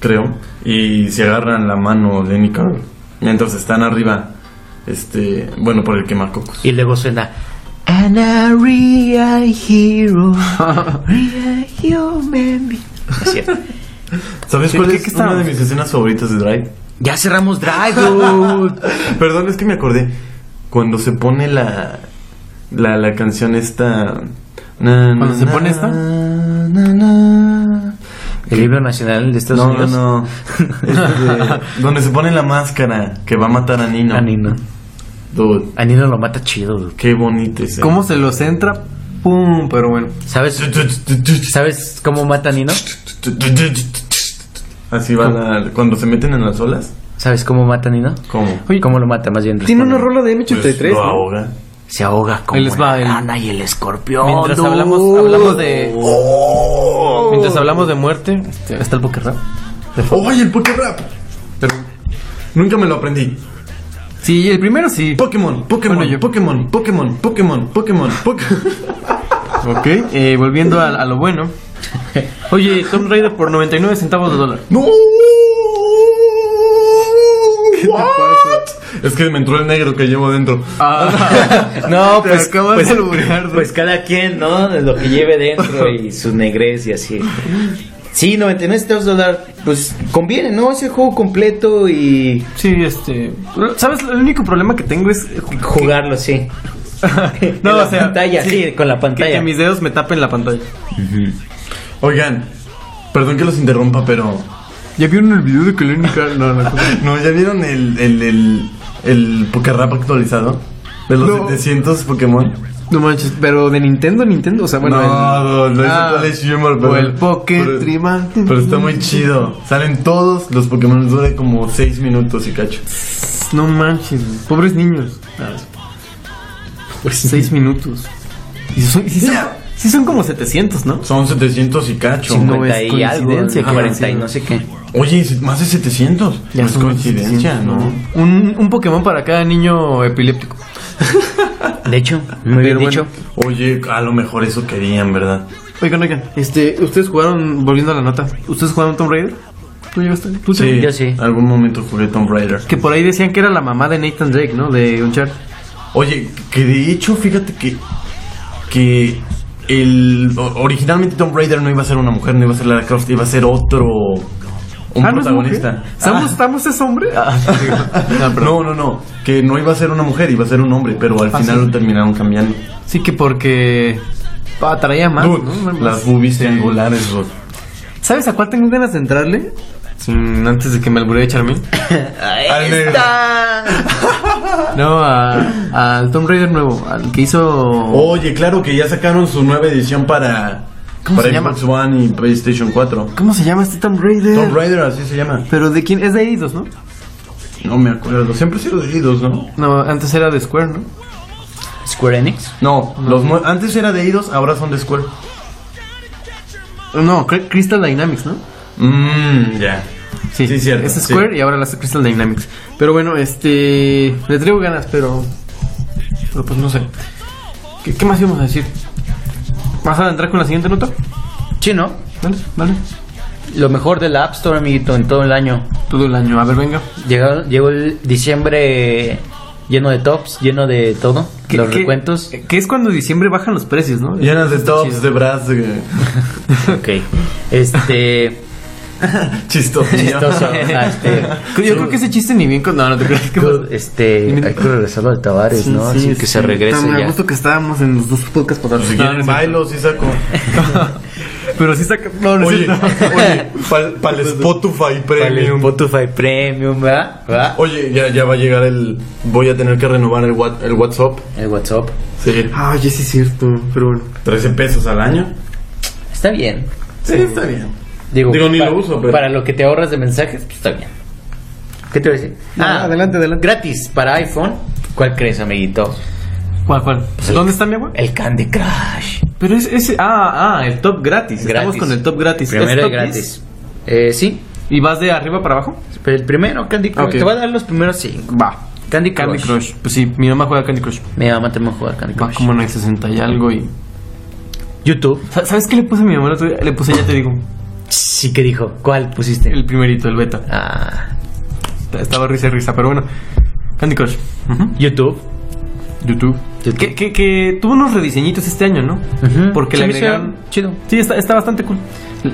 S6: creo, y se agarran la mano Lenny y Carl mientras están arriba, este, bueno, por el quemacocos.
S7: y luego suena. And a real hero. Real human being". No es cierto.
S6: ¿Sabes
S5: ¿Qué-
S6: cuál
S5: qué-
S6: es
S5: qué
S6: una de
S5: estábamos?
S6: mis escenas favoritas de Drive?
S7: Ya cerramos Drive, dude.
S6: Perdón, es que me acordé cuando se pone la la, la canción esta
S5: ¿Cuando se pone esta?
S7: El libro nacional de Estados
S6: No, no,
S7: Unidos.
S6: no. Este, donde se pone la máscara que va a matar a Nino.
S7: A Nino.
S6: Dude,
S7: A Nino lo mata chido, dude.
S6: qué bonito es.
S5: ¿Cómo se los entra? Pum, pero bueno.
S7: ¿Sabes, ¿Sabes cómo mata a Nino?
S6: Así va la- cuando se meten en las olas.
S7: ¿Sabes cómo mata a Nino?
S6: ¿Cómo?
S5: Oye,
S7: ¿Cómo lo mata? Más bien.
S5: Tiene una
S7: responde.
S5: rola de
S6: Pues,
S5: M83.
S6: lo
S5: ¿no?
S6: ahoga.
S7: Se ahoga como
S5: Él es va,
S7: la
S5: él.
S7: rana y el escorpión.
S5: Mientras
S7: dude.
S5: hablamos, hablamos de.
S6: Oh.
S7: Oh.
S5: Mientras hablamos de muerte, este, está el poker rap.
S6: ¡Oye, el Poké Rap!
S5: Pero,
S6: Nunca me lo aprendí.
S5: sí, el primero sí.
S6: Pokémon, Pokémon,
S5: Bueno, yo-
S6: Pokémon, Pokémon, Pokémon, Pokémon, Pokémon.
S5: Ok, eh, volviendo a, a lo bueno. Oye, Tomb Raider por 99 centavos de dólar.
S6: ¡No! ¿What? Es que me entró el negro que llevo dentro.
S5: Ah.
S7: No,
S5: Te
S7: pues,
S5: acabas
S7: pues,
S5: de alburear, dude.
S7: pues cada quien, ¿no? De Lo que lleve dentro y su negrez y así. Sí, 99 centavos de dólar, pues conviene, ¿no? Es el juego completo y
S5: Sí, este. ¿Sabes? El único problema que tengo es. que-
S7: jugarlo, sí.
S5: No,
S7: En la
S5: o sea,
S7: pantalla, sí,
S5: sí.
S7: con la
S5: Que,
S7: pantalla.
S5: mis dedos me tapen la pantalla.
S6: Oigan, perdón que los interrumpa, pero.
S5: ¿Ya vieron el video de Colin Car- No, no.
S6: ¿No ya vieron el, el, el, el Pokérrap actualizado? De los
S5: No.
S6: 700 Pokémon.
S5: No manches, pero de Nintendo, Nintendo. O sea, bueno.
S6: no,
S5: el-
S6: no, lo hizo
S5: Ah,
S6: College Humor,
S5: O el Poké
S6: pero-
S5: Tribal.
S6: Pero está muy chido. Salen todos los Pokémon, dura como 6 minutos y cacho.
S5: Pues, No manches, güey. pobres niños. Seis minutos. Y son, y sí son- Sí, son como 700, ¿no?
S6: Son 700 y cacho.
S5: Sí, no.
S7: 50
S5: es
S7: y algo,
S5: coincidencia,
S7: ¿no? 40 y
S5: coincidencia.
S7: no sé qué.
S6: Oye, se- más de 700.
S5: Ya
S6: no es
S5: son
S6: coincidencia,
S5: 700,
S6: ¿no?
S5: Un, un Pokémon para cada niño epiléptico.
S7: De hecho, muy
S5: Pero
S7: bien
S5: bueno.
S7: dicho.
S6: Oye, a lo mejor eso querían, ¿verdad?
S5: Oigan, oigan, este, ustedes jugaron, volviendo a la nota, ¿ustedes jugaron Tomb Raider? ¿Tú llegaste? ¿Tú te-
S7: yo sí.
S6: Algún momento jugué Tomb Raider.
S5: Que por ahí decían que era la mamá de Nathan Drake, ¿no? De Uncharted.
S6: Oye, que de hecho, fíjate que. Que. El, o- originalmente Tomb Raider no iba a ser una mujer, no iba a ser Lara Croft, iba a ser otro. Un
S5: Ah, ¿no es
S6: protagonista.
S5: mujer? ¿Samus, Samus es hombre?
S6: Ah, no, no, no. Que no iba a ser una mujer, iba a ser un hombre, pero al
S5: Ah,
S6: final
S5: sí.
S6: lo terminaron cambiando.
S5: Sí, que porque atraía más,
S6: Dude,
S5: ¿no? Más-
S6: las boobies triangulares, dude.
S5: ¿Sabes a cuál tengo ganas de entrarle? Mm, antes de que me alburee Charmin.
S6: Al
S7: Ahí
S6: negro.
S7: está.
S5: No, a- al Tomb Raider nuevo, al que hizo... Oh.
S6: Oye, claro que ya sacaron su nueva edición para.
S5: ¿Cómo
S6: para
S5: se llama?
S6: Xbox One y PlayStation 4.
S5: ¿Cómo se llama este Tomb Raider?
S6: Tomb Raider, así se llama.
S5: Pero de quién, es de Eidos, ¿no?
S6: No me acuerdo. Siempre he sido de Eidos, ¿no?
S5: No, antes era de Square, ¿no?
S7: Square Enix.
S6: No, los nue- antes era de Eidos, ahora son de Square.
S5: No, Cre- Crystal Dynamics, ¿no? Mm,
S6: Mmm, ya. Sí, cierto,
S5: Es
S6: sí.
S5: Square y ahora la hace Crystal Dynamics. Pero bueno, este. Le traigo ganas, pero. Pero pues no sé. ¿Qué, qué más íbamos a decir? ¿Vas a entrar con la siguiente nota?
S7: Chino.
S5: Dale, dale.
S7: Lo mejor de la App Store, amiguito, en todo el año.
S5: Todo el año. A ver, venga.
S7: Llegó, llegó el diciembre lleno de tops, lleno de todo. los recuentos.
S5: Que es cuando en diciembre bajan los precios, ¿no?
S6: Llenas de
S5: Está
S6: tops,
S5: chido.
S6: de bras, de...
S7: Ok. Este.
S6: chistoso.
S7: chistoso. Ah, este,
S5: Yo creo que ese chiste ni bien con. No, no te creas que.
S7: Good, este, hay que regresarlo al Tavares, ¿no? Así que se regrese
S5: Me
S7: ya.
S5: gusto que estábamos en los dos podcasts para
S6: Si quieren bailo, sí saco.
S5: Pero sí saca. No, no es
S6: Oye,
S5: cierto. Pues,
S6: oye, para el Spotify
S7: Para el
S6: Premium.
S7: Spotify Premium, ¿verdad? ¿verdad?
S6: Oye, ya, ya va a llegar el... Voy a tener que renovar el, what- el WhatsApp.
S7: El WhatsApp.
S6: Sí.
S5: Ay, Ah, sí es cierto. Pero bueno.
S6: 13 pesos al año. Mm.
S7: Está bien.
S6: Sí, está bien.
S7: Digo,
S6: Digo, ni
S7: para,
S6: lo uso, pero-
S7: para lo que te ahorras de mensajes, pues, está bien. ¿Qué te voy a decir? Ah,
S5: No, adelante, adelante.
S7: Gratis para iPhone. ¿Cuál crees, amiguito?
S5: ¿Cuál, cuál? ¿Dónde está mi agua?
S7: El Candy Crush.
S5: Pero es ese. Ah, ah, el top gratis. Estamos
S7: Gratis.
S5: con el top gratis. ¿Es
S7: Primero
S5: top
S7: es gratis.
S5: 10?
S7: Eh, sí,
S5: ¿Y vas de arriba para abajo?
S7: pero el primero, Candy Crush.
S5: Ok.
S7: Te va a dar los primeros cinco.
S5: Va.
S7: Candy Crush.
S5: Candy Crush. Pues sí, mi mamá juega Candy Crush.
S7: Mi mamá también juega Candy
S5: Va
S7: Crush.
S5: como en el 60 y algo y.
S7: YouTube.
S5: Sa- ¿Sabes qué le puse a mi mamá? el otro día? Le puse, ya te digo,
S7: Sí, que dijo? ¿Cuál pusiste?
S5: el primerito, el beta.
S7: Ah,
S5: Estaba risa y risa, pero bueno. Candy Crush. Ujú.
S7: YouTube.
S5: YouTube.
S7: YouTube.
S5: Que, que, que tuvo unos rediseñitos este año, ¿no?
S7: Ujú.
S5: Porque
S7: Se
S5: le
S7: me hizo
S5: agregaron.
S7: chido.
S5: Sí, está, está bastante cool.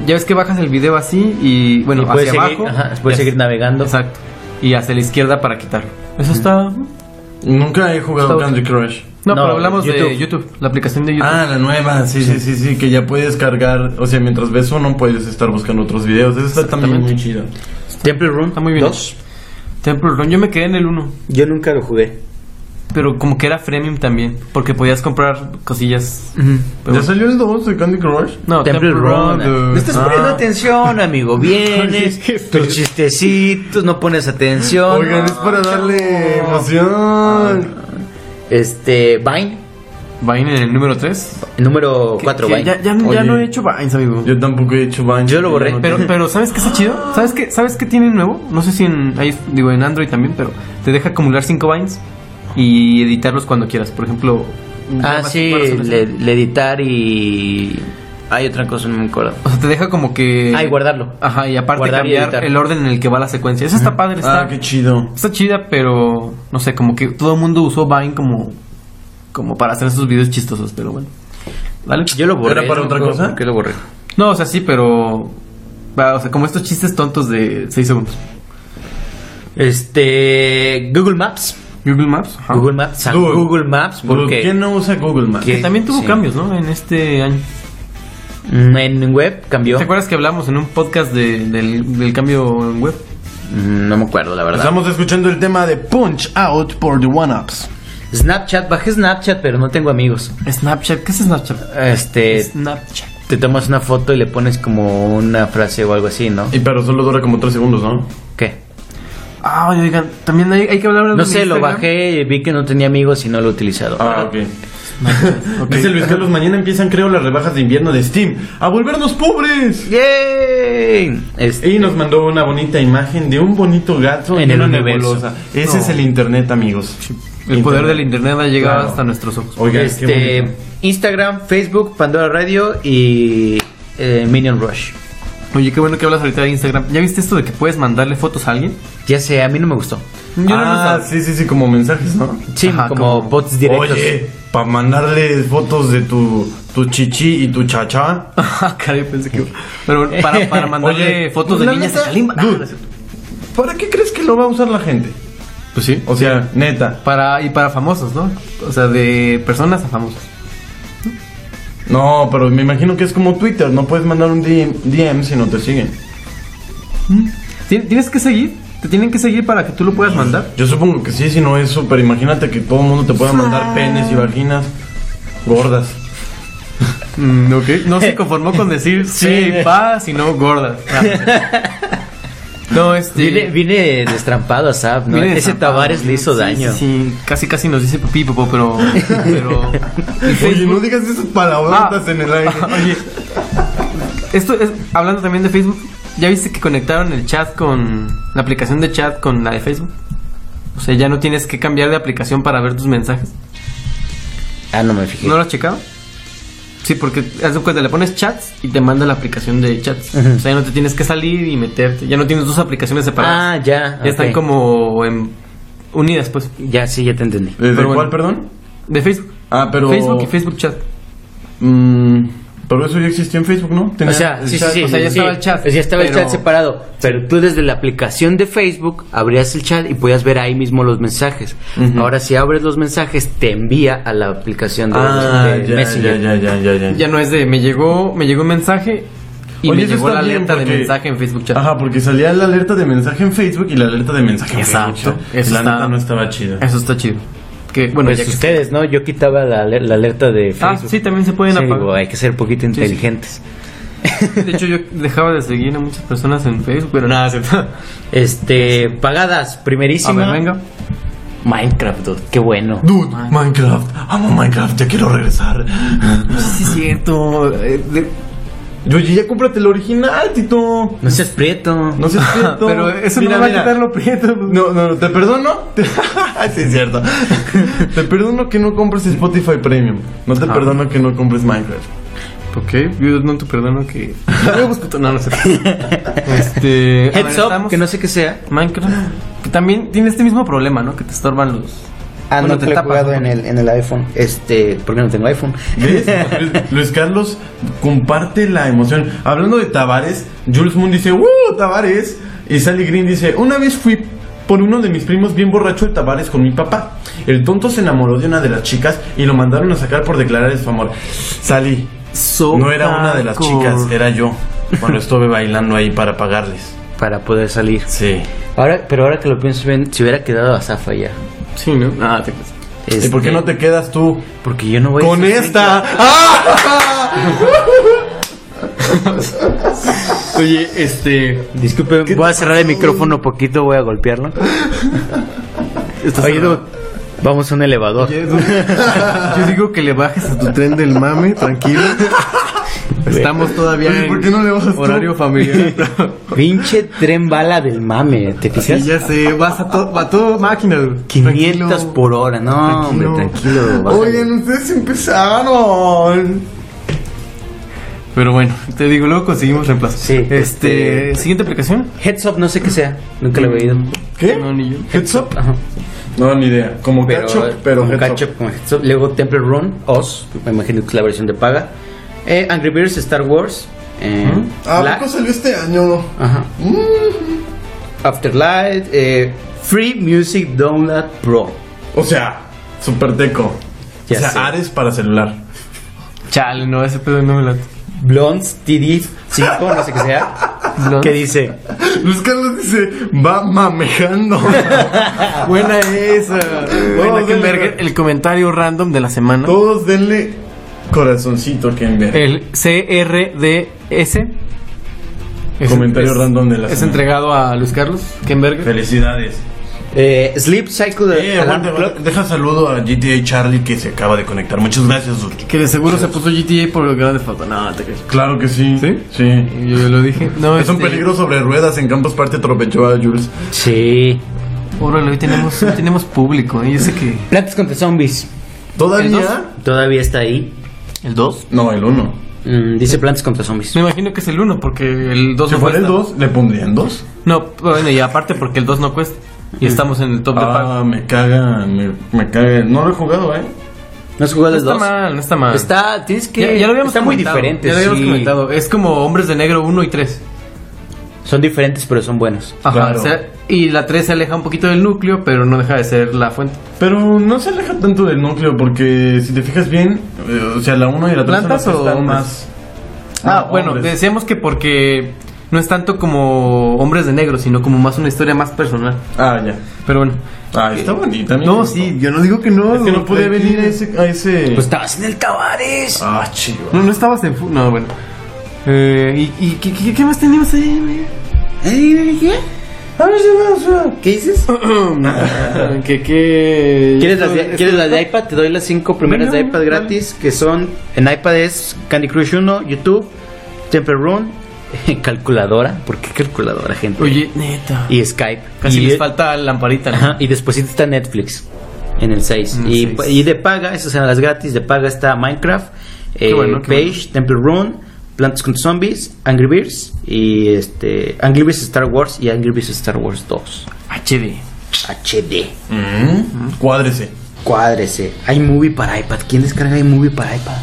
S5: Ya ves que bajas el video así y, bueno,
S7: Y
S5: hacia
S7: puedes seguir-
S5: abajo.
S7: ajá, puedes
S5: Ya-
S7: seguir navegando.
S5: Exacto. Y hacia la izquierda para quitarlo. Eso está.
S6: Nunca he jugado
S5: Está
S6: Candy Crush.
S5: No,
S7: No,
S5: pero hablamos de
S7: YouTube.
S5: YouTube, la aplicación de YouTube.
S6: Ah, la nueva, sí, sí, sí, sí, que ya puedes cargar, o sea, mientras ves uno puedes estar buscando otros videos, eso está también
S5: Exactamente.
S6: muy chido.
S7: Temple Run.
S5: Está muy bien.
S7: Dos.
S5: Temple Run, yo me quedé en el 1,
S7: Yo nunca lo jugué.
S5: pero como que era freemium también, porque podías comprar cosillas. Pero
S6: ¿Ya
S5: bueno.
S6: salió el 2 de Candy Crush?
S5: No,
S7: Temple Run. No
S5: eh.
S7: estás
S5: Ah.
S7: poniendo atención, amigo. Vienes,
S6: Oye, pero-
S7: tus chistecitos, no Ah, pones atención.
S6: Oigan, es para darle
S7: Ah,
S6: emoción.
S7: Este, Vine,
S5: Vine en el número 3.
S7: el número 4, Vine.
S5: Ya, ya,
S6: Oye.
S5: ya no he hecho Vines, amigo.
S6: Yo tampoco he hecho Vine.
S7: Yo lo borré,
S6: No,
S5: Pero, pero ¿sabes qué está chido? ¿Sabes qué, ¿Sabes qué tiene nuevo? No sé si en, ahí- digo, en Android también, pero te deja acumular 5 Vines y editarlos cuando quieras. Por ejemplo...
S7: Ah,
S5: grabas-
S7: sí,
S5: guardas una
S7: le,
S5: escena.
S7: le editar y. Hay otra cosa, no me acuerdo.
S5: O sea, te deja como que...
S7: Ah, y guardarlo.
S5: Ajá, y aparte
S7: Guardar y
S5: cambiar
S7: editar.
S5: el orden en el que va la secuencia. Eso está padre, está...
S6: Ah, qué chido.
S5: Está chida, pero no sé, como que todo el mundo usó Vine como como para hacer sus videos chistosos, pero bueno. ¿Vale?
S7: Yo lo borré.
S6: ¿Era para
S7: no
S6: otra
S7: me acuerdo
S6: cosa?
S7: por qué lo borré?
S5: No, o sea, sí, pero va, o sea, como estos chistes tontos de 6 segundos.
S7: Este. Google Maps.
S5: Google Maps, ajá.
S7: Google Maps. San
S6: Dude.
S7: Google Maps,
S6: Dude,
S7: porque.
S6: ¿Quién no usa Google Maps?
S5: que
S7: ¿Qué?
S5: también tuvo
S7: Sí.
S5: cambios, ¿no? En este año.
S7: Mm, En web cambió.
S5: ¿Te acuerdas que hablamos en un podcast de- del, del cambio en web?
S7: Mm, No me acuerdo, la verdad.
S6: Estamos escuchando el tema de Punch Out por The One Ups.
S5: Pues,
S7: Snapchat, bajé Snapchat, pero no tengo amigos.
S5: Snapchat, ¿qué es Snapchat?
S7: Este,
S5: Snapchat.
S7: te tomas una foto y le pones como una frase o algo así, ¿no?
S6: Y pero solo dura como 3 segundos, ¿no?
S7: ¿Qué?
S5: Ah, oigan, también hay, hay que hablar de
S7: No sé, lo
S5: Instagram.
S7: bajé y vi que no tenía amigos y no lo he utilizado.
S6: Ah, ok. Ok. Dice Luis Carlos, mañana empiezan creo las rebajas de invierno de Steam. ¡A volvernos pobres!
S7: ¡Yay! Este,
S6: Y nos mandó una bonita imagen de un bonito gato
S7: En
S6: en,
S7: el
S6: una
S7: universo.
S6: nebulosa. Ese
S5: No.
S6: es el internet, amigos.
S5: El poder del internet ha llegado
S6: Claro.
S5: hasta nuestros ojos.
S6: Oigan, qué
S7: este,
S6: bonito.
S7: Instagram, Facebook, Pandora Radio y eh, Minion Rush.
S5: Oye, qué bueno que hablas ahorita de Instagram. ¿Ya viste esto de que puedes mandarle fotos a alguien?
S7: Ya sé, a mí no me gustó.
S6: Ah, sí, sí, sí, como mensajes, ¿no?
S7: Sí,
S5: Ajá,
S7: como,
S5: como-
S7: bots directos.
S6: Oye, para mandarles fotos de tu, tu chichi y tu chacha.
S5: Ah, caray, pensé que... Pero para, para mandarle
S6: Oye,
S5: fotos de
S6: la
S5: niñas de
S6: neta,
S5: Kalimba. Ah,
S6: dude.
S5: no es cierto.
S6: ¿Para qué crees que lo va a usar la gente?
S5: Pues sí.
S6: O sea, neta.
S5: Para, y para famosos, ¿no? O sea, de personas a famosos.
S6: No, pero me imagino que es como Twitter. No puedes mandar un DM, DM si no te siguen.
S5: Tien- Tienes que seguir. Te tienen que seguir para que tú lo puedas mandar.
S6: Yo supongo que sí, si no es súper. Imagínate que todo el mundo te pueda mandar penes y vaginas gordas.
S5: Mm, ok. No se conformó con decir sí, pa, sino gorda. Ah. No, este...
S7: Viene, viene destrampado a Zap, ¿no?
S5: Viene
S7: Ese
S5: destrampado,
S7: Tavares le hizo
S5: sí,
S7: daño.
S5: Sí, sí. casi casi nos dice papi, popó, pero... pero... y
S6: Oye,
S5: Facebook-
S6: no digas esas palabrotas
S5: Ah.
S6: en el aire.
S5: Oye, esto es hablando también de Facebook. ¿Ya viste que conectaron el chat con la aplicación de chat con la de Facebook? O sea, ya no tienes que cambiar de aplicación para ver tus mensajes.
S7: Ah, no me fijé.
S5: ¿No lo has checado? Sí, porque haz de cuenta, le pones chats y te manda la aplicación de chats. O sea, ya no te tienes que salir y meterte. Ya no tienes dos aplicaciones separadas.
S7: ah, ya.
S5: ya están
S7: ok.
S5: como en- unidas, pues.
S7: Ya, sí, ya te entendí.
S6: ¿Desde
S5: Pero bueno.
S6: cuál, perdón?
S5: De Facebook.
S6: Ah, pero.
S5: Facebook y Facebook chat.
S6: Mm, pero eso ya existía en Facebook, ¿no?
S7: O
S6: Tenía
S7: sea,
S6: el
S7: sí, sí,
S6: chat.
S7: sí,
S5: o sea, ya
S7: sí.
S5: estaba el chat,
S7: O sea, ya estaba el
S5: pero-
S7: chat separado. Pero tú desde la aplicación de Facebook abrías el chat y podías ver ahí mismo los mensajes. Ahora, si abres los mensajes, te envía a la aplicación de,
S6: Ah,
S7: de
S6: ya, ya,
S7: Messenger.
S6: ya, ya, ya, ya.
S5: Ya no es de me llegó, me llegó un mensaje y
S6: Oye,
S5: me
S6: eso
S5: llegó la
S6: está bien
S5: alerta de
S6: porque-
S5: mensaje en Facebook chat.
S6: Ajá, porque salía la alerta de mensaje en Facebook y la alerta de mensaje en
S5: Exacto.
S6: Facebook.
S5: Eso
S6: la
S5: está-
S6: neta no estaba chida.
S5: Eso está chido. Que, bueno,
S7: pues
S5: ya que-
S7: ustedes, ¿no? Yo quitaba la, aler- la alerta de
S5: Ah,
S7: Facebook.
S5: sí, también se pueden
S7: Sí, digo,
S5: apagar.
S7: hay que ser un poquito
S5: sí.
S7: inteligentes.
S5: De hecho, yo dejaba de seguir a muchas personas en Facebook, pero nada, se... A
S7: Este, pagadas, primerísima.
S5: ver, venga.
S7: Minecraft, dude, qué bueno.
S6: Dude, Minecraft. Amo Minecraft, ya quiero regresar.
S5: Sí, es cierto.
S6: eh, Oye, ya cómprate el original, Tito.
S7: No seas prieto.
S6: No sé si
S5: Pero eso no va a quitar lo prieto.
S6: No, no, no, te perdono. Te- sí, es cierto. te perdono que no compres Spotify Premium. No te
S5: Ajá.
S6: perdono que no compres Minecraft.
S5: Ok, yo no te perdono que... No, busco tu- no, no sé. Este... a ver,
S7: Heads up,
S5: estamos-
S7: que no sé qué sea.
S5: Minecraft. Que también tiene este mismo problema, ¿no? Que te estorban los...
S7: Ah,
S5: Bueno,
S7: no,
S5: te
S7: te lo he
S5: tapas,
S7: jugado
S5: ¿no?
S7: en el, en el iPhone. Este, porque no tengo iPhone.
S6: ¿Ves? Luis Carlos comparte la emoción. Hablando de Tavares, Jules Moon dice, ¡Uh, Tavares! Y Sally Green dice, una vez fui por uno de mis primos bien borracho de Tavares con mi papá. El tonto se enamoró de una de las chicas y lo mandaron a sacar por declarar su amor. Sally, no era una de las chicas, era yo. Cuando estuve bailando ahí para pagarles.
S7: para poder salir.
S6: Sí.
S7: Ahora, pero ahora que lo pienso bien, si hubiera quedado a Zafa ya. Este,
S5: Sí, ¿no? Ah, te... Este,
S6: ¿Y por qué no te quedas tú
S7: Porque yo no voy a
S6: con
S7: ser
S6: esta? ¡Ah!
S5: Oye, este...
S7: Frankie. Disculpe, voy a cerrar el micrófono poquito, voy a golpearlo. Oye, dude, vamos a un elevador.
S5: Yo digo que le bajes a tu tren del mame, tranquilo. Estamos todavía
S6: Oye, ¿por qué no le bajas
S5: en
S6: tú?
S5: horario familiar.
S7: Pinche tren bala del mame, ¿te
S5: Sí,
S7: fijas?
S5: ya sé, vas a, to- a todo máquina. dude.
S7: 500 por hora, no,
S5: Tranquilo.
S7: hombre, tranquilo. bájale.
S6: Oigan, ustedes empezaron.
S5: Pero bueno, te digo, luego conseguimos reemplazo.
S7: Sí,
S5: Este,
S7: este-
S5: siguiente aplicación.
S7: Heads up, no sé qué sea, nunca lo he oído.
S6: ¿Qué?
S5: No, ni yo. eh,
S6: ¿Heads up?
S7: Ajá.
S6: No, ni idea. Como
S7: Pero,
S6: ketchup, pero
S7: como
S6: heads up.
S7: ketchup, como heads up. Luego Temple Run, Oz, me imagino que es la versión de paga. Eh, Angry Birds, Star Wars, eh,
S5: Ah,
S6: ¿A
S7: Black.
S5: pues,
S6: poco salió este año?
S7: Ajá. Afterlight, eh, Free Music Download Pro.
S6: O sea, super teco.
S7: Ya
S6: o sea,
S7: sé.
S6: Ares para celular.
S5: Chale, no, ese pedo no me late.
S7: Blondes TD5, no sé qué sea.
S5: Blondes.
S7: ¿Qué dice?
S6: Luis Carlos dice, va mamejando.
S5: Buena esa. Bueno, que verga, el comentario random de la semana.
S6: Todos denle corazoncito que enviar.
S5: El CRDS.
S6: Comentario
S5: es-
S6: random de la
S5: Es
S6: semana.
S5: entregado a Luis Carlos Kenberger.
S6: Felicidades.
S7: Eh, Sleep Cycle de
S6: Eh,
S7: Alarm
S6: aguanta,
S7: Clock.
S6: aguanta. Deja saludo a GTA Charlie que se acaba de conectar. Muchas gracias. Urch.
S5: Que de seguro se puso GTA por el grande foto. No, te crees.
S6: Claro que sí.
S5: ¿Sí?
S6: Sí.
S5: Yo lo dije. No,
S6: Es un
S5: este,
S6: peligro sobre ruedas. En Campos Parte tropechó a Jules.
S7: Sí.
S5: Órale, hoy tenemos, hoy tenemos público. ¿eh? Yo sé que.
S7: Plantas contra Zombies.
S5: ¿El dos?
S6: ¿Todavía?
S7: Todavía está ahí.
S5: ¿El 2?
S6: No, el 1.
S7: Mm, dice Plantas contra Zombies.
S5: Me imagino que es el 1, porque el 2
S6: Si
S5: no
S6: fuera el
S5: cuesta.
S6: 2, le pondrían 2.
S5: No, bueno, y aparte porque el 2 no cuesta. Y estamos en el top de pago.
S6: Ah, me caga, me, me caga. No lo he jugado, ¿eh?
S7: ¿No has jugado
S5: No
S7: el
S5: está
S7: 2?
S5: mal, no está mal.
S7: Está, tienes que.
S5: ya, ya lo habíamos
S7: está muy
S5: comentado,
S7: diferente.
S5: Ya lo habíamos
S7: sí.
S5: comentado. Es como Hombres de Negro 1 y 3.
S7: Son diferentes, pero son buenos.
S5: Ajá.
S6: Claro.
S5: o sea, y la 3 se aleja un poquito del núcleo, pero no deja de ser la fuente.
S6: Pero no se aleja tanto del núcleo porque si te fijas bien, eh, o sea, la 1 y la 3
S5: ¿Plantas o
S6: están
S5: hombres?
S6: más.
S5: Ah,
S6: no,
S5: bueno,
S6: hombres.
S5: decíamos que porque no es tanto como Hombres de Negro, sino como más una historia más personal.
S6: Ah, ya.
S5: Pero bueno.
S6: Ah, está bonita. me
S5: No,
S6: gustó.
S5: sí.
S2: Yo no digo que no.
S6: Es que no pude venir a ese. A ese...
S7: Pues estabas en el Tavares.
S6: Ah, chido.
S5: No, no estabas en... fu- No, bueno. Eh, ¿Y, y ¿qué, qué- qué más teníamos ahí, güey? ¿Eh,
S7: ¿Qué?
S5: Ah,
S7: ¿Qué dices?
S5: que, que...
S7: ¿Quieres las, de, ¿Quieres las de iPad? Te doy las cinco primeras de
S5: Bueno,
S7: iPad
S5: vale.
S7: gratis que son en iPad es Candy Crush 1, YouTube, Temple Run, eh, calculadora, ¿por qué calculadora, gente?
S5: Oye, neta.
S7: Y Skype.
S5: Casi
S7: y,
S5: les falta lamparita. ¿no?
S7: Ajá, y después está Netflix en el 6.
S5: En el
S7: Y,
S5: seis.
S7: y de paga, esas son las gratis, de paga está Minecraft, eh,
S5: bueno, qué
S7: Page, Temple Run, Plantas contra Zombies, Angry Birds y este Angry Birds Star Wars y Angry Birds Star Wars 2.
S5: HD.
S7: HD.
S6: Mm, Cuádrese.
S7: Cuádrese. iMovie para iPad. ¿Quién descarga iMovie para iPad?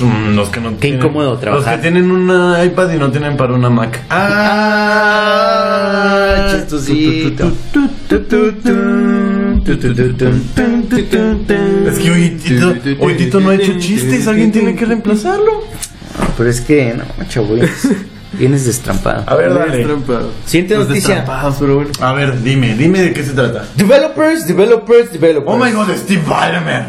S6: Mm, Los que no
S7: Qué incómodo trabajar.
S6: Los que tienen una iPad y no tienen para una Mac.
S7: Ah, chistosito.
S6: Es que hoy Tito, hoy Tito no ha hecho chistes. Alguien tiene que reemplazarlo.
S7: Pero es que, no, chavo, vienes, vienes destrampado.
S6: ver,
S7: Siguiente noticia.
S6: A ver, dime, dime de qué se trata.
S7: Developers, developers, developers.
S6: Oh my god, Steve Ballmer.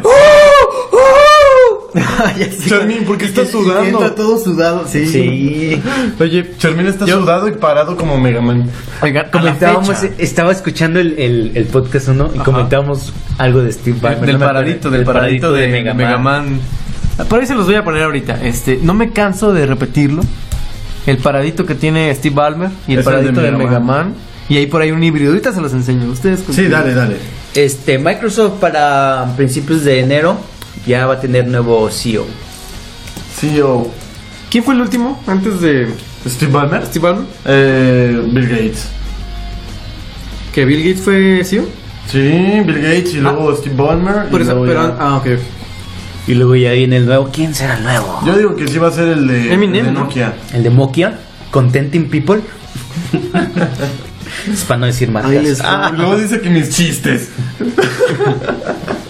S7: Ah,
S6: Charmin, ¿por qué estás sudando?
S5: todo sudado, sí.
S7: Sí.
S5: Oye,
S6: Charmin está sudado y parado como Mega Man.
S5: oiga,
S7: Comentábamos, e,
S5: fecha.
S7: estaba escuchando el, el, el podcast uno y comentábamos algo de Steve Ballmer.
S5: del
S7: no me acuerdo.
S5: paradito, del paradito de, Mega, Man. Por ahí se los voy a poner ahorita. Este, no me canso de repetirlo. El paradito que tiene Steve Ballmer y el
S6: Es el
S5: paradito
S6: de
S5: de
S6: Mega
S5: Mega Man.
S6: Man.
S5: Y ahí por ahí un híbrido. Ahorita se los enseño. Ustedes
S6: Sí,
S5: continúen.
S6: dale, dale.
S7: Este, Microsoft para principios de enero ya va a tener nuevo E CEO.
S6: CEO.
S5: ¿Quién fue el último antes de
S6: E Steve Ballmer.
S5: Steve Ballmer?
S6: Eh, Bill Gates.
S5: ¿Que Bill Gates fue CEO?
S6: Sí, Bill Gates y luego Steve Ballmer. y
S5: Por eso,
S6: luego
S5: Ah, pero.
S6: ya.
S5: Ah, ok.
S7: Y luego ya viene el nuevo. ¿Quién será el nuevo?
S6: Yo digo que sí va a ser el de,
S5: Eminem,
S6: el de
S5: ¿no?
S6: Nokia.
S7: El de Mokia, Contenting People. es para no decir marcas.
S2: Ahí les-
S7: Ah,
S6: Luego dice que mis chistes.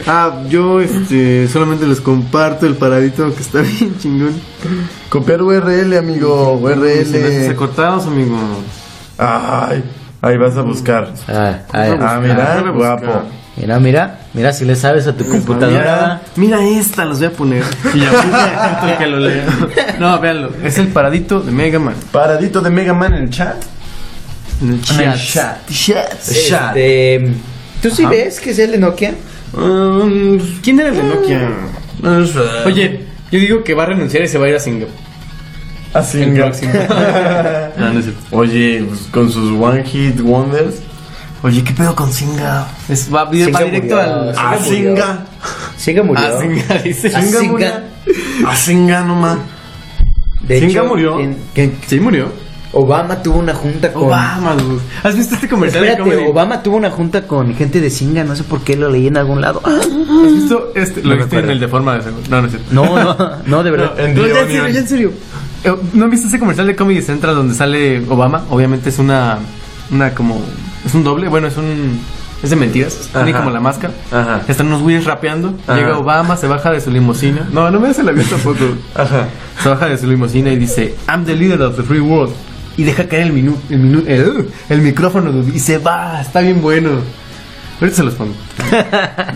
S2: Ah, yo este, solamente les comparto el paradito que está bien chingón.
S6: Copiar URL, amigo.
S5: Se
S6: URL.
S5: cortados, amigo.
S6: Ay, ahí vas a buscar.
S7: ah, ah,
S6: Ah, mira,
S2: Voy a buscar.
S6: guapo.
S7: mira, mira, mira si le sabes a tu
S6: Pues,
S7: computadora.
S2: Mira esta, los voy a poner.
S5: Y ya que lo leo. No, véanlo. Es el paradito de Mega Man.
S6: Paradito de Mega Man en el chat.
S5: En el
S6: En el
S5: chat.
S6: chat. Chat.
S7: Este, ¿Tú sí ves que es el de Nokia?
S5: Um, ¿Quién era el de Nokia? Oye, yo digo que va a renunciar y se va a ir a Singapur.
S6: Así.
S5: El próximo. Ah, No, no es cierto.
S6: Ah, Oye, pues, con sus One Hit Wonders.
S2: Oye, ¿qué pedo con Singa?
S5: Es, va, va
S7: Singapur,
S5: directo
S7: ya.
S5: al.
S7: Ah,
S6: Asinga.
S7: Singa murió.
S5: a Singapur, dice.
S7: Ah, Singa.
S6: Asinga nomás.
S7: De
S6: Singa
S7: hecho,
S6: murió.
S7: en- que
S5: Sí, murió.
S7: Obama tuvo una junta con.
S5: Obama, dude. ¿Has visto este
S6: Pues,
S5: comercial de
S7: Espérate,
S5: comedy?
S7: Obama tuvo una junta con gente de Singa, no sé por qué lo leí en algún lado. Ah,
S5: ¿Has visto este?
S7: No
S5: Lo
S7: me
S5: viste en
S7: acuerdo.
S5: el de forma de seguro. No, no es cierto.
S7: No, no, no, de verdad.
S6: En
S5: No,
S6: The
S5: ya Eh, en serio,
S6: Onion.
S5: ya en serio. Eh, ¿No han visto ese comercial de Comedy Central donde sale Obama? Obviamente es una. Una como. Es un doble. Bueno, es un. Es de mentiras. Tiene
S6: Ajá.
S5: como la máscara.
S6: Ajá.
S5: Están unos güeyes rapeando.
S6: Ajá.
S5: Llega Obama, se baja de su limusina. No, no me hace la vista tampoco.
S6: Ajá.
S5: Se baja de su limusina y dice: I'm the leader of the free world. Y deja caer el minu, el, minu- el, el micrófono dude, y se va. Está bien bueno. Ahorita se los pongo.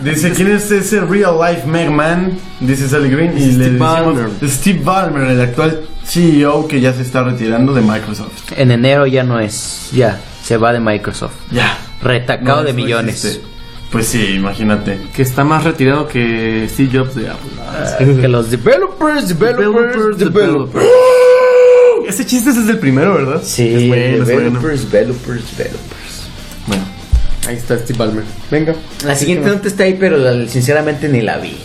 S6: Dice, ¿quién es ese real life Mega Man? Dice Sally Green. Y le
S5: Steve
S6: decimos
S5: Ballmer.
S6: Steve Ballmer, el actual CEO que ya se está retirando de Microsoft.
S7: En enero ya no es. Ya, se va de Microsoft.
S6: Ya.
S7: Retacado
S6: No,
S7: de
S6: eso
S7: millones.
S6: existe. Pues sí, imagínate.
S5: Que está más retirado que Steve Jobs de Apple.
S7: Ah, Que los developers, developers, developers.
S5: Ese chiste es desde el primero, ¿verdad?
S7: Sí,
S5: Es bueno, es bueno.
S7: developers, developers, developers.
S5: Bueno, ahí está Steve Ballmer. Venga.
S7: La siguiente nota está ahí, pero la- sinceramente ni la vi.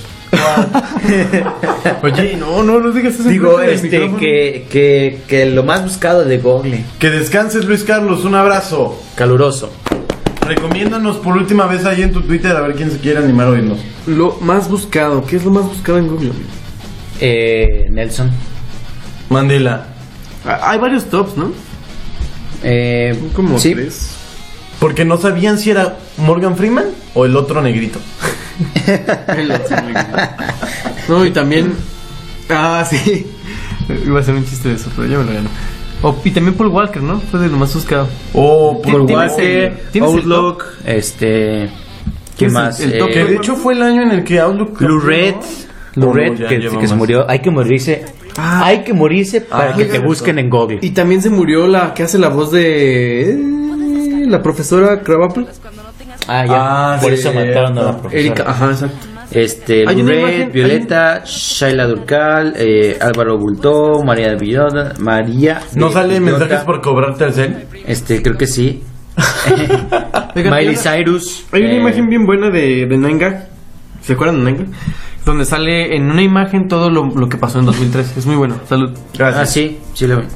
S5: Oye, no, no, no digas eso.
S7: Digo,
S5: enfrente del
S7: este,
S5: micrófono.
S7: que, que, que lo más buscado de Google.
S6: Que descanses, Luis Carlos. Un abrazo.
S7: Caluroso.
S6: Recomiéndanos por última vez ahí en tu Twitter a ver quién se quiere animar a oírnos.
S2: Lo más buscado, ¿qué es lo más buscado en Google?
S7: Eh, Nelson.
S6: Mandela.
S2: Ah, Hay varios tops, ¿no?
S7: Eh,
S2: Como
S7: sí.
S2: tres.
S6: Porque no sabían si era Morgan Freeman o el otro negrito.
S2: No, y también
S5: Ah, sí. Iba a ser un chiste de eso, pero yo me lo gano. O- y también Paul Walker, ¿no? Fue de lo más buscado.
S6: O
S5: Paul
S6: Walker.
S5: Walker, ¿Tienes el
S7: Outlook, este. ¿Qué
S5: ¿Tienes
S7: más?
S5: el- el toque?
S6: Que de hecho fue el año en el que Outlook.
S7: Lou Red. Lou
S6: No,
S7: Red,
S6: ya
S7: que,
S6: lleva
S7: que se
S6: más.
S7: murió. Hay que morirse. hay que morirse para que te busquen en Google.
S2: y también se murió la que hace la voz de eh, la profesora Cravapple.
S7: Ah, ya.
S6: Ah,
S7: Por
S6: sí,
S7: eso mataron a la
S6: cierto.
S7: profesora.
S2: Erika, ajá, exacto.
S7: Este,
S2: Hay
S7: Lou
S2: una
S7: Red,
S2: imagen-
S7: Violeta, Shaila Durcal, eh, Álvaro Bultó, María de Villota, María.
S6: No
S7: de
S6: sale
S7: Villota.
S6: mensajes por cobrarte el cel.
S7: Este, creo que sí.
S2: Oigan,
S7: Miley
S2: hay una-
S7: Cyrus.
S2: Hay una
S7: eh,
S2: imagen bien buena de, de Nanga. ¿Se acuerdan de Nanga?
S5: Donde sale en una imagen todo lo, lo que pasó en 2013. Es muy bueno. Salud.
S7: Ah, sí, sí lo vi.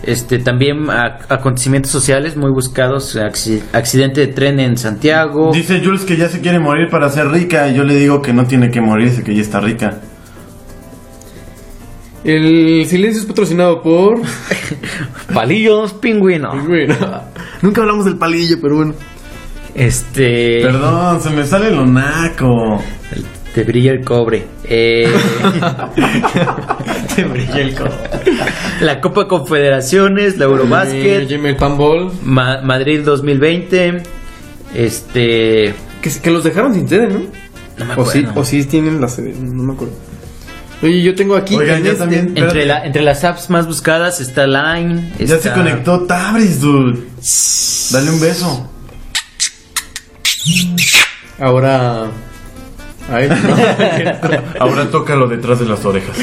S7: Este, también ac- acontecimientos sociales muy buscados. acci- accidente de tren en Santiago.
S6: Dice Jules que ya se quiere morir para ser rica. Y yo le digo que no tiene que morirse, que ya está rica.
S2: El silencio es patrocinado por.
S7: Palillos, pingüino.
S2: Bueno, nunca hablamos del palillo, pero bueno.
S7: Este.
S6: Perdón, se me sale lo naco.
S7: Te brilla el cobre. Eh,
S6: Te brilla el codo.
S7: la Copa Confederaciones, la Eurobasket.
S2: Jimmy el Panball.
S7: Ma- Madrid 2020. Este.
S2: Que, que los dejaron sin sede, ¿no?
S7: No me
S2: O sí,
S7: acuerdo.
S2: o sí tienen la sede, no me acuerdo. Oye, yo tengo aquí.
S6: Oigan,
S2: en
S6: ya
S2: este-
S6: también.
S7: Entre,
S6: espérate,
S7: la, entre las apps más buscadas está Line.
S6: Ya
S7: está-
S6: se conectó Tabris, dude. Dale un beso.
S2: Ahora. Ay, no.
S6: Ahora tócalo detrás de las orejas.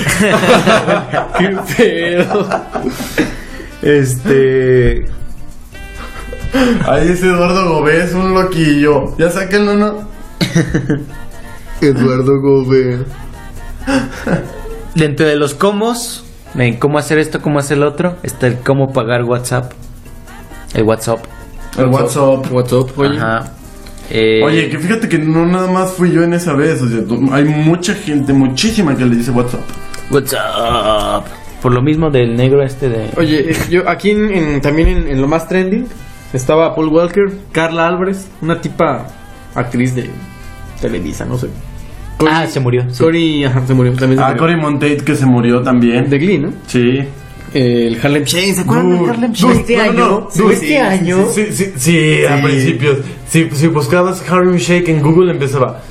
S2: qué pedo.
S7: Este.
S6: Ahí es Eduardo Gobés, un loquillo. Ya sáquenlo, ¿no?
S2: Eduardo Gómez.
S7: Dentro de los comos, en cómo hacer esto, cómo hacer lo otro, está el cómo pagar WhatsApp. El WhatsApp.
S6: El WhatsApp.
S2: WhatsApp, oye.
S7: Ajá. Eh,
S6: Oye, que fíjate que no nada más fui yo en esa vez. O sea, tú- hay mucha gente, muchísima que le dice WhatsApp.
S7: WhatsApp. Por lo mismo del negro este de.
S2: Oye, eh, yo aquí en, en- también en, en lo más trending estaba Paul Walker, Carla Álvarez, una tipa actriz de Televisa, no sé. Cory-
S7: ah, se murió. sí.
S2: Cory, ajá, se murió. También se
S6: Ah,
S2: murió.
S6: Cory Monteith que se murió también.
S2: De Glee, ¿no?
S6: Sí.
S2: El Harlem Shake, ¿se acuerdan del
S6: Dude,
S2: Harlem
S6: dude,
S2: Shake? Este
S6: no, no, no, dude, sí, sí, Sí, sí, sí, sí, a principios. Si, si buscabas Harlem Shake en Google empezaba.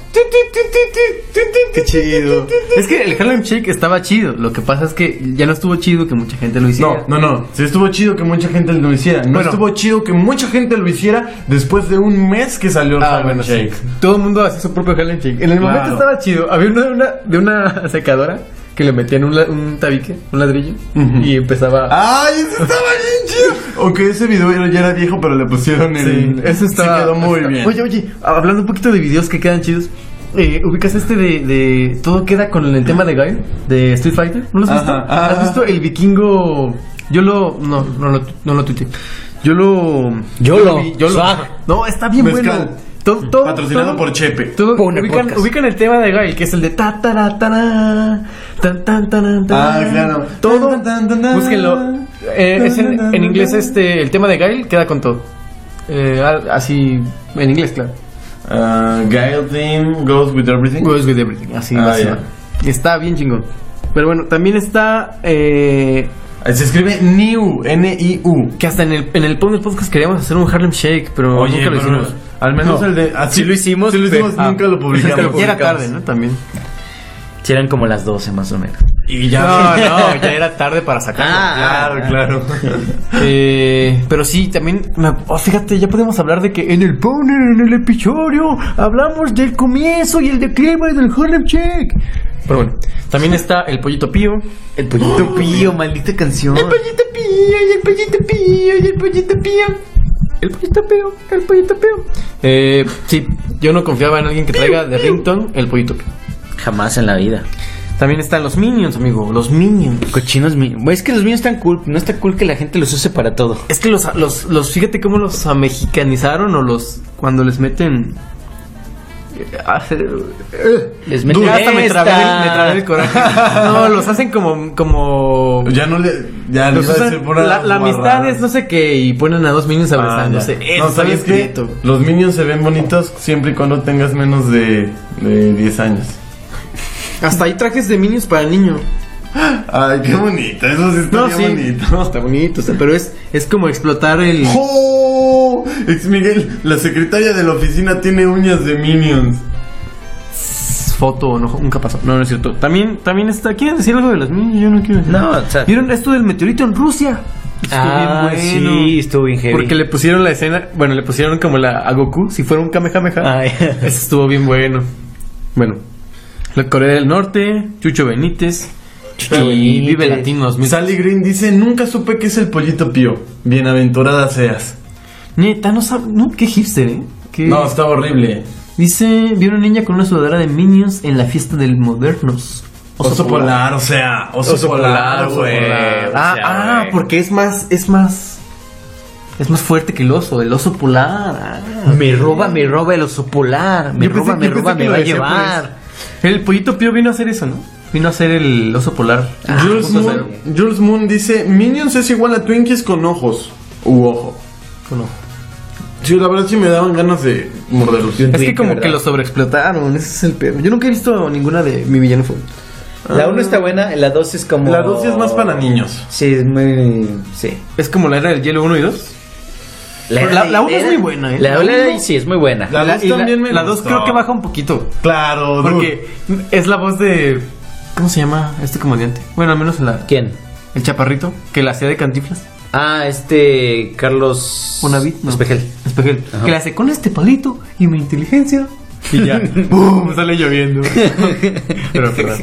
S2: Qué chido.
S5: Es que el Harlem Shake estaba chido. Lo que pasa es que ya no estuvo chido que mucha gente lo hiciera.
S6: No, no, no. Sí estuvo chido que mucha gente lo hiciera. No
S5: Bueno.
S6: estuvo chido que mucha gente lo hiciera después de un mes que salió
S5: Ah,
S6: Harlem
S5: bueno, sí.
S6: Shake.
S5: Todo el mundo hacía su propio Harlem Shake. En el
S6: Claro.
S5: momento estaba chido. Había uno de una, de una secadora que le metían un, la- un tabique, un ladrillo,
S6: Ujú. Ah,
S5: y empezaba.
S6: Ay, eso estaba bien chido. Aunque ese video era- ya era viejo, pero le pusieron
S5: Sí,
S6: el.
S5: eso estaba.
S6: Se quedó muy
S5: está-
S6: bien.
S5: Oye, oye, hablando un poquito de videos que quedan chidos. eh, ¿Ubicas este de, de- Todo queda con el tema de Guy? De Street Fighter. ¿No lo has
S6: Ajá,
S5: visto?
S6: ajá.
S5: ¿Has visto el vikingo? Yo lo. No, no lo, no lo tuiteé. Yo lo.
S7: Yo lo-
S5: vi, yo lo-
S7: Swag.
S5: No, está bien
S6: Mezcal.
S5: bueno. Todo- todo-
S6: Patrocinado
S5: todo-
S6: por Chepe.
S5: todo-
S7: Pone
S5: ubican,
S7: podcast.
S5: ubican el tema de Guy, que es el de ta ta ra, ta ra, tan tan tan tan,
S6: Ah, claro.
S5: Todo.
S6: Tan, tan, tan, tan.
S5: Búsquenlo. Eh, es en, en inglés este el tema de Gail queda con todo. Eh, al- así en inglés, claro.
S6: Ah, Gail Team goes with everything.
S5: Goes with everything, así
S6: Ah,
S5: va a ser.
S6: ya.
S5: Está bien chingón. Pero bueno, también está eh,
S6: Se escribe New, N-I-U.
S5: que hasta en el en el Pon el podcast queríamos hacer un Harlem Shake, pero nunca lo
S6: pero
S5: hicimos. Ah.
S6: Al menos el de. Así
S7: Sí lo hicimos,
S6: sí lo hicimos,
S7: pero-
S6: nunca lo
S5: Pero
S6: publicamos.
S5: ya era tarde, ¿no? También.
S7: Sí, eran como las 12 más o menos.
S6: Y ya.
S5: No, no, ya era tarde para sacarlo.
S7: Ah,
S6: Claro, claro.
S5: Eh, pero sí, también. me- oh, fíjate, ya podemos hablar de que en el Powner, en el episodio, hablamos del comienzo y el declive del Harlem Check. Pero bueno, también está el Pollito Pío. Oh,
S7: El pollito pío, maldita canción.
S5: Pío, y el Pollito Pío, y el Pollito Pío. El Pollito Pío, el Pollito Pío. Eh, sí, yo no confiaba en alguien que traiga de Rington el Pollito Pío.
S7: Jamás en la vida.
S5: También están los Minions, amigo, los Minions.
S7: Cochinos míos. Es que los míos están cool. No está cool que la gente los use para todo.
S5: Es que los, los, los fíjate cómo los amexicanizaron o los cuando les meten. eh, hace- eh,
S7: Les
S5: Dude,
S7: meten
S5: hasta me
S7: esta.
S5: trabé, el- me trabé el coraje. No, los hacen como. como
S6: Ya no le. Ya le
S5: los
S6: iba a
S5: usan-
S6: decir pura
S5: la, la amistad
S6: guarrada.
S5: es no sé qué y ponen a dos minions
S6: Ah, ya.
S5: abrazándose. Eso
S6: no,
S5: está bien
S6: ¿sabes qué?
S5: prieto.
S6: Los minions se ven bonitos siempre y cuando tengas menos de, de 10 años.
S2: Hasta hay trajes de minions para niño.
S6: Ay, qué bonito. Eso sí está
S2: No,
S6: bien
S2: sí.
S6: bonito.
S2: No, está bonito, o sea, pero es, es como explotar el.
S6: ¡Oh! Ex Miguel, la secretaria de la oficina tiene uñas de minions.
S5: Foto o no, nunca pasó. No, no es cierto. También, también está. ¿Quieren decir algo de los minions? Yo no quiero decir.
S7: No, o sea-
S5: ¿Vieron esto del meteorito en Rusia? Estuvo
S7: Ah,
S5: bien bueno.
S7: sí, estuvo bien heavy.
S5: Porque le pusieron la escena, bueno, le pusieron como la a Goku, si fuera un Kamehameha.
S7: Ay.
S5: Eso estuvo bien bueno. Bueno, la Corea del Norte, Chucho Benítez,
S7: Chucho
S5: y
S7: Benítez.
S5: Vive Latino 2000.
S6: Sally Green dice, nunca supe qué es el pollito pío. Bienaventurada seas.
S5: Neta, no sabe, no, qué hipster, ¿eh? Qué-
S6: No, está horrible.
S5: Dice, vi una niña con una sudadera de Minions en la fiesta del Modernos.
S6: Oso, polar, o sea, oso,
S5: Oso
S6: polar, güey.
S5: Ah,
S7: sea,
S5: ah,
S7: güey.
S5: porque es más, es más, es más fuerte que el oso, el oso polar. ah.
S7: Me roba, me roba el oso polar. Me
S5: Yo pensé-
S7: roba, me
S5: yo pensé
S7: roba,
S5: que
S7: me
S5: lo
S7: va a
S5: decía pues. por
S7: llevar.
S5: El pollito pío vino a hacer eso, ¿no? Vino a hacer el oso polar.
S7: Ah,
S6: Jules,
S5: Punto
S6: Moon,
S5: cero.
S6: Jules Moon dice, minions es igual a Twinkies con ojos. U ojo.
S5: Uno.
S6: Sí, la verdad sí me daban ganas de morderlos.
S5: Es que
S7: Twink,
S5: como
S7: ¿verdad?
S5: que lo sobreexplotaron, ese es el peor. Yo nunca he visto ninguna de mi villano favorito.
S7: La 1 está buena, la 2 es como.
S6: La dosis es más para niños.
S7: Sí, es muy. Sí.
S5: Es como la era del hielo 1 y 2. Pero la- la uno es muy buena, ¿eh?
S7: La
S5: La
S7: 1
S5: uno-
S7: sí es muy buena.
S6: La dos
S5: y
S6: también me
S5: La 2
S6: gustó.
S5: creo que baja un poquito.
S6: Claro,
S5: Porque es la voz de. ¿Cómo se llama este comediante? Bueno, al menos la,
S7: ¿Quién?
S5: el chaparrito que la hacía de cantiflas.
S7: Ah, este. Carlos.
S5: Una bit, no.
S7: Espejel.
S5: Espejel.
S7: Ajá.
S5: Que la hace con este palito y mi inteligencia. Y ya. ¡Bum! Sale lloviendo. Pero, pero,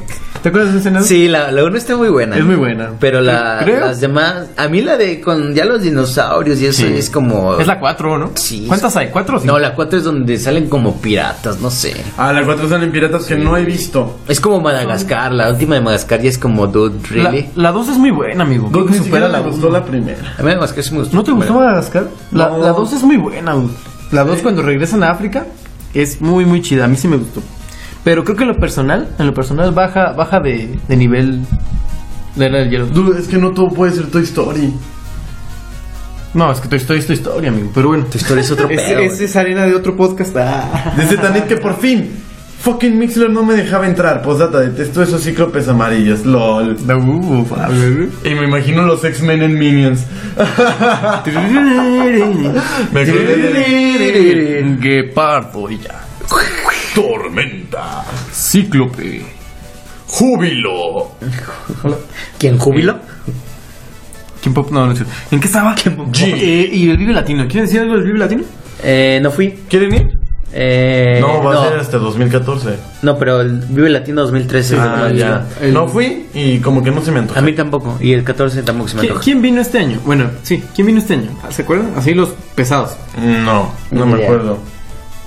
S5: ¿Te acuerdas de ese escenario?
S7: Sí, la 1 está muy buena.
S5: Es muy buena.
S7: Pero la,
S5: Creo-
S7: las demás. A mí la de. Con ya los dinosaurios y eso
S5: Sí.
S7: es como.
S5: Es la 4, ¿no?
S7: Sí.
S5: ¿Cuántas hay? ¿Cuatro o cinco?
S7: No, la 4 es donde salen como piratas, no sé.
S6: Ah, la 4 salen piratas que no he visto.
S7: Es como Madagascar, la última de Madagascar ya es como Dude, really.
S5: La 2 es muy buena, amigo. Creo que
S6: Ni
S5: supera
S6: siquiera
S5: la
S6: me
S5: uno.
S6: gustó la primera.
S7: A mí Madagascar sí me gustó.
S5: ¿No te gustó Madagascar? La,
S6: No.
S5: la 2 es muy buena, güey. La 2 cuando regresan a África es muy, muy chida. A mí sí me gustó. Pero creo que en lo personal, en lo personal baja, baja de, de nivel la era del hielo.
S6: Dude, es que no todo puede ser Toy Story.
S5: No, es que tu historia es tu historia, amigo. Pero bueno.
S7: Tu historia es otro
S2: Es,
S7: pedo.
S2: es,
S7: güey.
S2: es arena de otro podcast. Ah.
S6: Dice Tanit que por fin. Fucking Mixler no me dejaba entrar. Postdata, detesto esos cíclopes amarillos. LOL. Y me imagino los X-Men en Minions. Me acordé de-
S5: Guepardo y ya.
S6: Tormenta.
S5: Cíclope.
S6: Júbilo.
S7: ¿Quién júbilo?
S5: Eh, ¿Quién pop? No, no es cierto. ¿En qué estaba?
S6: G.
S5: Eh, y el Vive Latino. ¿Quieren decir algo del Vive Latino?
S7: Eh, no fui.
S6: ¿Quieren ir?
S7: Eh,
S6: no, va a ser
S7: no,
S6: hasta 2014.
S7: no, pero el Vive Latino 2013. es lo
S6: Ah,
S7: que me
S6: ya.
S7: gusta.
S6: No fui y como que no se me antojó.
S7: A mí tampoco. Y el 14 tampoco se me
S5: ¿Qui-
S7: antoja.
S5: ¿Quién vino este año? Bueno, sí, ¿quién vino este año? ¿Se acuerdan? Así los pesados.
S6: No, no
S7: Ni
S6: me
S7: idea.
S6: acuerdo.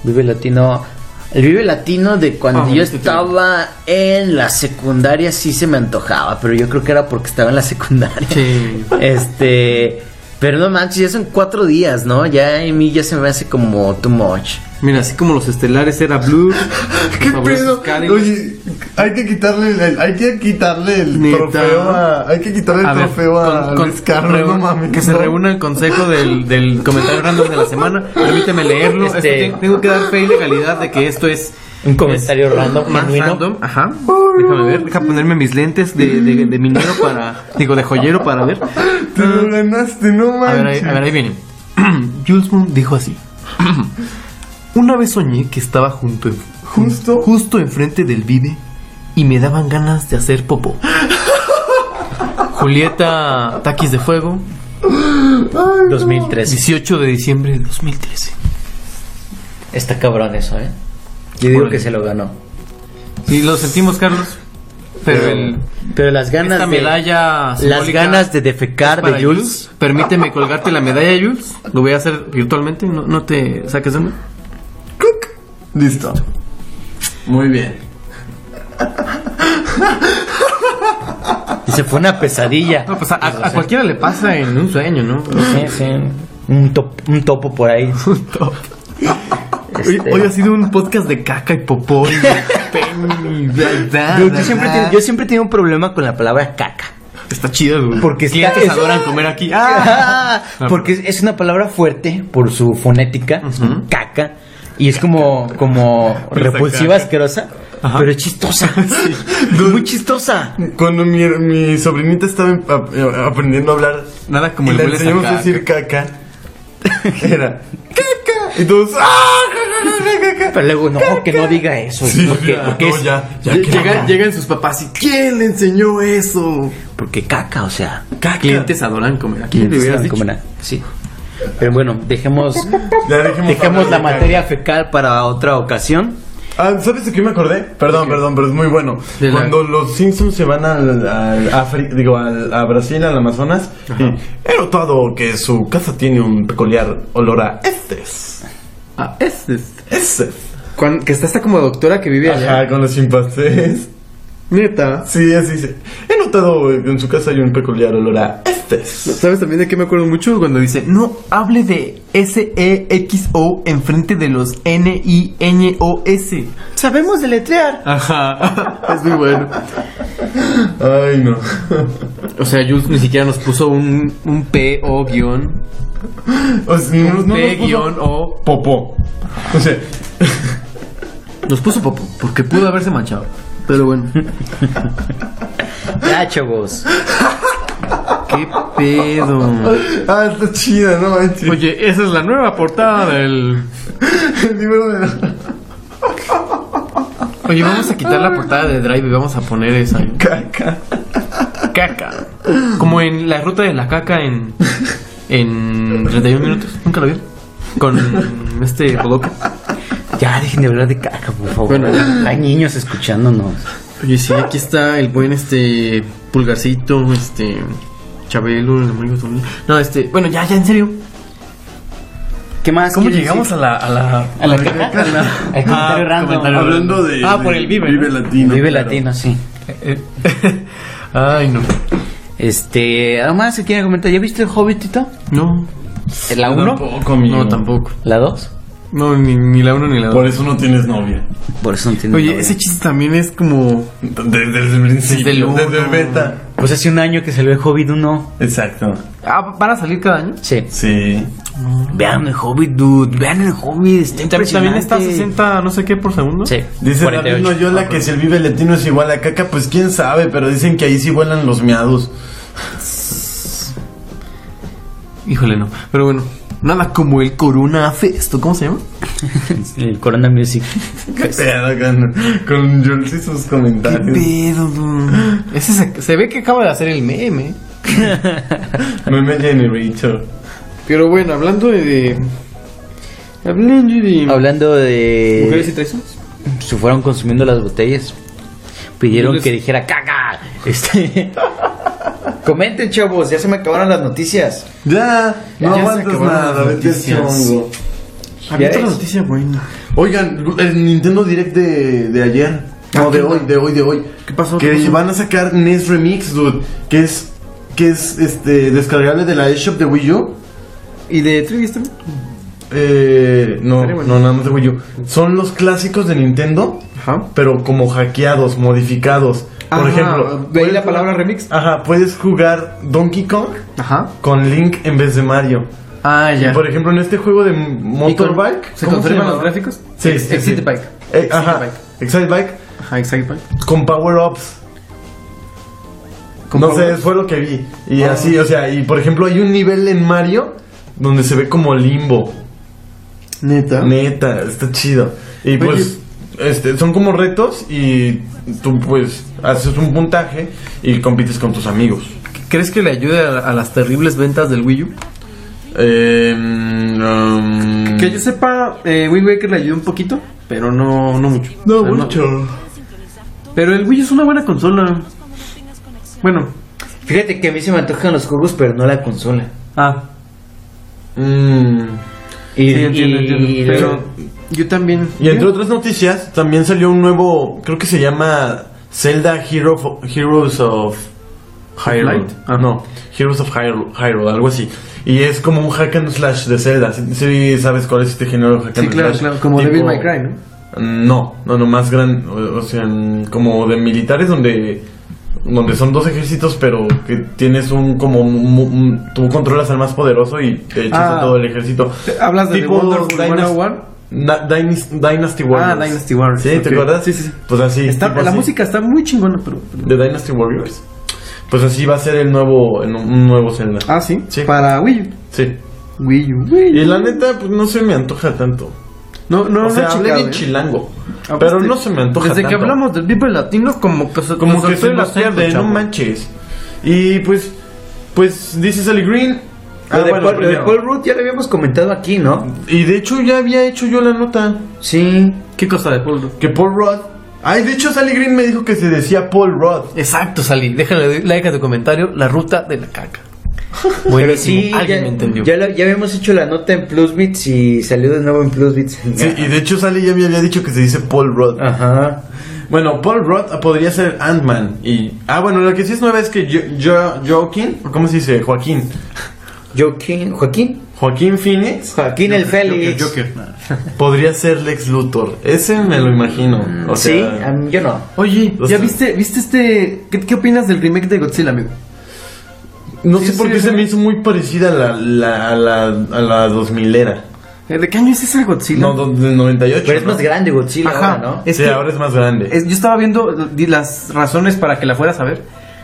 S7: Vive Latino. El Vive Latino de cuando
S5: Ah,
S7: yo
S5: sí, sí.
S7: estaba en la secundaria sí se me antojaba, pero yo creo que era porque estaba en la secundaria.
S5: Sí.
S7: Este, pero no manches, ya son cuatro días, ¿no? Ya a mí ya se me hace como too much.
S5: Mira, así como los estelares era Blue.
S6: ¿Qué
S5: Fabulosos
S6: pedo?
S5: Cadillacs.
S6: Oye, hay que quitarle el, el- hay que quitarle el
S5: Neta.
S6: trofeo a, hay que quitarle el
S5: A ver,
S6: trofeo a
S5: con- con-
S6: Luis Carlos,
S5: reú-
S6: no mames.
S5: Que se
S6: no.
S5: reúna el consejo del, del comentario random de la semana. Permíteme leerlo. Esto
S7: Este-
S5: te- tengo que dar fe y legalidad de que esto es.
S7: Un comentario
S5: es
S7: random,
S5: más
S7: genuino.
S5: random. Ajá. Déjame ver. Deja ponerme mis lentes de, de, de minero para. Digo, de joyero para ver.
S6: Te lo ganaste, no
S5: A ver,
S6: manches.
S5: ahí, a ver, ahí viene. Jules Moon dijo así. Una vez soñé que estaba junto en-
S6: Justo.
S5: justo enfrente del Vive y me daban ganas de hacer popo. Julieta, Taquis de Fuego,
S7: 2013.
S5: 18 de diciembre de 2013.
S7: Está cabrón eso, ¿eh? Yo digo
S5: Órale.
S7: que se lo ganó.
S5: Sí, lo sentimos, Carlos. Pero el,
S7: Pero las ganas
S5: esta
S7: de...
S5: medalla.
S7: Las
S5: simbólica
S7: ganas de defecar
S5: para
S7: de Jules.
S5: Permíteme colgarte la medalla, Jules. Lo voy a hacer virtualmente. No, no te saques de onda.
S6: Listo. Muy bien.
S7: Dice, fue una pesadilla.
S5: No, pues a, a- a cualquiera le pasa en un sueño, ¿no?
S7: Sí, sí. Un, top- un topo por ahí.
S5: Hoy,
S7: Este-
S5: hoy ha sido un podcast de caca y popó. y pen y da, da,
S7: Yo, yo
S5: da,
S7: siempre
S5: da.
S7: tengo, yo siempre he tenido un problema con la palabra caca.
S5: Está chido, güey.
S7: Porque está-
S5: clientes
S7: es-
S5: adoran comer aquí. ¡Ah!
S7: Porque es- es una palabra fuerte por su fonética, caca. Y es como, como repulsiva, asquerosa, pero es chistosa. Muy chistosa.
S6: Cuando mi, mi sobrinita estaba em- ap- eh, aprendiendo a hablar,
S5: Nada como
S6: y
S5: el
S6: le
S5: hueles a
S6: enseñamos a
S5: caca.
S6: decir caca, era caca. Y todos, ¡ah! Caca, caca, caca.
S7: Pero luego, no, que no diga eso.
S6: Sí,
S7: porque,
S6: ya,
S7: porque
S6: no,
S7: es-
S6: ya, ya, que
S5: Llegan,
S6: no.
S5: llegan sus papás y ¿quién le enseñó eso?
S7: porque caca, o sea.
S5: Clientes adoran comer aquí. le hubieras dicho.
S7: Como nada, Sí. Pero bueno, dejemos,
S6: Ya dejemos hablar
S7: dejemos la
S6: de caca.
S7: materia fecal para otra ocasión.
S6: Ah, ¿Sabes de qué me acordé? Perdón, perdón, pero es muy bueno.
S5: De la-
S6: Cuando los Simpsons se van al, al Afri- digo, al- a Brasil, al Amazonas, y he notado que su casa tiene un peculiar olor a estes.
S5: Ah, este es.
S6: Estes.
S2: Cuan- que está esta como doctora que vive allá.
S6: Ajá, con los chimpancés.
S2: Neta.
S6: Sí, así se. He notado que en su casa hay un peculiar olor a estes.
S2: ¿Sabes también de qué me acuerdo mucho? Cuando dice...
S5: Dice, no hable de E S-E-X-O enfrente de los N-I-N-O-S.
S7: Sabemos deletrear.
S5: Ajá. Es muy bueno.
S6: Ay, no.
S5: O sea, Jules ni siquiera nos puso un, un P o guión.
S6: O sea, Pues no, no nos
S5: P
S6: puso
S5: guión o.
S6: popó. O sea,
S5: Nos puso popo, porque pudo haberse manchado. Pero bueno.
S7: Ya, chavos.
S5: ¿Qué pedo?
S6: ah, está chida, no manches.
S5: Oye, esa es la nueva portada del.
S6: El libro de la
S5: Oye, vamos a quitar la portada de Drive y vamos a poner esa. ¿eh?
S6: caca.
S5: Caca. Como en la ruta de la caca en. En 31 minutos. Nunca lo vi. Con este Rodoco.
S7: Ya, dejen de hablar de caca, por favor. Hay niños escuchándonos.
S5: Oye, sí, aquí está el buen este pulgarcito, este Chabelo, el amigo también. No, este, bueno, ya, ya, en serio.
S7: ¿Qué más?
S5: ¿Cómo
S7: quieres
S5: llegamos
S7: decir?
S5: a la, a la...
S7: a la caca? Al comentario random.
S6: Hablando de.
S5: Ah,
S6: de
S5: por el Vive,
S6: Vive
S5: ¿no?
S6: Latino.
S7: Vive
S6: claro.
S7: Latino, sí.
S5: Eh, eh. Ay, no.
S7: Este, además se quiere comentar, ¿ya viste el Hobbit, Tito?
S5: No.
S7: ¿La 1?
S6: Tampoco, amigo.
S5: No, tampoco.
S7: ¿La 2?
S5: No, ni, ni la uno ni la
S6: Por
S5: dos.
S6: eso no tienes novia.
S7: Por eso no tiene
S5: Oye,
S7: novia.
S5: ese chiste también es como...
S6: Desde el principio.
S5: Desde el uno.
S6: Desde el beta.
S7: Pues hace un año que salió el Hobbit 1.
S6: Exacto.
S5: Ah, ¿van a salir cada año?
S7: Sí.
S6: Sí.
S7: Vean el Hobbit, dude. Vean el Hobbit. Está
S5: También
S7: impresionante.
S5: está 60 no sé qué por segundo.
S7: Sí.
S6: Dice
S7: 48.
S6: David Noyola que si el Vive Latino es igual a caca, pues quién sabe, pero dicen que ahí sí vuelan los miados.
S5: Híjole, no. Pero bueno, nada como el Corona Festo, ¿cómo se llama?
S7: El Corona Music.
S6: Qué pedo con, con Jules y sus comentarios.
S5: pedo, dude. Ese se, se ve que acaba de hacer el meme.
S6: Meme Generator.
S2: Pero bueno, hablando de... de- hablando de...
S7: Hablando de.
S2: ¿Mujeres y traiciones?
S7: se fueron consumiendo las botellas. Pidieron que dijera caca. Este. Comenten, chavos, ya se me acabaron las noticias.
S6: Ya,
S7: Ya,
S6: no
S7: ya se
S6: aguantas
S7: acabaron
S6: nada,
S7: las
S6: vete al
S7: noticias.
S6: chongo.
S2: Había
S7: Ya
S2: otra
S7: ves.
S2: noticia buena.
S6: Oigan, el Nintendo Direct de, de ayer. No, de hoy, de hoy, de hoy.
S2: ¿Qué pasó?
S6: Que
S2: ¿Qué pasó?
S6: van a sacar NES Remix, dude. Que es, que es este, descargable de la eShop de Wii U.
S2: ¿Y de este? Trivis también?
S6: Eh, no,
S2: Estaría bueno.
S6: no, nada más de Wii U. Son los clásicos de Nintendo,
S2: Ajá.
S6: pero como hackeados, modificados. Por
S2: Ajá,
S6: ejemplo,
S2: Ah, de ahí
S6: puedes
S2: la
S6: jugar-
S2: palabra remix.
S6: Ajá, puedes jugar Donkey Kong
S2: Ajá.
S6: con Link en vez de Mario.
S5: Ah,
S6: Y, por ejemplo, en este juego de Motorbike,
S2: ¿Se
S6: ¿cómo
S2: conservan
S6: llama?
S2: los gráficos?
S6: Sí, sí, sí.
S2: Exit Bike.
S6: Eh, ajá, Excite Bike.
S2: Ajá, Exit Bike.
S6: con power ups. no sé, fue lo que vi. Y
S2: Ah.
S6: así, o sea, y por ejemplo hay un nivel en Mario donde se ve como limbo.
S2: Neta.
S6: Neta, está chido. Y pues este, son como retos y tú pues haces un puntaje y compites con tus amigos.
S5: ¿Crees que le ayude a, a las terribles ventas del Wii U?
S6: Eh, um,
S5: Que yo sepa, eh, Wind Waker le ayudó un poquito, pero no, no mucho. O sea, Pero el Wii U es una buena consola. Bueno,
S7: Fíjate que a mí se me antojan los juegos, pero no la consola.
S5: ah,
S6: Mm.
S7: Y,
S5: sí, entiendo,
S7: y-
S5: entiendo.
S7: y-
S5: pero yo también.
S6: Y entre otras noticias, también salió un nuevo, creo que se llama Zelda Hero of- Heroes of Hyrule.
S5: Light?
S6: Ah, no, Heroes of Hyrule, Hyrule, algo así. Y es como un hack and slash de Zelda. Sí, sí sabes cuál es este género de hack
S5: Sí,
S6: and
S5: claro,
S6: slash.
S5: claro, como
S6: tipo-
S5: Devil May Cry, ¿no?
S6: No, no, no, más gran, o o sea, en- como de militares donde donde son dos ejércitos, pero que tienes un como un- un- tú controlas al más poderoso y te echas
S5: Ah.
S6: a todo el ejército.
S5: Hablas de The Wonderful
S6: Dynasty-
S5: 101?
S6: Na- Dynas- Dynasty Warriors.
S5: Ah, Dynasty Warriors,
S6: Sí,
S5: ok.
S6: ¿te acuerdas?
S5: Sí, sí, sí.
S6: Pues así.
S5: Está-
S6: tipo
S5: la
S6: así,
S5: música está muy chingona, pero. pero-
S6: de Dynasty Warriors. Pues así va a ser el nuevo el- un nuevo Zelda.
S5: Ah, sí,
S6: Sí.
S5: para Wii
S6: Sí.
S5: U. Wii U. Wii U.
S6: Y la neta pues no se me antoja tanto.
S5: No, no,
S6: o sea,
S5: no,
S6: hablé
S5: chingado,
S6: de
S5: ¿eh?
S6: chilango,
S5: Ah,
S6: pero
S5: pues,
S6: no se me antoja
S5: Desde que
S6: tanto.
S5: hablamos del people latino, como que se,
S6: como
S5: nos
S6: que
S5: sorprende
S6: se nos
S5: bastante,
S6: pierde, no
S5: chavo.
S6: manches. Y pues, pues dice Sally Green.
S7: Lo
S6: Ah,
S7: de
S6: bueno,
S7: Paul- lo de
S6: primero.
S7: Paul Rudd ya lo habíamos comentado aquí, ¿no?
S6: Y de hecho ya había hecho yo la nota
S7: Sí.
S5: ¿Qué cosa de polvo?
S6: que Paul Rudd. Ay, de hecho Sally Green me dijo que se decía Paul Rudd.
S5: Exacto, Salí. Déjale like a tu comentario. La ruta de la caca.
S7: Pero sí,
S5: Alguien
S7: ya,
S5: me entendió.
S7: Ya, lo- ya habíamos hecho la nota en Plusbits y salió de nuevo en Plusbits.
S6: Sí, y de hecho Sally ya me había dicho que se dice Paul Rudd.
S7: Ajá.
S6: Bueno, Paul Rudd podría ser Ant-Man. Y ah, bueno, lo que sí es nueva es que yo, yo, Joaquín, ¿cómo se dice? Joaquín.
S7: Joaquín. Joaquín.
S6: Joaquín Phoenix
S7: Joaquín el Félix.
S6: podría ser Lex Luthor. Ese me lo imagino. O
S7: sí,
S6: sea,
S7: a mí- yo no.
S5: Oye,
S6: O
S5: ¿ya
S6: sea-
S5: viste, viste este? ¿qué, qué opinas del remake de Godzilla, amigo?
S6: No
S5: Sí,
S6: sé por
S5: sí,
S6: qué
S5: sí.
S6: se me hizo muy parecida a la, la, a la, a la 2000 era.
S5: Eh, ¿De qué año es esa Godzilla?
S6: No, do- del 98.
S7: Pero es
S6: ¿no?
S7: más grande Godzilla
S5: Ajá.
S7: ahora, ¿no?
S5: Es
S6: sí,
S5: que-
S6: ahora es más grande.
S5: Es- yo estaba viendo di- las razones para que la fueras a ver.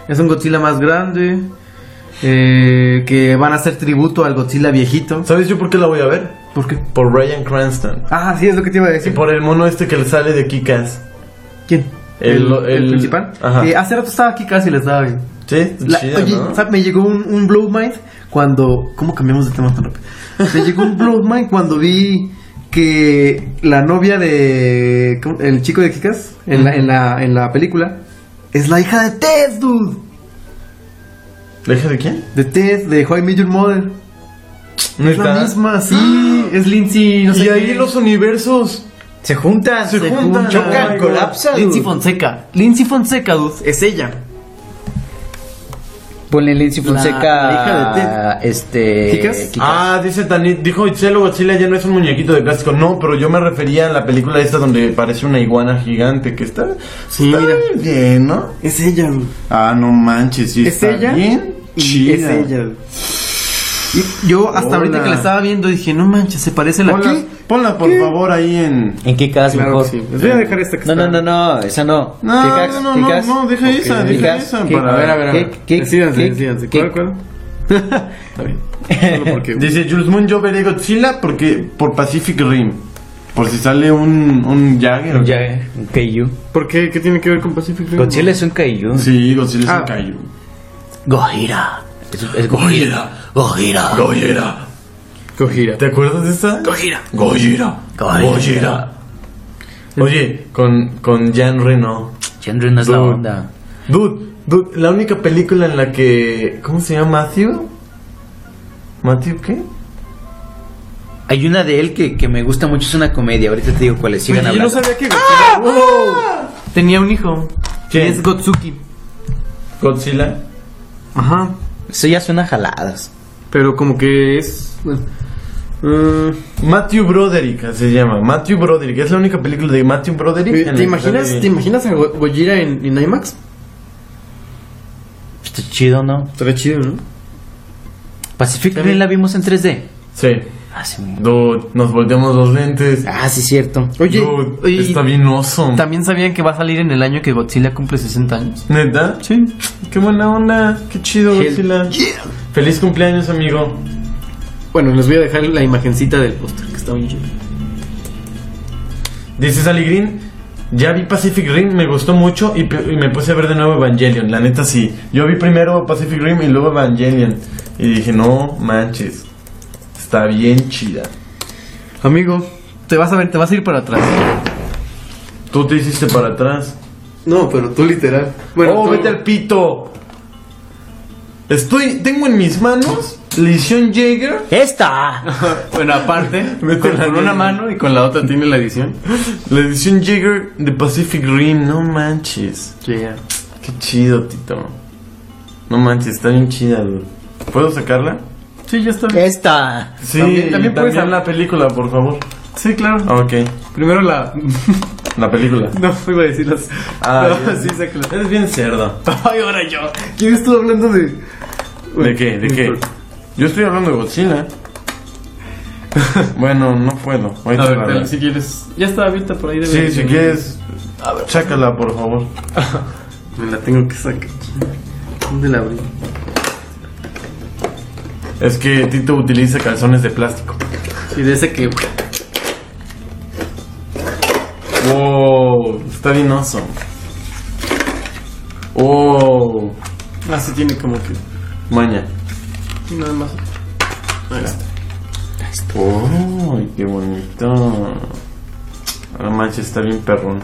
S5: Es un Godzilla más grande. eh, que van a hacer tributo al Godzilla viejito.
S6: ¿Sabes yo por qué la voy a ver?
S5: ¿Por qué?
S6: Por Ryan Cranston.
S5: Ah, sí, es lo que te iba a
S6: Y
S5: decir.
S6: por el mono este que le sale de Kikas.
S5: ¿Quién?
S6: El- el-
S5: principal.
S6: ajá.
S5: Eh, hace rato estaba aquí casi les daba bien.
S6: Sí,
S5: La-
S6: chida,
S5: oye,
S6: ¿no?
S5: ¿sabes? me llegó un, un blow mind cuando. ¿Cómo cambiamos de tema tan rápido? Me llegó un blow mind cuando vi que la novia de. ¿cómo? El chico de Kikas en la, en, la, en la película es la hija de Tess, dude.
S6: ¿La hija de quién?
S5: De Tess, de How I Met Your Mother. Es la
S6: ¿Neta?
S5: misma, sí. Es Lindsay, no sé
S6: Y ahí
S5: qué.
S6: los universos.
S7: Se juntan.
S6: Se juntan,
S7: Chocan,
S6: ay,
S7: colapsan.
S5: Lindsay Fonseca. Lindsay Fonseca, dude. Es ella.
S7: Ponle Lindsay
S5: La- la hija
S7: Fonseca. Este.
S5: ¿Kikas?
S6: Ah, dice Tanit, dijo Itzelo Godzilla ya no es un muñequito de plástico. No, pero yo me refería a la película esta donde parece una iguana gigante que está.
S5: Sí,
S6: está
S5: mira.
S6: bien, ¿no?
S5: Es ella, dude.
S6: Ah, no manches, sí
S5: Es
S6: está
S5: ella
S6: bien.
S5: y
S6: chida.
S5: es ella. Y yo hasta
S6: Hola.
S5: ahorita que la estaba viendo dije, no manches, se parece a la
S6: Ponla,
S5: que...
S6: ponla, por favor ahí en.
S7: ¿En Kikas mejor? Eh,
S5: Les voy a dejar esta que
S7: No, no, no, no, esa no.
S6: No,
S7: Kikas,
S6: no, no,
S7: Kikas.
S6: no, deja esa, deja
S7: Kikas,
S6: esa
S7: Kikas.
S6: para- A ver, a ver,
S5: Ah,
S2: a ver.
S7: Kik, Kik,
S2: Decídanse,
S7: Kik,
S2: decídanse. ¿Cuál,
S7: Kik.
S2: cuál? Está bien. Solo porque...
S6: Dice Jules Moon, yo veré Godzilla porque por Pacific Rim. Por si sale un, un Jagger.
S7: Ya, eh, un Kaiju.
S2: ¿Por qué? ¿Qué tiene que ver con Pacific Rim?
S7: Godzilla es un Kaiju.
S6: Sí, Godzilla es
S5: Ah.
S6: un Kaiju.
S7: Gojira. Es, es Gojira. Gojira.
S6: Gojira.
S2: Gojira.
S6: ¿Te acuerdas de esa?
S7: Gojira.
S6: Gojira.
S7: Gojira.
S6: Oye, con, con Jean Reno.
S7: Chandra no es la
S6: Dude.
S7: onda.
S6: Dude, dude, la única película en la que. ¿Cómo se llama Matthew? ¿Matthew qué?
S7: Hay una de él que, que me gusta mucho, es una comedia. Ahorita te digo cuál es. Sigan
S2: Oye, yo no
S7: hablando.
S2: sabía que Godzilla...
S5: Tenía un hijo.
S6: Ah. ¿Quién?
S5: Que es Gotsuki.
S6: Godzilla.
S5: Ajá.
S7: Eso ya suena a jaladas.
S5: Pero como que es... bueno, Mm,
S6: Matthew Broderick se llama. Matthew Broderick. Es la única película de Matthew Broderick. en la
S5: ¿Te
S6: que
S5: imaginas,
S6: sale-
S5: ¿Te imaginas a Go- Gojira en, en IMAX?
S7: Está chido, ¿no?
S5: Estaría chido, ¿no?
S7: Pacific Rim la vimos en 3D.
S6: Sí.
S7: Ah, sí,
S6: Dude, nos volteamos los lentes.
S7: ah, sí, cierto.
S5: Oye,
S6: Dude,
S5: oye,
S6: está bien awesome.
S5: También sabían que va a salir en el año que Godzilla cumple 60 años.
S6: ¿Neta? Sí. Qué buena onda. Qué chido,
S5: Hell
S6: Godzilla. Feliz cumpleaños, amigo.
S5: Bueno, les voy a dejar la imagencita del póster que está bien chido.
S6: Dice Sally Green. Ya vi Pacific Rim, me gustó mucho y, pe- y me puse a ver de nuevo Evangelion. La neta sí. Yo vi primero Pacific Rim y luego Evangelion. Y dije, no manches. Está bien chida.
S5: Amigo, te vas a ver, te vas a ir para atrás.
S6: Tú te hiciste para atrás.
S2: No, pero tú literal.
S6: oh,
S2: tú-
S6: vete al pito. Estoy, tengo en mis manos Lisión Jaeger.
S7: ¡Esta!
S5: Bueno, aparte,
S6: Vete
S5: con,
S6: a la
S5: con una
S6: mierda.
S5: mano y con la otra tiene la edición.
S6: La edición Jaeger de Pacific Rim, no manches.
S5: Sí, ya.
S6: Qué chido, Tito. No manches, está bien chida, güey. ¿Puedo sacarla?
S5: Sí, ya está.
S7: ¡Esta!
S6: Sí,
S5: También- también puedes
S6: la película, por favor.
S5: Sí, claro.
S6: Ah, ok,
S5: Primero la.
S6: la película.
S5: no, iba a decir las.
S6: Ah,
S5: No,
S6: ya.
S5: sí, sácala.
S6: Eres bien cerdo.
S5: Ay, ahora yo. ¿Quién estuvo hablando de.?
S6: ¿De qué? ¿De qué? Yo estoy hablando de Godzilla. bueno, no puedo. Ahorita
S5: A ver,
S6: la
S5: dale,
S6: veo.
S5: si quieres. Ya está abierta por ahí. debe
S6: Sí,
S5: de-
S6: si quieres, sácala, por favor.
S2: Me la tengo que sacar. ¿Dónde la abrí?
S6: Es que Tito utiliza calzones de plástico.
S5: Sí, de ese que.
S6: Wow, Oh, está bien oso. Wow,
S5: Ah, sí, tiene como que.
S6: Oh, maña.
S5: Nada más.
S6: Uy, qué bonito. La mancha está bien perrón.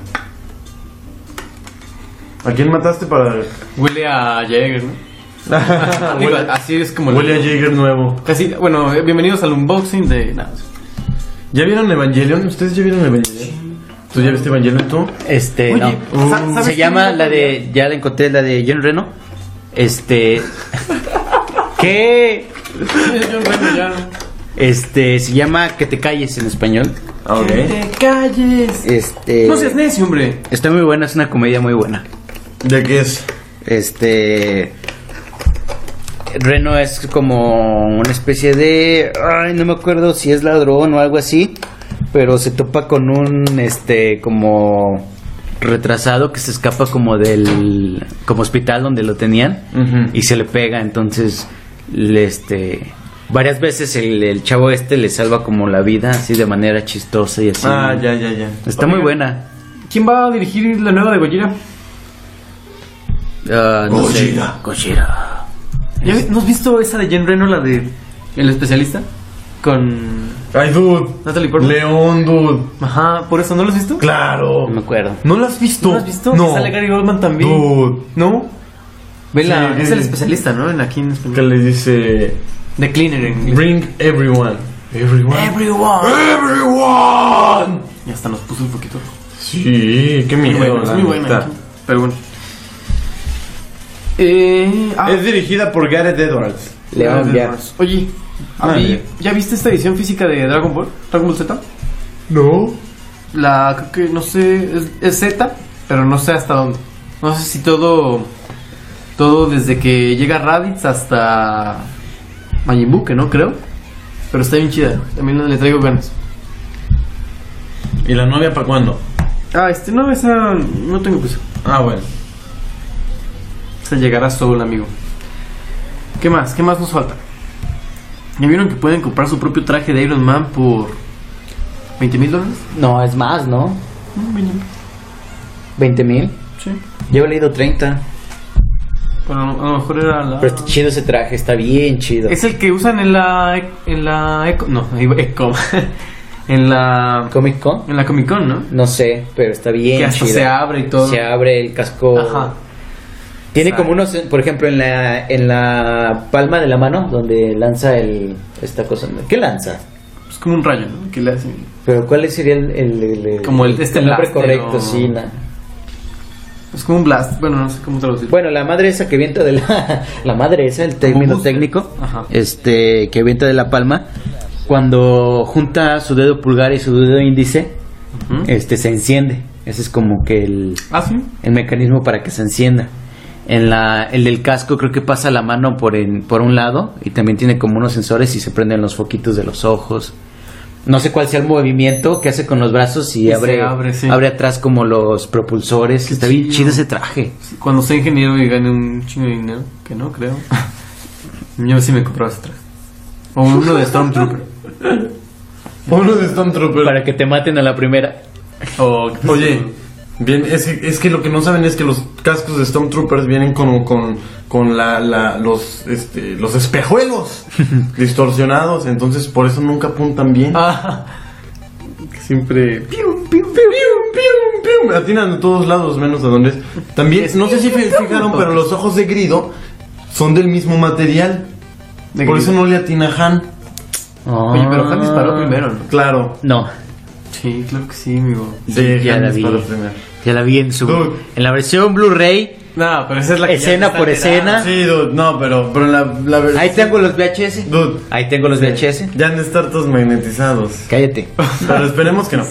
S6: ¿A quién mataste para.?
S5: Huele a Jaeger, ¿no? Digo,
S6: huele,
S5: así es como.
S6: huele a Jaeger nuevo.
S5: Casi, bueno, eh, bienvenidos al unboxing de. nada.
S6: ¿Ya vieron Evangelion? ¿Ustedes ya vieron Evangelion? ¿Tú ya viste Evangelion tú?
S7: Este,
S5: Oye,
S7: no.
S5: sa- ¿sabes
S7: Se
S5: qué?
S7: llama la de. Ya la encontré, la de John Reno. Este. ¿Qué?
S5: Yo, bueno, ya.
S7: Este, se llama Que te calles en español.
S6: Ah, ok.
S5: ¡Te calles!
S7: Este.
S5: No seas necio, hombre.
S7: Está muy buena, es una comedia muy buena.
S6: ¿De qué es?
S7: Este. Reno es como una especie de. Ay, no me acuerdo si es ladrón o algo así. Pero se topa con un. Este, como. Retrasado que se escapa como del. Como hospital donde lo tenían.
S6: Ujú.
S7: Y se le pega. Entonces. le- Este. Varias veces el, el chavo este le salva como la vida. Así de manera chistosa y así.
S6: Ah, ya, ya, ya.
S7: Está muy buena.
S5: ¿Quién va a dirigir la nueva de Gojira?
S7: Ah, no sé.
S6: Gojira.
S7: Gojira.
S5: ¿Ya vi- ¿No has visto esa de Jen Reno, la de El especialista? Con
S6: Ay, dude.
S5: Natalie Portman.
S6: León, dude.
S5: Ajá, por eso, ¿no lo has visto?
S6: Claro.
S7: No me acuerdo.
S6: ¿No lo has visto?
S5: ¿No lo has visto?
S6: No.
S5: Que Sale Gary Goldman también.
S6: Dude.
S5: ¿No? Vela,
S6: Sí,
S5: es
S6: sí,
S5: el
S6: sí.
S5: especialista, ¿no? En aquí en
S6: Que
S5: español.
S6: le dice.
S5: The Cleaner en inglés.
S6: Bring everyone. Everyone.
S5: Everyone.
S6: Everyone.
S5: Y hasta nos puso un poquito.
S6: Sí, qué miedo.
S5: bueno, es
S6: la
S5: muy buena.
S6: neta.
S5: Pero bueno. Eh, ah,
S6: Es dirigida por Gareth Edwards.
S7: León, ya.
S5: Oye, a mí-
S6: Madre.
S5: ¿ya viste esta edición física de Dragon Ball? ¿Dragon Ball Z?
S6: No.
S5: La, creo que no sé, es, es Z, pero no sé hasta dónde. No sé si todo, todo desde que llega Raditz hasta Majin Buu, que no creo. Pero está bien chida, también le traigo ganas.
S6: ¿Y la novia para cuándo?
S5: Ah, este, no, esa, no tengo prisa.
S6: Ah, bueno.
S5: Se llegará solo, amigo. ¿Qué más? ¿Qué más nos falta? ¿Ya vieron que pueden comprar su propio traje de Iron Man por 20 mil dólares?
S7: No, es más, ¿no?
S5: Mm, mínimo,
S7: 20 mil.
S5: Sí.
S7: Yo he leído 30.
S5: Pero a lo mejor era la...
S7: Pero este está chido ese traje, está bien chido.
S5: Es el que usan en la E-, en la Eco- no, iba- Eco. en la
S7: Comic Con.
S5: en la Comic Con, ¿no?
S7: No sé, pero está bien
S5: Que hasta
S7: chido.
S5: se abre y todo.
S7: Se abre el casco.
S5: Ajá.
S7: Tiene
S5: Exacto.
S7: como unos, por ejemplo, en la en la palma de la mano donde lanza el esta cosa. ¿no? ¿Qué lanza?
S5: Es como un rayo, ¿no? Que le hacen.
S7: Pero ¿cuál sería el, el- el- el-
S5: Como el- este
S7: nombre
S5: blaster
S7: correcto?
S5: o-
S7: Sí, na-
S5: Es como un blast, bueno, no sé cómo traducir.
S7: Bueno, la madre esa que vienta de la. La madre esa, el término
S5: booster.
S7: técnico.
S5: Ajá.
S7: Este, que vienta de la palma. Cuando junta su dedo pulgar y su dedo índice,
S5: Ujú.
S7: este se enciende. Ese es como que el,
S5: Ah, sí.
S7: el mecanismo para que se encienda. En la, el del casco creo que pasa la mano por, en, por un lado y también tiene como unos sensores y se prenden los foquitos de los ojos. No sé cuál sea el movimiento que hace con los brazos
S5: Y
S7: y,
S5: se
S7: abre,
S5: abre, sí.
S7: atrás como los propulsores.
S5: Qué
S7: Está bien
S5: chido.
S7: chido ese traje.
S5: Cuando sea ingeniero y gane un chingo de dinero, que no creo. Yo sí me compraba ese traje. O uno de Stormtrooper.
S6: Uno de Stormtrooper.
S7: Para que te maten a la primera.
S5: o
S6: Oye, Bien, es, que- es que lo que no saben es que los cascos de Stormtroopers vienen como con, con la, la- los, este, los espejuelos distorsionados, entonces por eso nunca apuntan bien.
S5: Ah,
S6: Siempre. Pium, pium, pium, pium, pium. Atinan a todos lados, menos a donde es. También, no sé si se fijaron, pero los ojos de Grido son del mismo material.
S5: De
S6: Por
S5: Grido.
S6: eso no le atina a Han.
S5: Oye, pero Han disparó primero, ¿no?
S6: Claro.
S7: Ah. No,
S5: Sí, claro que sí, amigo.
S6: De
S7: ya
S6: Han
S7: la vi.
S6: disparó primero.
S7: Ya la vi en su.
S6: Dude.
S7: En la versión Blu-ray.
S5: No, pero esa es la
S7: Escena por escena.
S6: Sí, dude, no, pero, pero la, la verdad.
S7: Ahí tengo los VHS.
S6: Dude.
S7: Ahí tengo los VHS.
S6: Ya han de estar todos magnetizados.
S7: Cállate.
S6: Pero esperemos que no.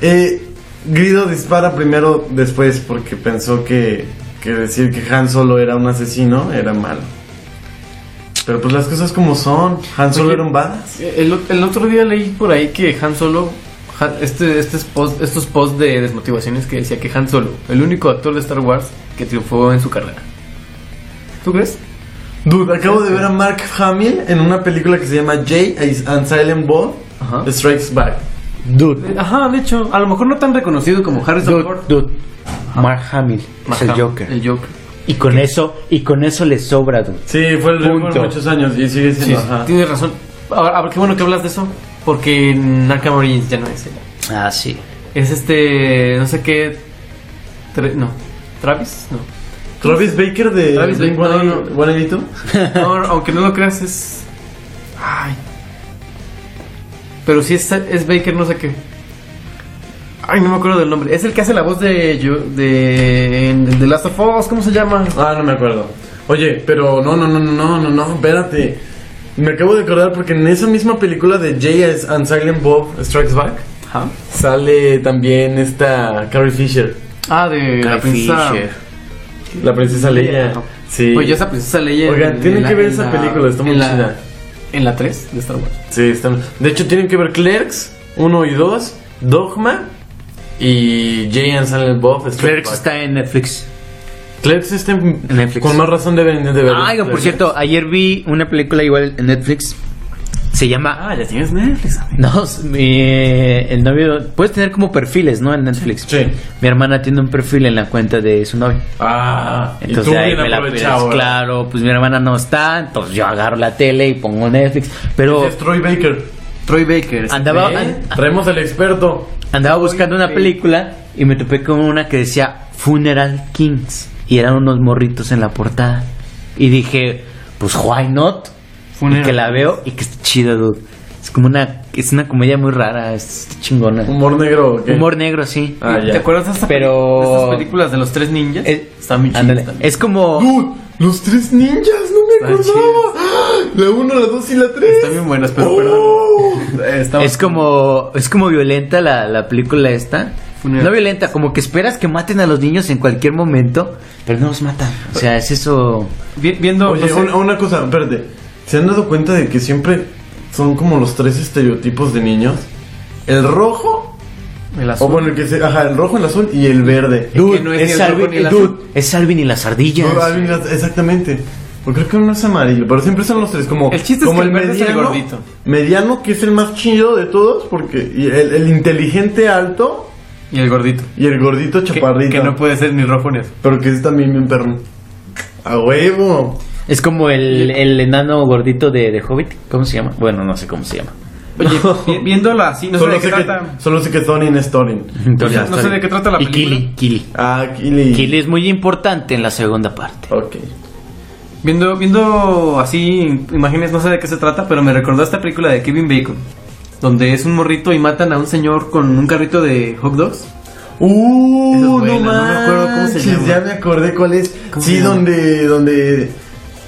S6: Eh, Grido dispara primero después porque pensó que, que decir que Han Solo era un asesino era malo. Pero pues las cosas como son. Han Solo
S5: Oye.
S6: era un badass.
S5: El, el otro día leí por ahí que Han Solo, Han- este, este es post- estos posts de desmotivaciones que decía que Han Solo, el único actor de Star Wars que triunfó en su carrera. ¿Tú crees?
S6: Dude, acabo de ver a Mark Hamill en una película que se llama Jay and Silent Bob
S5: Ajá.
S6: Strikes Back.
S7: Dude.
S5: Ajá, de hecho, a lo mejor no tan reconocido como Harrison
S7: Dude.
S5: Ford.
S7: Dude. Mark Hamill. Es
S5: Ajá,
S7: el Joker.
S5: El Joker.
S7: Y con eso, y con eso le sobra, dude.
S6: Sí, fue el
S7: Punto.
S6: por muchos años y sigue
S5: Sí,
S6: siendo. ajá.
S5: tienes razón. Ahora, ahora, qué bueno que hablas de eso, porque en Arkham Origins ya no es él.
S7: Ah, sí.
S5: Es este, no sé qué, Tra- no, Travis, no.
S6: Travis Baker de
S5: Travis Baker.
S6: Blink-182.
S5: No, aunque no lo creas, es. Ay. Pero sí es, es Baker, no sé qué. Ay, no me acuerdo del nombre. Es el que hace la voz de. Yo, de. En, en The Last of Us, ¿cómo se llama?
S6: Ah, no me acuerdo. Oye, pero no, no, no, no, no, no, no, espérate. Me acabo de acordar porque en esa misma película de Jay and Silent Bob Strikes Back
S5: Ajá.
S6: sale también esta Carrie Fisher,
S5: Ah, de la princesa.
S6: la princesa Leia.
S5: Ajá.
S6: Sí.
S5: Oye, esa princesa Leia. en-
S6: Oigan,
S5: en
S6: tienen
S5: la-
S6: que ver
S5: en
S6: esa
S5: la-
S6: película, está muy
S5: en la-
S6: chida.
S5: En la 3 de Star Wars.
S6: Sí, están. De hecho, tienen que ver Clerks 1 y 2, Dogma y Jay and Silent Bob Strikes
S7: Clerks
S6: Back.
S7: está en Netflix.
S6: Clerks está en-
S7: Netflix.
S6: Con más razón deben de ver.
S7: Ah, oigan, por cierto, ayer vi una película igual en Netflix. Se llama.
S5: Ah, ya tienes Netflix.
S7: No, s- mi, eh, el novio. Puedes tener como perfiles, ¿no? En Netflix.
S6: Sí.
S7: Mi hermana tiene un perfil en la cuenta de su novio.
S6: Ah, y
S7: Entonces
S6: tú
S7: ahí
S6: bien
S7: me la
S6: aprovechado,
S7: pues,
S6: ¿verdad?
S7: Claro, pues mi hermana no está. Entonces yo agarro la tele y pongo Netflix. Pero
S6: Es Troy Baker.
S5: Troy Baker. es-
S7: andaba,
S6: ¿Eh?
S7: an-
S6: Traemos al experto.
S7: andaba buscando una película y me topé con una que decía Funeral Kings. Y eran unos morritos en la portada. Y dije, pues why not?
S5: Funeral.
S7: Y que la veo y que está chido, dude. Es como una. Es una comedia muy rara, es chingona.
S6: Humor negro. ¿o qué?
S7: Humor negro, sí.
S6: Ah,
S5: ¿Te
S6: ya.
S5: acuerdas de, esta
S7: Pero-
S5: de estas películas de los tres ninjas?
S7: Eh,
S5: Está muy chida
S7: ándale.
S5: también.
S7: Es como.
S6: Dude, los tres ninjas, no me
S5: Están
S6: acordaba. La 1, la 2 y la Oh. Eh, 3.
S5: Están Ah, bien buenas, pero perdón. Está-
S7: Es como. Es como violenta la, la película esta.
S5: Funeral.
S7: No violenta, como que esperas que maten a los niños en cualquier momento, pero no los matan. O sea, es eso.
S5: Vi- viendo.
S6: Oye,
S5: no sé-
S6: una, una cosa, espérate. ¿Se han dado cuenta de que siempre son como los tres estereotipos de niños? El rojo,
S5: El azul.
S6: o oh, bueno, el que se. Ajá, el rojo, el azul y el verde.
S7: Dude,
S5: no es ni el
S7: es,
S5: rojo ni
S7: Alvin,
S5: el
S7: dude,
S5: azul.
S7: es Alvin y las ardillas.
S6: No, Alvin, exactamente. O creo que uno es amarillo, pero siempre son los tres. Como
S5: El chiste es
S6: como
S5: que el verde es el gordito.
S6: Mediano, que es el más chido de todos, porque y el, el inteligente alto
S5: Y el gordito.
S6: y el gordito
S5: Que,
S6: chaparrito.
S5: que no puede ser ni rojo ni azul.
S6: Pero que es también bien perro. A huevo.
S7: Es como el, el enano gordito de, de Hobbit. ¿Cómo se llama? Bueno, no sé cómo se llama.
S5: Oye, vi- viéndola así, no sé
S6: solo,
S5: de qué
S6: sé
S5: trata.
S6: que, solo sé que Stonin es Thorin.
S7: Entonces,
S5: No sé de qué trata la
S7: y
S5: película.
S7: Kili, Kili.
S6: Ah, Kili.
S7: Kili es muy importante en la segunda parte.
S6: Ok.
S5: Viendo, viendo así imágenes, no sé de qué se trata, pero me recordó esta película de Kevin Bacon. Donde es un morrito y matan a un señor con un carrito de hot dogs.
S6: Uh,
S5: Esa es
S6: no
S5: buena, no me acuerdo cómo se
S6: manches,
S5: llama.
S6: Ya me acordé cuál es.
S5: ¿Cómo
S6: Sí,
S5: se llama?
S6: donde, donde,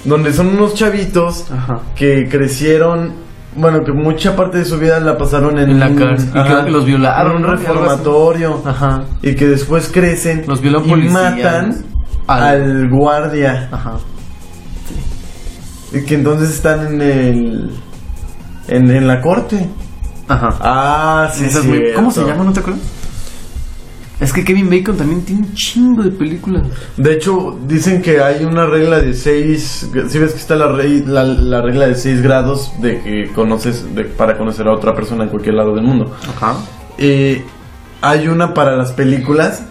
S6: donde son unos chavitos
S5: Ajá.
S6: que crecieron, bueno, que mucha parte de su vida la pasaron en,
S5: En la
S6: un-
S5: cárcel. Y creo que los violaron,
S6: en un
S5: ¿no? Algo así.
S6: reformatorio.
S5: Ajá.
S6: Y que después crecen
S5: Los violan
S6: y
S5: policías.
S6: matan al,
S5: Al-
S6: guardia.
S5: Ajá.
S6: Y que entonces están en el, en, en la corte.
S5: Ajá.
S6: Ah, sí,
S5: Esa es muy- ¿Cómo se llama? ¿No te acuerdas? Es que Kevin Bacon también tiene un chingo de películas.
S6: De hecho, dicen que hay una regla de 6. Si ves que está la, rey- la, la regla de 6 grados de que conoces de- para conocer a otra persona en cualquier lado del mundo.
S5: Ajá.
S6: Eh, hay una para las películas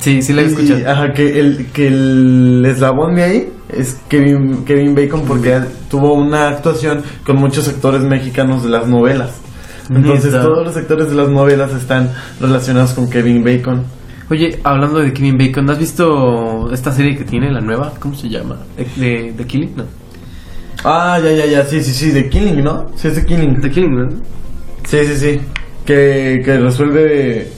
S5: Sí, sí la he
S6: Y-
S5: escuchado.
S6: Ajá, que el, que el eslabón de ahí es Kevin, Kevin Bacon porque tuvo una actuación con muchos actores mexicanos de las novelas. Entonces
S5: Neta.
S6: todos los actores de las novelas están relacionados con Kevin Bacon.
S5: ah. Oye, hablando de Kevin Bacon, ¿has visto esta serie que tiene, la nueva? ¿Cómo se llama? ¿De, de Killing? No.
S6: Ah, ya, ya, ya, sí, sí, sí, de Killing, ¿no? Sí, es de Killing.
S5: The Killing, ¿no?
S6: Sí, sí, sí. Que, que resuelve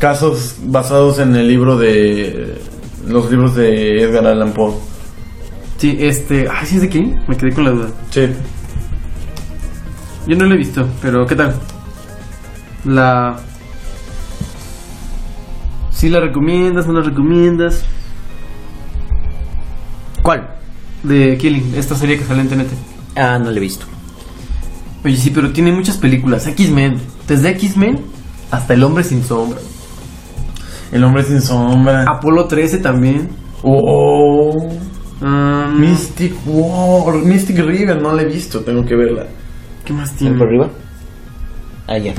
S6: casos basados en el libro de... Los libros de Edgar Allan Poe.
S5: Sí, este. Ah, sí es de Killing. Me quedé con la duda.
S6: Sí.
S5: Yo no lo he visto, pero ¿qué tal? La. ¿Sí la recomiendas? ¿No la recomiendas?
S7: ¿Cuál?
S5: De Killing, esta serie que sale en TNT.
S7: Ah, no lo he visto.
S5: Oye, sí, pero tiene muchas películas. X-Men. Desde X-Men hasta El Hombre Sin Sombra.
S6: El hombre sin sombra.
S5: Apolo 13 también.
S6: Oh.
S5: Ah,
S6: mm. Mystic War. Mystic River, no la he visto, tengo que verla.
S5: ¿Qué más
S7: ¿Ven
S5: tiene?
S7: por arriba? Ah, ya.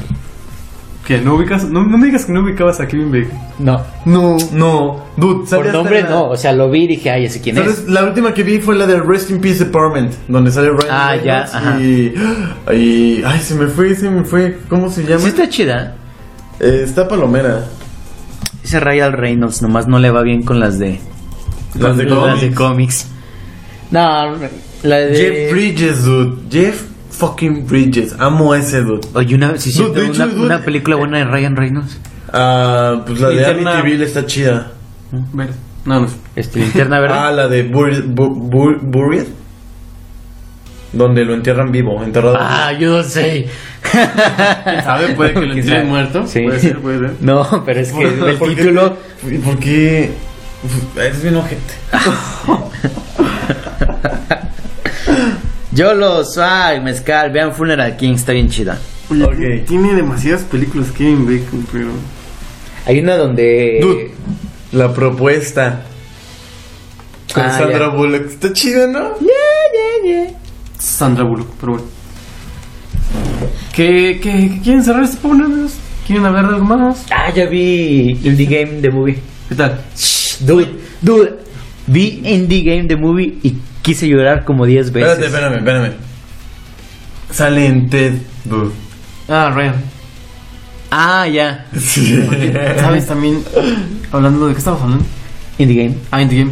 S5: ¿Qué? ¿No ubicas? No, no me digas que no ubicabas a Kevin Bacon.
S7: No.
S6: No, no. Dude, sale
S7: Por
S6: hasta
S7: nombre
S6: la-
S7: no. O sea, lo vi y dije, ay, ya sé quién es.
S6: ¿Sabes? La última que vi fue la de Rest in Peace Department, donde sale Ryan
S7: Ah, ya,
S6: Reynolds
S7: ajá.
S6: y, y- Ay, se me fue, se me fue. ¿Cómo se llama?
S7: Sí está chida.
S6: Eh, está Palomera.
S7: Ese Ryan Reynolds nomás no le va bien con las de...
S6: Las de
S7: con
S6: cómics.
S7: cómics. No, la de...
S6: Jeff Bridges, dude. Jeff fucking Bridges. Amo a ese dude.
S7: Oye, una,
S6: Dude,
S7: sí, siento
S6: de hecho,
S7: una,
S6: dude,
S7: una película buena de Ryan Reynolds.
S6: Ah, pues la de
S5: Linterna-
S6: Amityville está chida.
S5: Ver. No, no.
S7: Este, Linterna Verde.
S6: Ah, la de Buried. Bu- Bu- Buried, donde lo entierran vivo, enterrado.
S7: Ah, yo no sé.
S5: sabe? Puede que lo
S7: ¿Quién
S5: entierren
S7: sabe?
S5: muerto.
S7: Sí.
S5: Puede ser, puede ser.
S7: No, pero es que el
S6: ¿Por qué
S7: título.
S6: te- ¿Por qué? Eres bien ojete.
S7: Yo lo soy, mezcal. Vean Funeral King, está bien chida.
S5: Oye,
S6: Ok.
S5: Tiene demasiadas películas Kevin Bacon, pero.
S7: Hay una donde.
S6: Dude, la propuesta con
S7: Ah,
S6: Sandra
S7: ya.
S6: Bullock está chida, ¿no?
S5: Sandra Bullock, pero bueno. ¿Qué, qué, qué quieren cerrar este programa, amigos? ¿Quieren hablar de algo más?
S7: Ah, ya vi Indie Game The Movie.
S5: ¿Qué tal?
S7: Shh, Dude, dude. Vi Indie Game The Movie y quise llorar como 10 veces.
S6: Espérate, espérame, espérame. Sale en TED, dude.
S5: Ah, Ryan.
S7: Ah, ya.
S6: Sí.
S5: ¿Sabes también? Hablando de qué estamos hablando.
S7: Indie Game.
S5: Ah, Indie Game.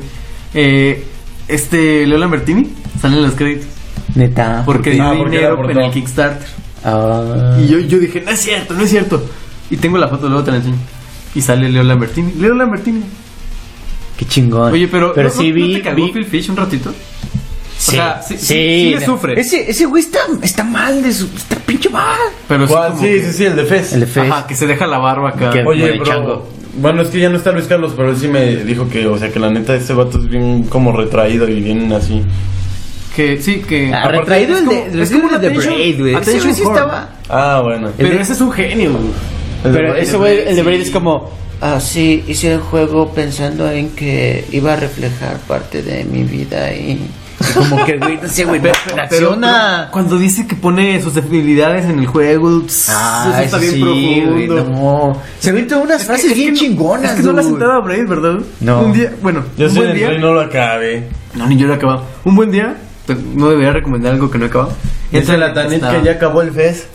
S5: Eh, este Leo Lambertini sale en los créditos.
S7: Neta.
S5: Porque
S6: Ah,
S5: dio
S6: porque la
S5: dinero
S6: aportó.
S5: en el Kickstarter.
S7: Ah.
S5: Y yo, yo dije, no es cierto, no es cierto. Y tengo la foto, luego te la enseño. Y sale Leo Lambertini. Leo Lambertini.
S7: Qué chingón.
S5: Oye, pero,
S7: Pero
S5: ¿no-
S7: sí
S5: no-
S7: vi.
S5: ¿no te cagó
S7: vi-
S5: Phil Fish un ratito?
S7: Sí,
S5: sea, sí- sí- sí le
S7: no.
S5: sufre.
S7: Ese, ese güey está, está mal de su. Está pinche mal.
S5: Pero sí,
S6: ¿Cuál?
S5: como
S6: Sí,
S5: que-
S6: sí, sí, el de Fez.
S7: El de Fez.
S5: Ajá, que se deja la barba acá.
S7: Que-
S6: Oye,
S7: Bueno,
S6: pero
S7: chango.
S6: bueno, es que ya no está Luis Carlos, pero él sí me dijo que, o sea, que la neta este vato es bien como retraído y bien así.
S5: Que sí, que.
S7: Ah, retraído el de- el de The
S5: Attention-
S7: Braid, güey. Ese
S5: Attention
S7: güey sí
S5: Horn.
S7: estaba-
S6: Ah, bueno.
S5: Pero
S7: El-
S5: ese es un genio, güey.
S7: Pero
S6: El-
S7: ese güey, el de Braid es
S5: sí.
S7: como.
S8: Ah, sí, hice el juego pensando en que iba a reflejar parte de mi vida y...
S7: Como que, güey, no sé, güey. no Reacciona.
S5: Cuando dice que pone sus debilidades en el juego, tss,
S7: Ah,
S5: eso está bien profundo.
S7: güey, no. Se aventó unas frases
S5: es que
S7: bien
S5: no-
S7: chingonas,
S5: Es que no la
S7: dude.
S5: sentaba a Braid, ¿verdad?
S7: No.
S5: Un día, bueno,
S6: Yo
S5: un
S6: soy
S5: buen
S6: el
S5: día.
S6: rey, no lo acabé.
S5: No, ni yo lo he acabado. Un buen día, te- no debería recomendar algo que no he acabado.
S6: Dice
S5: Entra-
S6: la Tanit
S5: estaba-
S6: que ya acabó el Fez.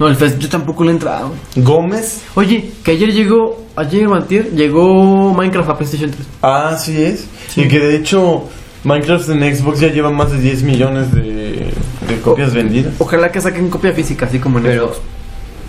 S5: No, el Fest, yo tampoco lo he entrado.
S6: Gómez.
S5: Oye, que ayer llegó, ayer o antier, llegó Minecraft a PlayStation 3.
S6: Ah, sí es. Y que de hecho Minecraft en Xbox ya lleva más de 10 millones de, de copias vendidas.
S5: Ojalá que saquen copia física, así como en
S7: Pero-
S5: Xbox.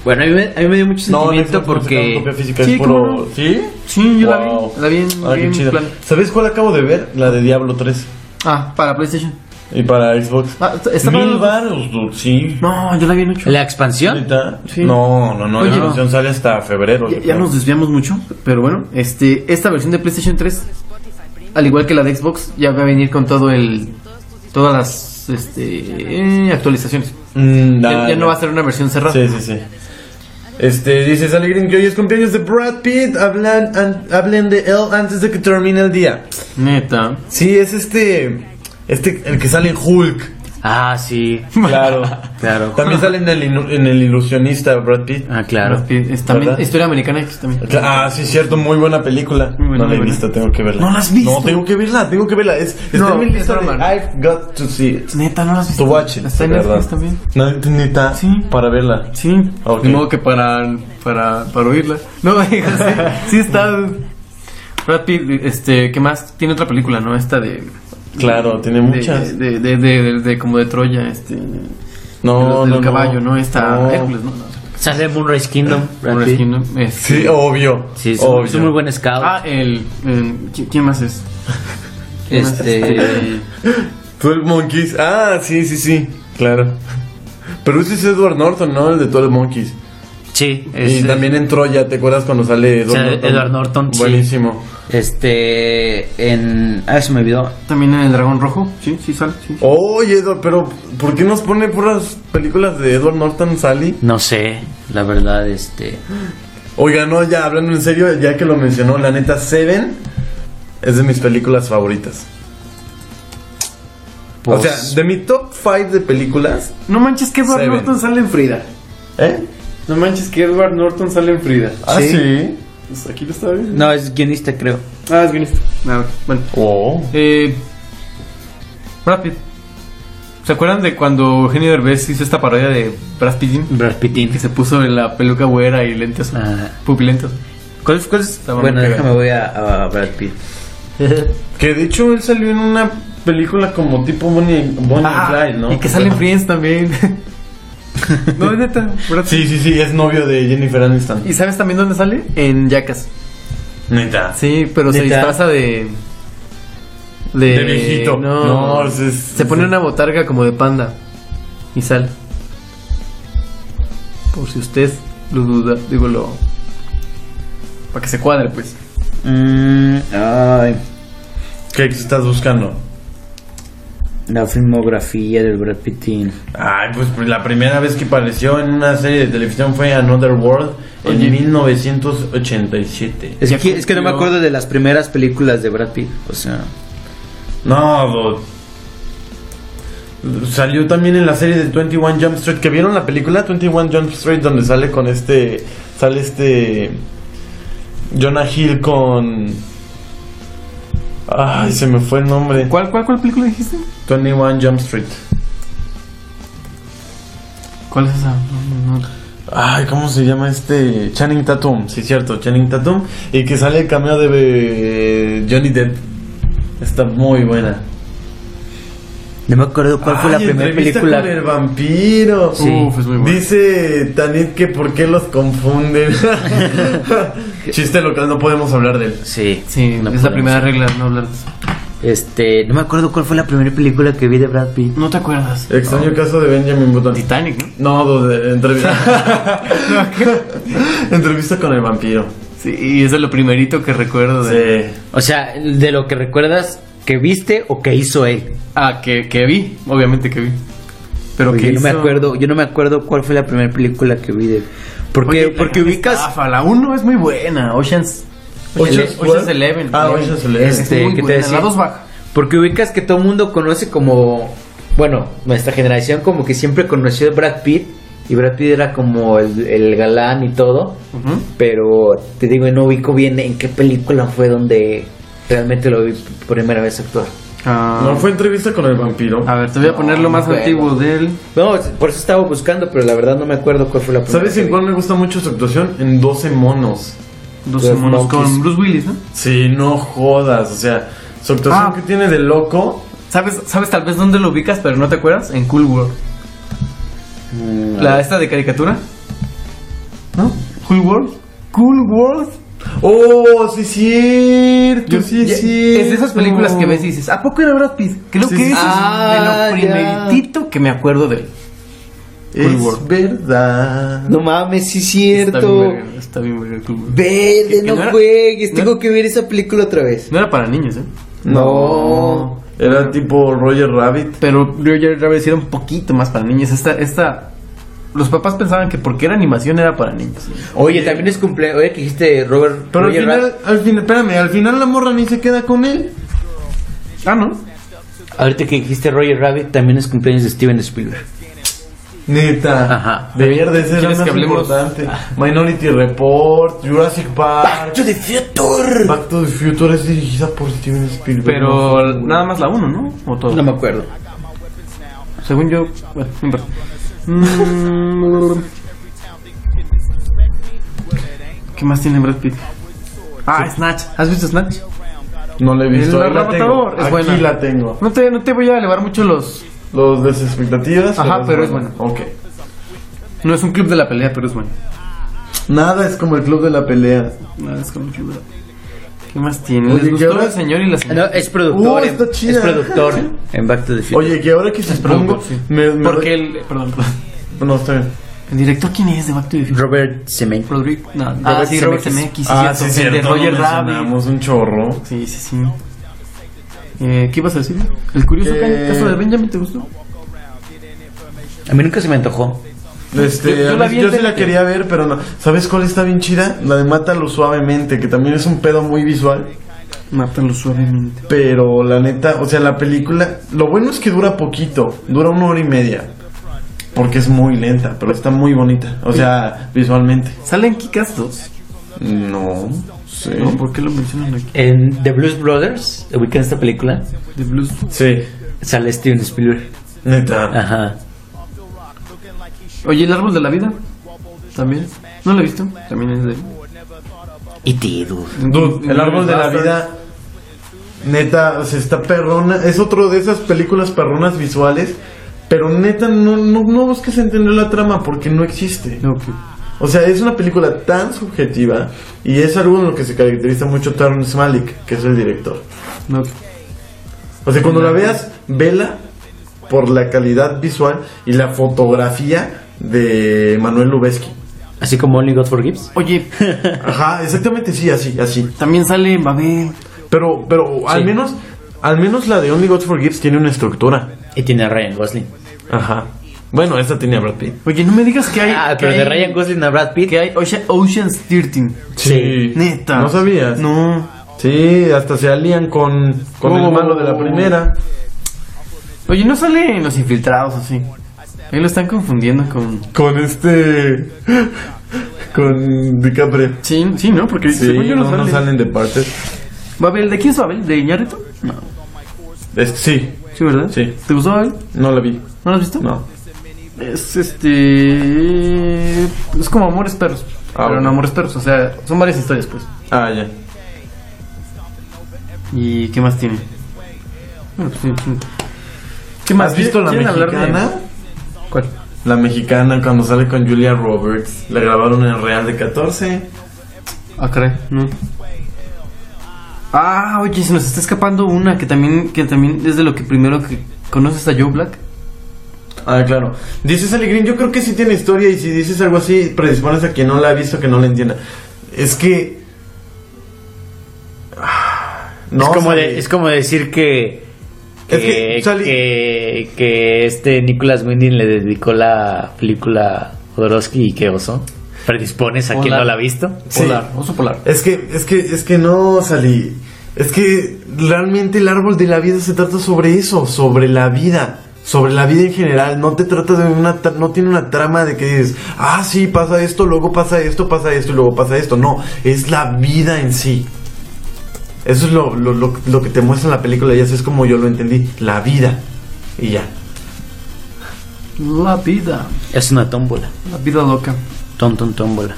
S7: Bueno, a mí, me, a mí me dio mucho sentimiento
S6: Xbox no sacaron
S7: porque.
S6: copia física
S5: Sí,
S6: es puro-
S5: ¿cómo no?
S6: ¿Sí?
S5: Sí, yo
S6: Wow.
S5: la vi. La vi
S6: Ah, qué
S5: en Game
S6: chido.
S5: Plan.
S6: ¿Sabes cuál acabo de ver? La de Diablo 3.
S5: Ah, para PlayStation.
S6: Y para Xbox.
S5: Ah, ¿está- está para
S6: Mil
S5: los-
S6: baros, dude, sí.
S5: No, yo la vi en 8.
S7: La expansión.
S6: ¿Neta?
S5: Sí.
S6: No, no, no.
S5: Oye,
S6: la versión sale hasta febrero.
S5: Ya,
S6: yo
S5: ya
S6: creo.
S5: nos desviamos mucho, pero bueno, este, esta versión de PlayStation 3, al igual que la de Xbox, ya va a venir con todo el, todas las, este, eh, actualizaciones. Ya,
S6: Mm, nah,
S5: ya no va a ser una versión cerrada.
S6: Sí, sí, sí. Este, dice Sally Green que hoy es cumpleaños de Brad Pitt. Hablan, an- hablen de él antes de que termine el día.
S5: Neta.
S6: Sí, es este. Este, el que sale en Hulk.
S7: Ah, sí.
S6: Claro.
S7: Claro.
S6: También sale en el, inu- en el ilusionista Brad Pitt.
S7: Ah, claro.
S5: Es también
S6: ¿Verdad?
S5: historia americana X también.
S6: Ah, sí, cierto, muy buena película.
S5: Muy buena,
S6: no la he
S5: muy buena.
S6: visto, tengo que verla.
S5: ¿No la has visto?
S6: No, tengo que verla, tengo que verla. Es, está
S5: No,
S6: en mi
S5: es
S6: lista de
S5: broma.
S6: I've got to see it.
S5: Neta, no las has
S6: To
S5: visto.
S6: watch it.
S5: Está en
S6: de
S5: Netflix
S6: verdad.
S5: también.
S6: No, neta,
S5: Sí.
S6: para verla.
S5: Sí.
S6: Ok.
S5: De modo que para, para, para oírla. No, hija, sí, sí está. Brad Pitt, este, ¿qué más? Tiene otra película, ¿no? Esta de.
S6: Claro, tiene
S5: de-
S6: muchas.
S5: De, de, de, de- de- como de Troya, este.
S6: no,
S5: del
S6: no, no.
S5: caballo, ¿no? Esta
S6: No.
S5: Hércules, ¿no?
S7: Sale Moonrise Kingdom. Brad
S5: Forrest
S7: Pitt.
S5: Gump, este.
S6: Sí, oh. obvio.
S7: Sí, es un,
S6: obvio.
S7: es un muy buen scout.
S5: Oh, Ah, el. el- ¿qui- ¿Quién más es? ¿Quién más
S7: este.
S6: 12 Monkeys. Ah, sí, sí, sí. Claro. Pero ese es Edward Norton, ¿no? El de 12 Monkeys.
S7: sí,
S6: y
S7: es-
S6: también en Troya, ¿te acuerdas cuando sale Edward
S7: Sale
S6: Norton?
S7: Edward Norton, sí.
S6: Buenísimo.
S7: Este. En. Ah, se me olvidó.
S5: También en El Dragón Rojo. Sí, sí sale. Sí.
S6: Oye, Edward, pero ¿por qué nos pone puras películas de Edward Norton Sally?
S7: No sé, la verdad, este.
S6: Oiga, no, ya hablando en serio, ya que lo mencionó, la neta, Seven es de mis películas favoritas.
S7: pues,
S6: O sea, de mi top 5 de películas,
S5: No manches que Edward
S6: Seven.
S5: Norton sale en Frida.
S6: ¿eh?
S5: No manches que Edward Norton sale en Frida.
S6: Ah, sí.
S5: Pues aquí lo está bien.
S7: No, es guionista, creo.
S5: Ah, es guionista. Ah, ok, bueno.
S6: Oh.
S5: Eh, Brad Pitt. ¿Se acuerdan de cuando Eugenio Derbez hizo esta parodia de Brad Pitt?
S7: Brad Pittin.
S5: Que se puso la peluca güera y lentes
S7: Ah.
S5: pupilentos.
S7: ¿Cuál es? cuál es?
S5: Está muy
S7: Bueno,
S5: cagado.
S7: déjame voy a, a Brad Pitt.
S6: Que de hecho él salió en una película como tipo Bonnie, Bonnie and Clyde, ¿no?
S5: Ah, Y que sale en Friends también. no, es neta. Brad Pitt.
S6: Sí, sí, sí, es novio de Jennifer Aniston.
S5: ¿Y sabes también dónde sale? En Jackas.
S6: Neta.
S5: Sí, pero se
S7: ¿Neta?
S5: disfraza de. De,
S6: De viejito.
S5: No,
S6: No,
S5: se,
S6: se-
S5: pone una botarga como de panda. Y sale. Por si usted lo duda, digo lo. Para que se cuadre, pues.
S7: Mm, ay,
S6: ¿Qué estás buscando?
S7: la filmografía del Brad Pittin.
S6: Ay, pues pues, la primera vez que apareció en una serie de televisión fue Another World en
S5: Oye.
S6: 1987.
S7: Es
S5: Ya
S7: que, es que no me
S5: cumplió.
S7: acuerdo de las primeras películas de Brad Pitt. O sea,
S6: No, dude. Salió también en la serie de 21 Jump Street. ¿Que vieron la película 21 Jump Street donde sale con este... Sale este... Jonah Hill con... Ay, se me fue el nombre.
S5: ¿Cuál, cuál, cuál película dijiste?
S6: 21 Jump Street.
S5: ¿Cuál es esa? No, no, no.
S6: Ay, ¿cómo se llama este? Channing Tatum. Sí, cierto, Channing Tatum. Y que sale el cameo de eh, Johnny Depp. Está muy buena.
S7: no me acuerdo cuál fue la
S6: Ay,
S7: primera
S6: entrevista
S7: película.
S6: con el vampiro.
S7: Sí.
S5: Uf, es muy buena.
S6: Dice Tanit que por qué los confunden. Chiste local, no podemos hablar de él.
S7: Sí,
S5: Sí, es
S7: no
S5: la
S7: podemos.
S5: primera regla, no hablar de eso.
S7: Este, no me acuerdo cuál fue la primera película que vi de Brad Pitt.
S5: No te acuerdas.
S6: Extraño caso de Benjamin Button.
S5: Titanic, ¿no?
S6: No, do- de- entrevista. entrevista con el vampiro.
S5: Sí, y eso es lo primerito que recuerdo de.
S6: Sí.
S7: O sea, de lo que recuerdas que viste o que hizo él.
S5: Ah, que, que vi, obviamente que vi. Pero
S7: Porque
S5: que
S7: yo no me
S5: hizo-
S7: acuerdo, yo no me acuerdo cuál fue la primera película que vi de porque
S5: Oye,
S7: porque
S5: la gran
S7: ubicas
S5: estafa, la 1 es muy buena, Oceans.
S6: Ocean's
S5: Ele- Ocean's
S6: Twelve.
S5: Eleven.
S6: Ah,
S5: Eleven.
S6: Ocean's Eleven.
S5: Es
S7: Este,
S5: muy
S7: ¿qué te
S5: buena,
S7: decía?
S5: La 2 baja.
S7: porque ubicas que todo el mundo conoce como bueno, nuestra generación como que siempre conoció a Brad Pitt y Brad Pitt era como el, el galán y todo, pero te digo, no ubico bien en qué película fue donde realmente lo vi por primera vez actuar.
S5: Ah,
S6: No fue entrevista con el vampiro.
S5: A ver, te voy a poner lo más
S7: bueno.
S5: antiguo del.
S7: No, por eso estaba buscando, pero la verdad no me acuerdo cuál fue la primera.
S6: ¿Sabes
S7: que
S6: en
S7: vi.
S6: cuál me gusta mucho su actuación? En 12 monos.
S5: 12
S7: Los
S5: monos
S7: Monkeys.
S5: con Bruce Willis, ¿no?
S6: Sí, no jodas. O sea, su actuación
S5: Ah.
S6: que tiene de loco.
S5: ¿Sabes, sabes tal vez dónde lo ubicas, pero no te acuerdas? En Cool World.
S7: Mm,
S5: La esta de caricatura. ¿No? Cool World. Cool World.
S6: Oh, sí, es cierto.
S5: Yo-
S6: sí,
S5: ya-
S6: es cierto.
S5: Es de esas películas que ves y dices, ¿a poco era Brad Pitt? Creo
S6: Sí,
S5: que
S6: sí,
S5: es
S6: sí.
S7: Ah,
S5: de lo
S7: ya.
S5: primeritito que me acuerdo de él. Cool
S6: Es
S5: World.
S6: verdad.
S7: No mames, sí es
S5: Está bien,
S7: cierto.
S5: verga, está bien, verga, Cool World.
S7: Verde,
S5: Que
S7: no,
S5: no era-
S7: juegues,
S5: no
S7: tengo
S5: era-
S7: que ver esa película otra vez.
S5: No era para niños, ¿eh?
S7: No.
S6: Era tipo Roger Rabbit.
S5: Pero Roger Rabbit era un poquito más para niños. Esta, esta. Los papás pensaban que porque era animación era para niños.
S7: Oye, también es cumpleaños. Oye, que dijiste Robert.
S6: Pero
S7: Roger
S6: al final,
S7: Rabbit.
S6: al final, espérame, al final la morra ni se queda con él.
S5: Ah, ¿no?
S7: Ahorita que dijiste Roger Rabbit, también es cumpleaños de Steven Spielberg.
S6: Neta.
S7: Ajá.
S6: Debería de ser lo
S5: ¿Quieres
S6: más
S5: que hablemos? Ah.
S6: importante. Minority Report, Jurassic Park.
S7: ¡Pacho de Future!
S6: Back to the Future es dirigida por Steven Spielberg.
S5: Pero
S6: No sé,
S5: nada más la uno, ¿no? O todo.
S7: No me acuerdo.
S5: Según yo, bueno, no importa. Mm. ¿Qué más tiene Brad Pitt? Ah, Snatch. ¿Has visto Snatch?
S6: No la he visto.
S5: El
S6: Ahí la tengo.
S5: Arrebatador es
S6: Aquí
S5: buena.
S6: la tengo.
S5: No te, no te voy a elevar mucho los...
S6: Los desexpectativas.
S5: Ajá, pero es
S6: Ok.
S5: No es un club de la pelea, pero es bueno.
S6: Nada es como el club de la pelea.
S5: No, es como un club de la pelea. ¿Qué más tiene?
S6: Oye,
S5: ¿Les
S6: ¿qué
S5: gustó
S6: hora?
S5: el señor y la señora?
S7: No, es productor.
S6: Uh,
S7: en-
S6: está chida.
S7: es productor en Back to the Future.
S6: Oye, que ahora que se expongo.
S5: productor, sí.
S6: me- me-
S5: Porque el... Perdón, perdón.
S6: No, está bien.
S5: ¿El director quién es de Back to the Future?
S7: Robert Semey.
S5: Rodrigo. No,
S7: Ah,
S5: Robert
S7: sí,
S5: Robert
S7: Robert
S5: Zemeckis. sí,
S6: ah,
S5: cierto,
S6: sí, cierto.
S5: el De Roger
S6: lo
S5: Rabbit.
S6: mencionamos un chorro.
S5: Sí, sí, sí. Eh, ¿Qué ibas a decir? ¿El curioso
S6: Que-
S5: caso de Benjamin te gustó?
S7: A mí nunca se me antojó.
S6: Este,
S5: Yo- yo
S6: a
S5: la
S6: mí-
S5: vi
S6: yo,
S5: en
S6: sí la
S5: TNT.
S6: quería ver, pero no. ¿Sabes cuál está bien chida? La de Mátalo Suavemente, que también es un pedo muy visual.
S5: Mátalo suavemente.
S6: Pero la neta, o sea, la película. Lo bueno es que dura poquito, dura una hora y media. Porque es muy lenta, pero está muy bonita. O sea, visualmente.
S5: ¿Salen Kikas 2?
S6: No sé.
S5: No, ¿por qué lo mencionan aquí?
S7: En The Blues Brothers, ubican esta película,
S5: The Blues.
S6: Sí,
S7: sale Steven Spielberg.
S6: neta.
S7: Ajá.
S5: Oye, ¿el árbol de la vida? También. ¿No lo he visto? También es de...
S7: Y te dude.
S6: Dude, el árbol de la
S5: Bastards.
S6: vida. Neta, o sea, está perrona. Es otro de esas películas perronas visuales. Pero neta, no, no, no busques entender la trama porque no existe.
S5: Ok.
S6: O sea, es una película tan subjetiva. Y es algo en lo que se caracteriza mucho Terrence Malick, que es el director.
S5: No, ok.
S6: O sea, cuando la veas, vela por la calidad visual y la fotografía de Manuel Lubezki.
S7: Así como Only God Forgives.
S5: Oye,
S6: Ajá, exactamente, sí, así, así.
S5: también sale Babel.
S6: Pero, pero al
S7: Sí.
S6: menos, al menos la de Only God Forgives tiene una estructura.
S7: Y tiene a Ryan Gosling.
S6: Ajá. Bueno, esta tiene a Brad Pitt.
S5: Oye, no me digas que hay...
S7: Ah,
S5: que
S7: pero de
S5: hay-
S7: Ryan Gosling a Brad Pitt.
S5: Que hay Ocean- Ocean's 13.
S7: Sí.
S5: Neta.
S6: ¿No sabías?
S5: No.
S6: Sí, hasta se alían con, con el
S5: Oh.
S6: malo de la primera.
S5: Oye, ¿no sale en Los Infiltrados así? Ahí lo están confundiendo con...
S6: Con este... Con DiCaprio.
S5: Sí, sí, ¿no? Porque
S6: Sí,
S5: según yo no,
S6: no, no
S5: sale.
S6: salen de parte.
S5: Babel, ¿de quién es Babel? ¿De Iñárritu? No.
S6: Es- sí,
S5: Sí, ¿verdad?
S6: Sí.
S5: ¿Te gustó Babel?
S6: no la vi.
S5: ¿No lo has visto?
S6: No.
S5: Es este... Es como Amores Perros. pero
S6: Ah, bueno.
S5: no Amores Perros, o sea, son varias historias, pues.
S6: Ah, ya.
S5: ¿Y qué más tiene? Bueno, pues, sí, sí. ¿Qué
S6: ¿Has visto la
S5: ¿Quieren hablar de-
S6: mexicana?
S5: ¿Cuál?
S6: La mexicana cuando sale con Julia Roberts. La grabaron en Real de 14.
S5: Ah, caray, no. Ah, oye, se nos está escapando una que también, que también es de lo que primero que conoces a Joe Black.
S6: Ah, claro. Dices Alegrín, yo creo que sí tiene historia y si dices algo así, predispones a quien no la ha visto que no la entienda. Es que... Ah, No,
S7: es, como
S6: Sally.
S7: de- es como decir que. Que,
S6: Es que Sally-
S7: que, que este Nicolas Winding le dedicó la película Jodorowsky y que oso. Predispones a quien
S5: Hola.
S7: no la ha visto.
S6: Sí.
S5: Polar, oso polar.
S6: Es que, es que, es que no, Sally. Es que realmente el árbol de la vida se trata sobre eso, sobre la vida. Sobre la vida en general, no te trata de una, tra- no tiene una trama de que dices, ah, sí, pasa esto, luego pasa esto, pasa esto y luego pasa esto. No, es la vida en sí. Eso es lo, lo, lo- lo que te muestra en la película y así es como yo lo entendí, la vida. Y ya.
S5: La vida,
S7: Es una tómbola.
S5: la vida loca.
S7: Tom Tom Tómbola.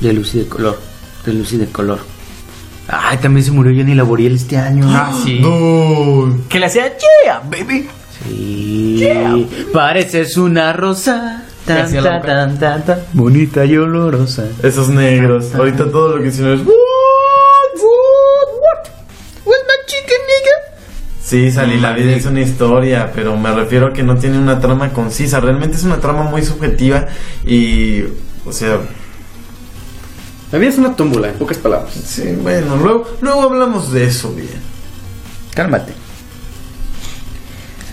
S7: De luz y de color. De luz y de color. Ay, también se murió Johnny Laboriel este año.
S5: Ah, sí.
S6: Dude.
S5: Que le hacía yeah, baby.
S7: Sí. Pareces una rosa.
S5: Le
S7: Tan,
S5: hacía la
S7: tan,
S5: boca.
S7: tan, tan, tan, bonita y olorosa.
S6: Esos negros. Ahorita todo lo que hicieron es. What? What? What? What's my chicken, nigga? Sí, Sally, la vida es una historia, pero me refiero a que no tiene una trama concisa. Realmente es una trama muy subjetiva y. O sea,
S5: La vida es una tómbola, en pocas palabras.
S6: sí, bueno, luego, luego hablamos de eso bien.
S7: Cálmate.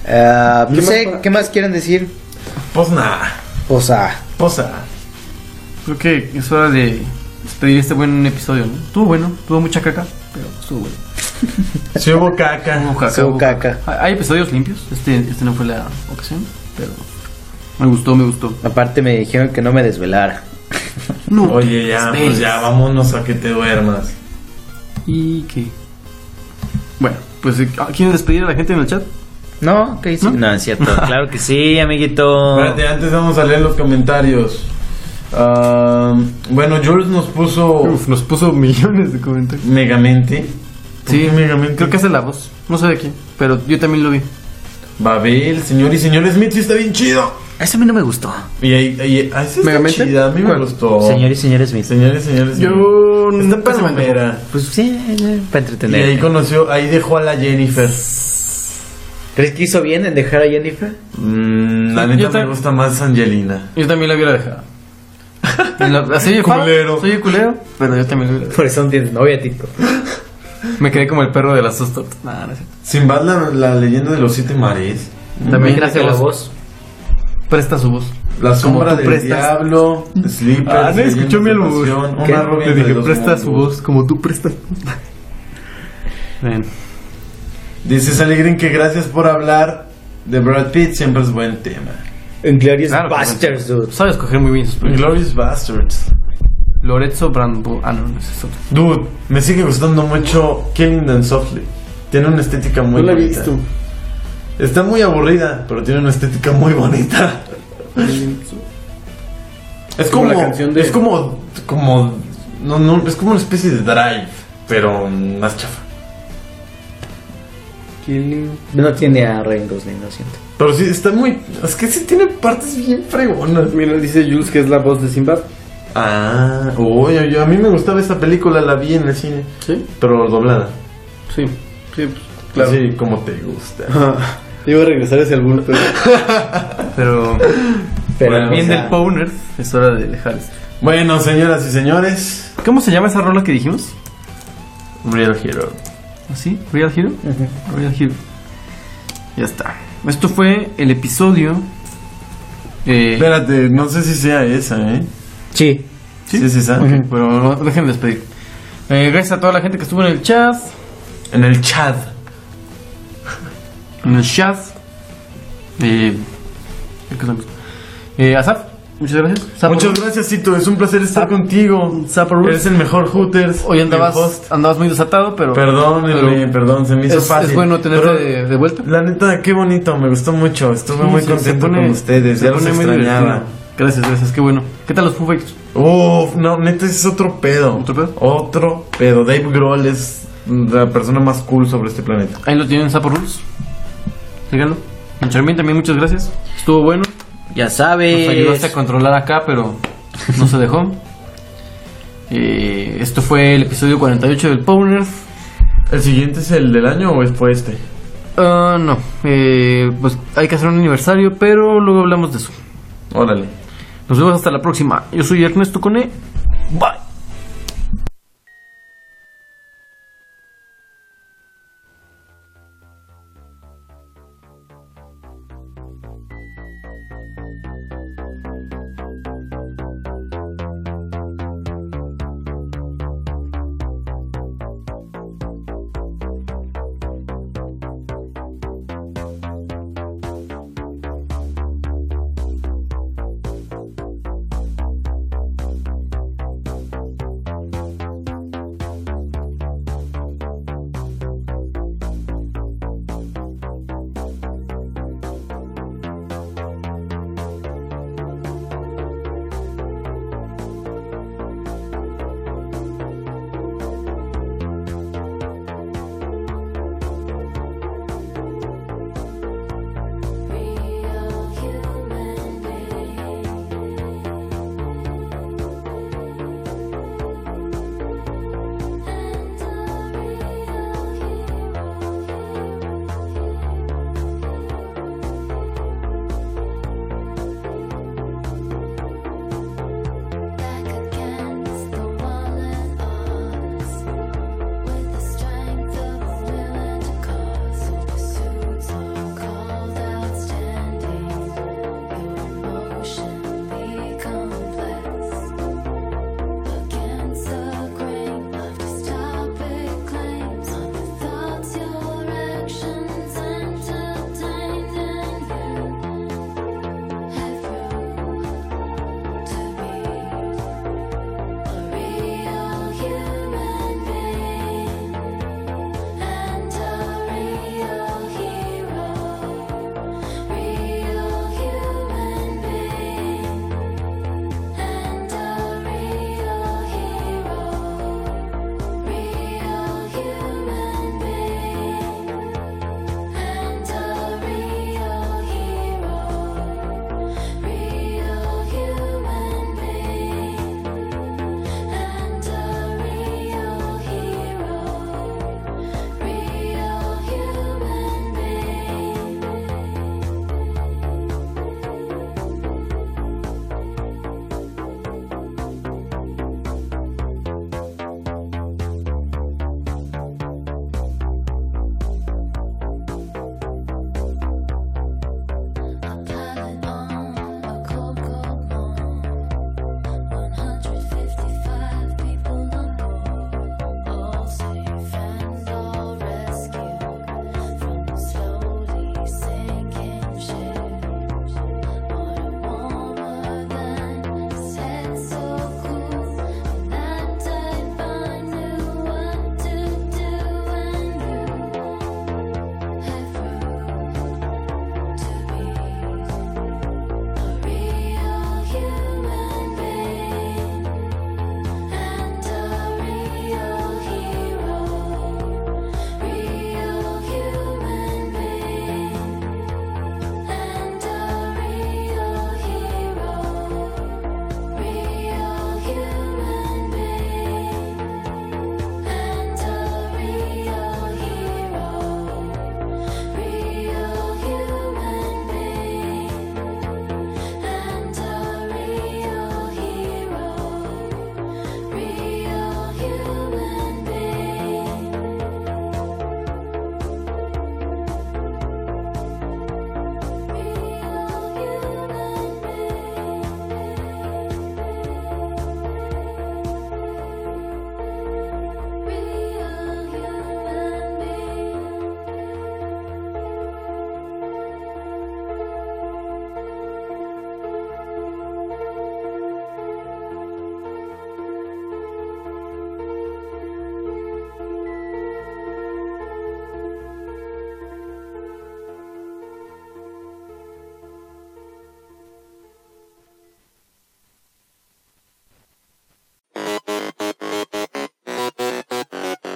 S7: Ah, no
S6: ¿Qué
S7: sé,
S6: más pa-
S7: ¿qué más quieren decir?
S6: Pues nada, Pues,
S5: ah.
S6: ah.
S7: O sea,
S6: posa.
S5: Creo que es hora de despedir este buen episodio, ¿no? Estuvo bueno, tuvo mucha caca. pero estuvo bueno.
S6: Si hubo caca.
S7: Su caca.
S5: Hay hay episodios limpios, este, este no fue la ocasión, pero me gustó, me gustó.
S7: Aparte me dijeron que no me desvelara.
S5: No,
S6: Oye, ya, pues
S5: esperes.
S6: ya, vámonos a que te duermas.
S5: ¿Y qué? Bueno, pues eh, ¿quieren despedir a la gente en el chat?
S7: No, ¿qué hice?
S5: ¿No?
S7: ¿No? es cierto. claro que sí, amiguito.
S6: Espérate, antes vamos a leer los comentarios. Ah, bueno, Jules nos puso
S5: Uf, nos puso millones de comentarios.
S6: Megamente. ¿Por
S5: Sí,
S6: qué Megamente.
S5: creo que es de la voz. No sé de quién, pero yo también lo vi.
S6: Babel, señor y señor Smith, sí está bien chido.
S7: Eso a mí no me gustó.
S6: Y ahí, ahí, ahí sí está
S5: ¿Megamente?
S6: chida, a mí me
S5: ¿Cuál?
S6: gustó.
S7: Señor y señor Smith.
S6: Señores, señores.
S5: Yo
S6: señores.
S5: no-
S6: Está palomera.
S7: Pues sí, eh, para
S6: Y
S7: entretener.
S6: ahí conoció, ahí dejó a la Jennifer.
S7: ¿Crees que hizo bien en dejar a Jennifer?
S6: Mm, la
S5: Yo
S6: neta me
S5: tam-
S6: gusta más Angelina.
S5: Yo también la hubiera dejado. En la- Así de
S6: Culero.
S5: fan, Soy de culero, pero yo también lo hubiera dejado.
S7: Por eso no tienes novia, Tito.
S5: Me quedé como el perro de las dos tortas. Nah, no es cierto.
S6: Sinbad, la, la leyenda de los siete mares.
S5: También
S7: Imagínate
S5: hace
S7: la
S5: voz.
S7: voz.
S5: Presta su voz.
S6: La
S5: Como
S6: sombra
S5: tú
S6: del
S5: prestas.
S6: diablo. Sleepers.
S5: Ah, no escuchó mi
S6: albur.
S5: albur. ¿Qué? Le dije, presta su voz como tú prestas. Ven.
S6: Dice Saligrin que gracias por hablar de Brad Pitt, siempre es buen tema.
S7: En Glorious
S5: Claro que
S7: Bastards, dude.
S5: Sabe escoger muy bien sus películas.
S6: Glorious Bastards.
S5: Lorenzo Brando. Ah, no, no es eso.
S6: Dude, me sigue gustando mucho Killing Them Softly. Tiene una estética muy
S2: No la he
S6: bonita.
S2: visto.
S6: Está muy aburrida, pero tiene una estética muy bonita. Es
S2: Como
S6: como,
S2: la canción de-
S6: es como como no no es como una especie de drive, pero más chafa.
S7: No tiene a Ryan Gosling, lo siento.
S6: Pero sí está muy es que sí tiene partes bien fregonas.
S2: Mira, dice Jules que es la voz de Sinbad.
S6: Ah, uy, uy, a mí me gustaba esta película, la vi en el cine,
S2: Sí,
S6: pero doblada.
S2: sí, sí, pues, claro.
S6: Así como te gusta.
S2: Ajá. Iba a regresar ese albur, pero
S5: Pero
S7: Pero,
S6: Bueno,
S5: bien
S7: o sea,
S5: del Powner es hora de dejar esto.
S6: Bueno, señoras y señores,
S5: ¿Cómo se llama esa rola que dijimos?
S6: Real Hero.
S5: ¿Así? ¿Real Hero? Real Hero. Ya está. Esto fue el episodio. Eh,
S6: Espérate, no sé si sea esa, ¿eh?
S7: Sí.
S6: Sí, sí es esa.
S5: ok, pero no, déjenme despedir. Eh, gracias a toda la gente que estuvo en el chat.
S6: En el chat.
S5: En el chat. Eh, ¿qué son? Eh, Asaf, muchas gracias. Asaf,
S6: Muchas gracias, Tito. Es un placer estar
S5: Zap-
S6: contigo.
S5: Zapperoo.
S6: Eres el mejor Hooters.
S5: Hoy andabas,
S6: el host.
S5: andabas muy desatado, pero
S6: Perdón,
S5: pero
S6: perdón, se me hizo
S5: es,
S6: fácil.
S5: es bueno tenerte
S6: Pero,
S5: de, de vuelta.
S6: La neta, qué bonito. Me gustó mucho. Estuve
S5: Sí,
S6: muy
S5: se- se
S6: contento
S5: pone-
S6: con ustedes.
S5: se
S6: Ya los
S5: pone muy
S6: extrañaba.
S5: divertido. Gracias, gracias, qué bueno. ¿Qué tal los Foo Fighters?
S6: Uf, no, neta, ese es otro pedo.
S5: ¿Otro pedo?
S6: Otro pedo. Dave Grohl es la persona más cool sobre este planeta.
S5: Ahí lo tienen Sapo Rules. Síganlo. En Charmin también muchas gracias. Estuvo bueno.
S7: Ya
S5: Nos ayudaste a
S6: Pues,
S7: sabes.
S5: controlar acá, pero no se dejó. Eh, esto fue el episodio 48 del Powner.
S6: ¿El siguiente es el del año o es fue este?
S5: Ah, no, eh, pues hay que hacer un aniversario, pero luego hablamos de eso.
S6: Órale.
S5: Nos vemos hasta la próxima. Yo soy Ernesto Cone. Bye.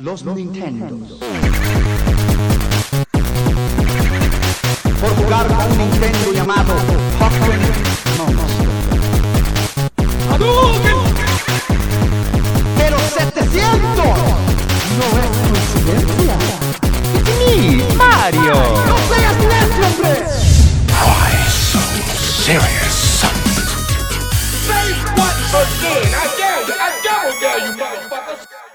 S1: los Nintendo. Por jugar con un Nintendo llamado Pokémon Monster. ¡Hadouken! Pero 700 no es coincidencia.
S9: It's me, Mario.
S1: ¡No seas nuestro hombre!
S3: Say once again, I dare you, I double dare you, motherfuckers.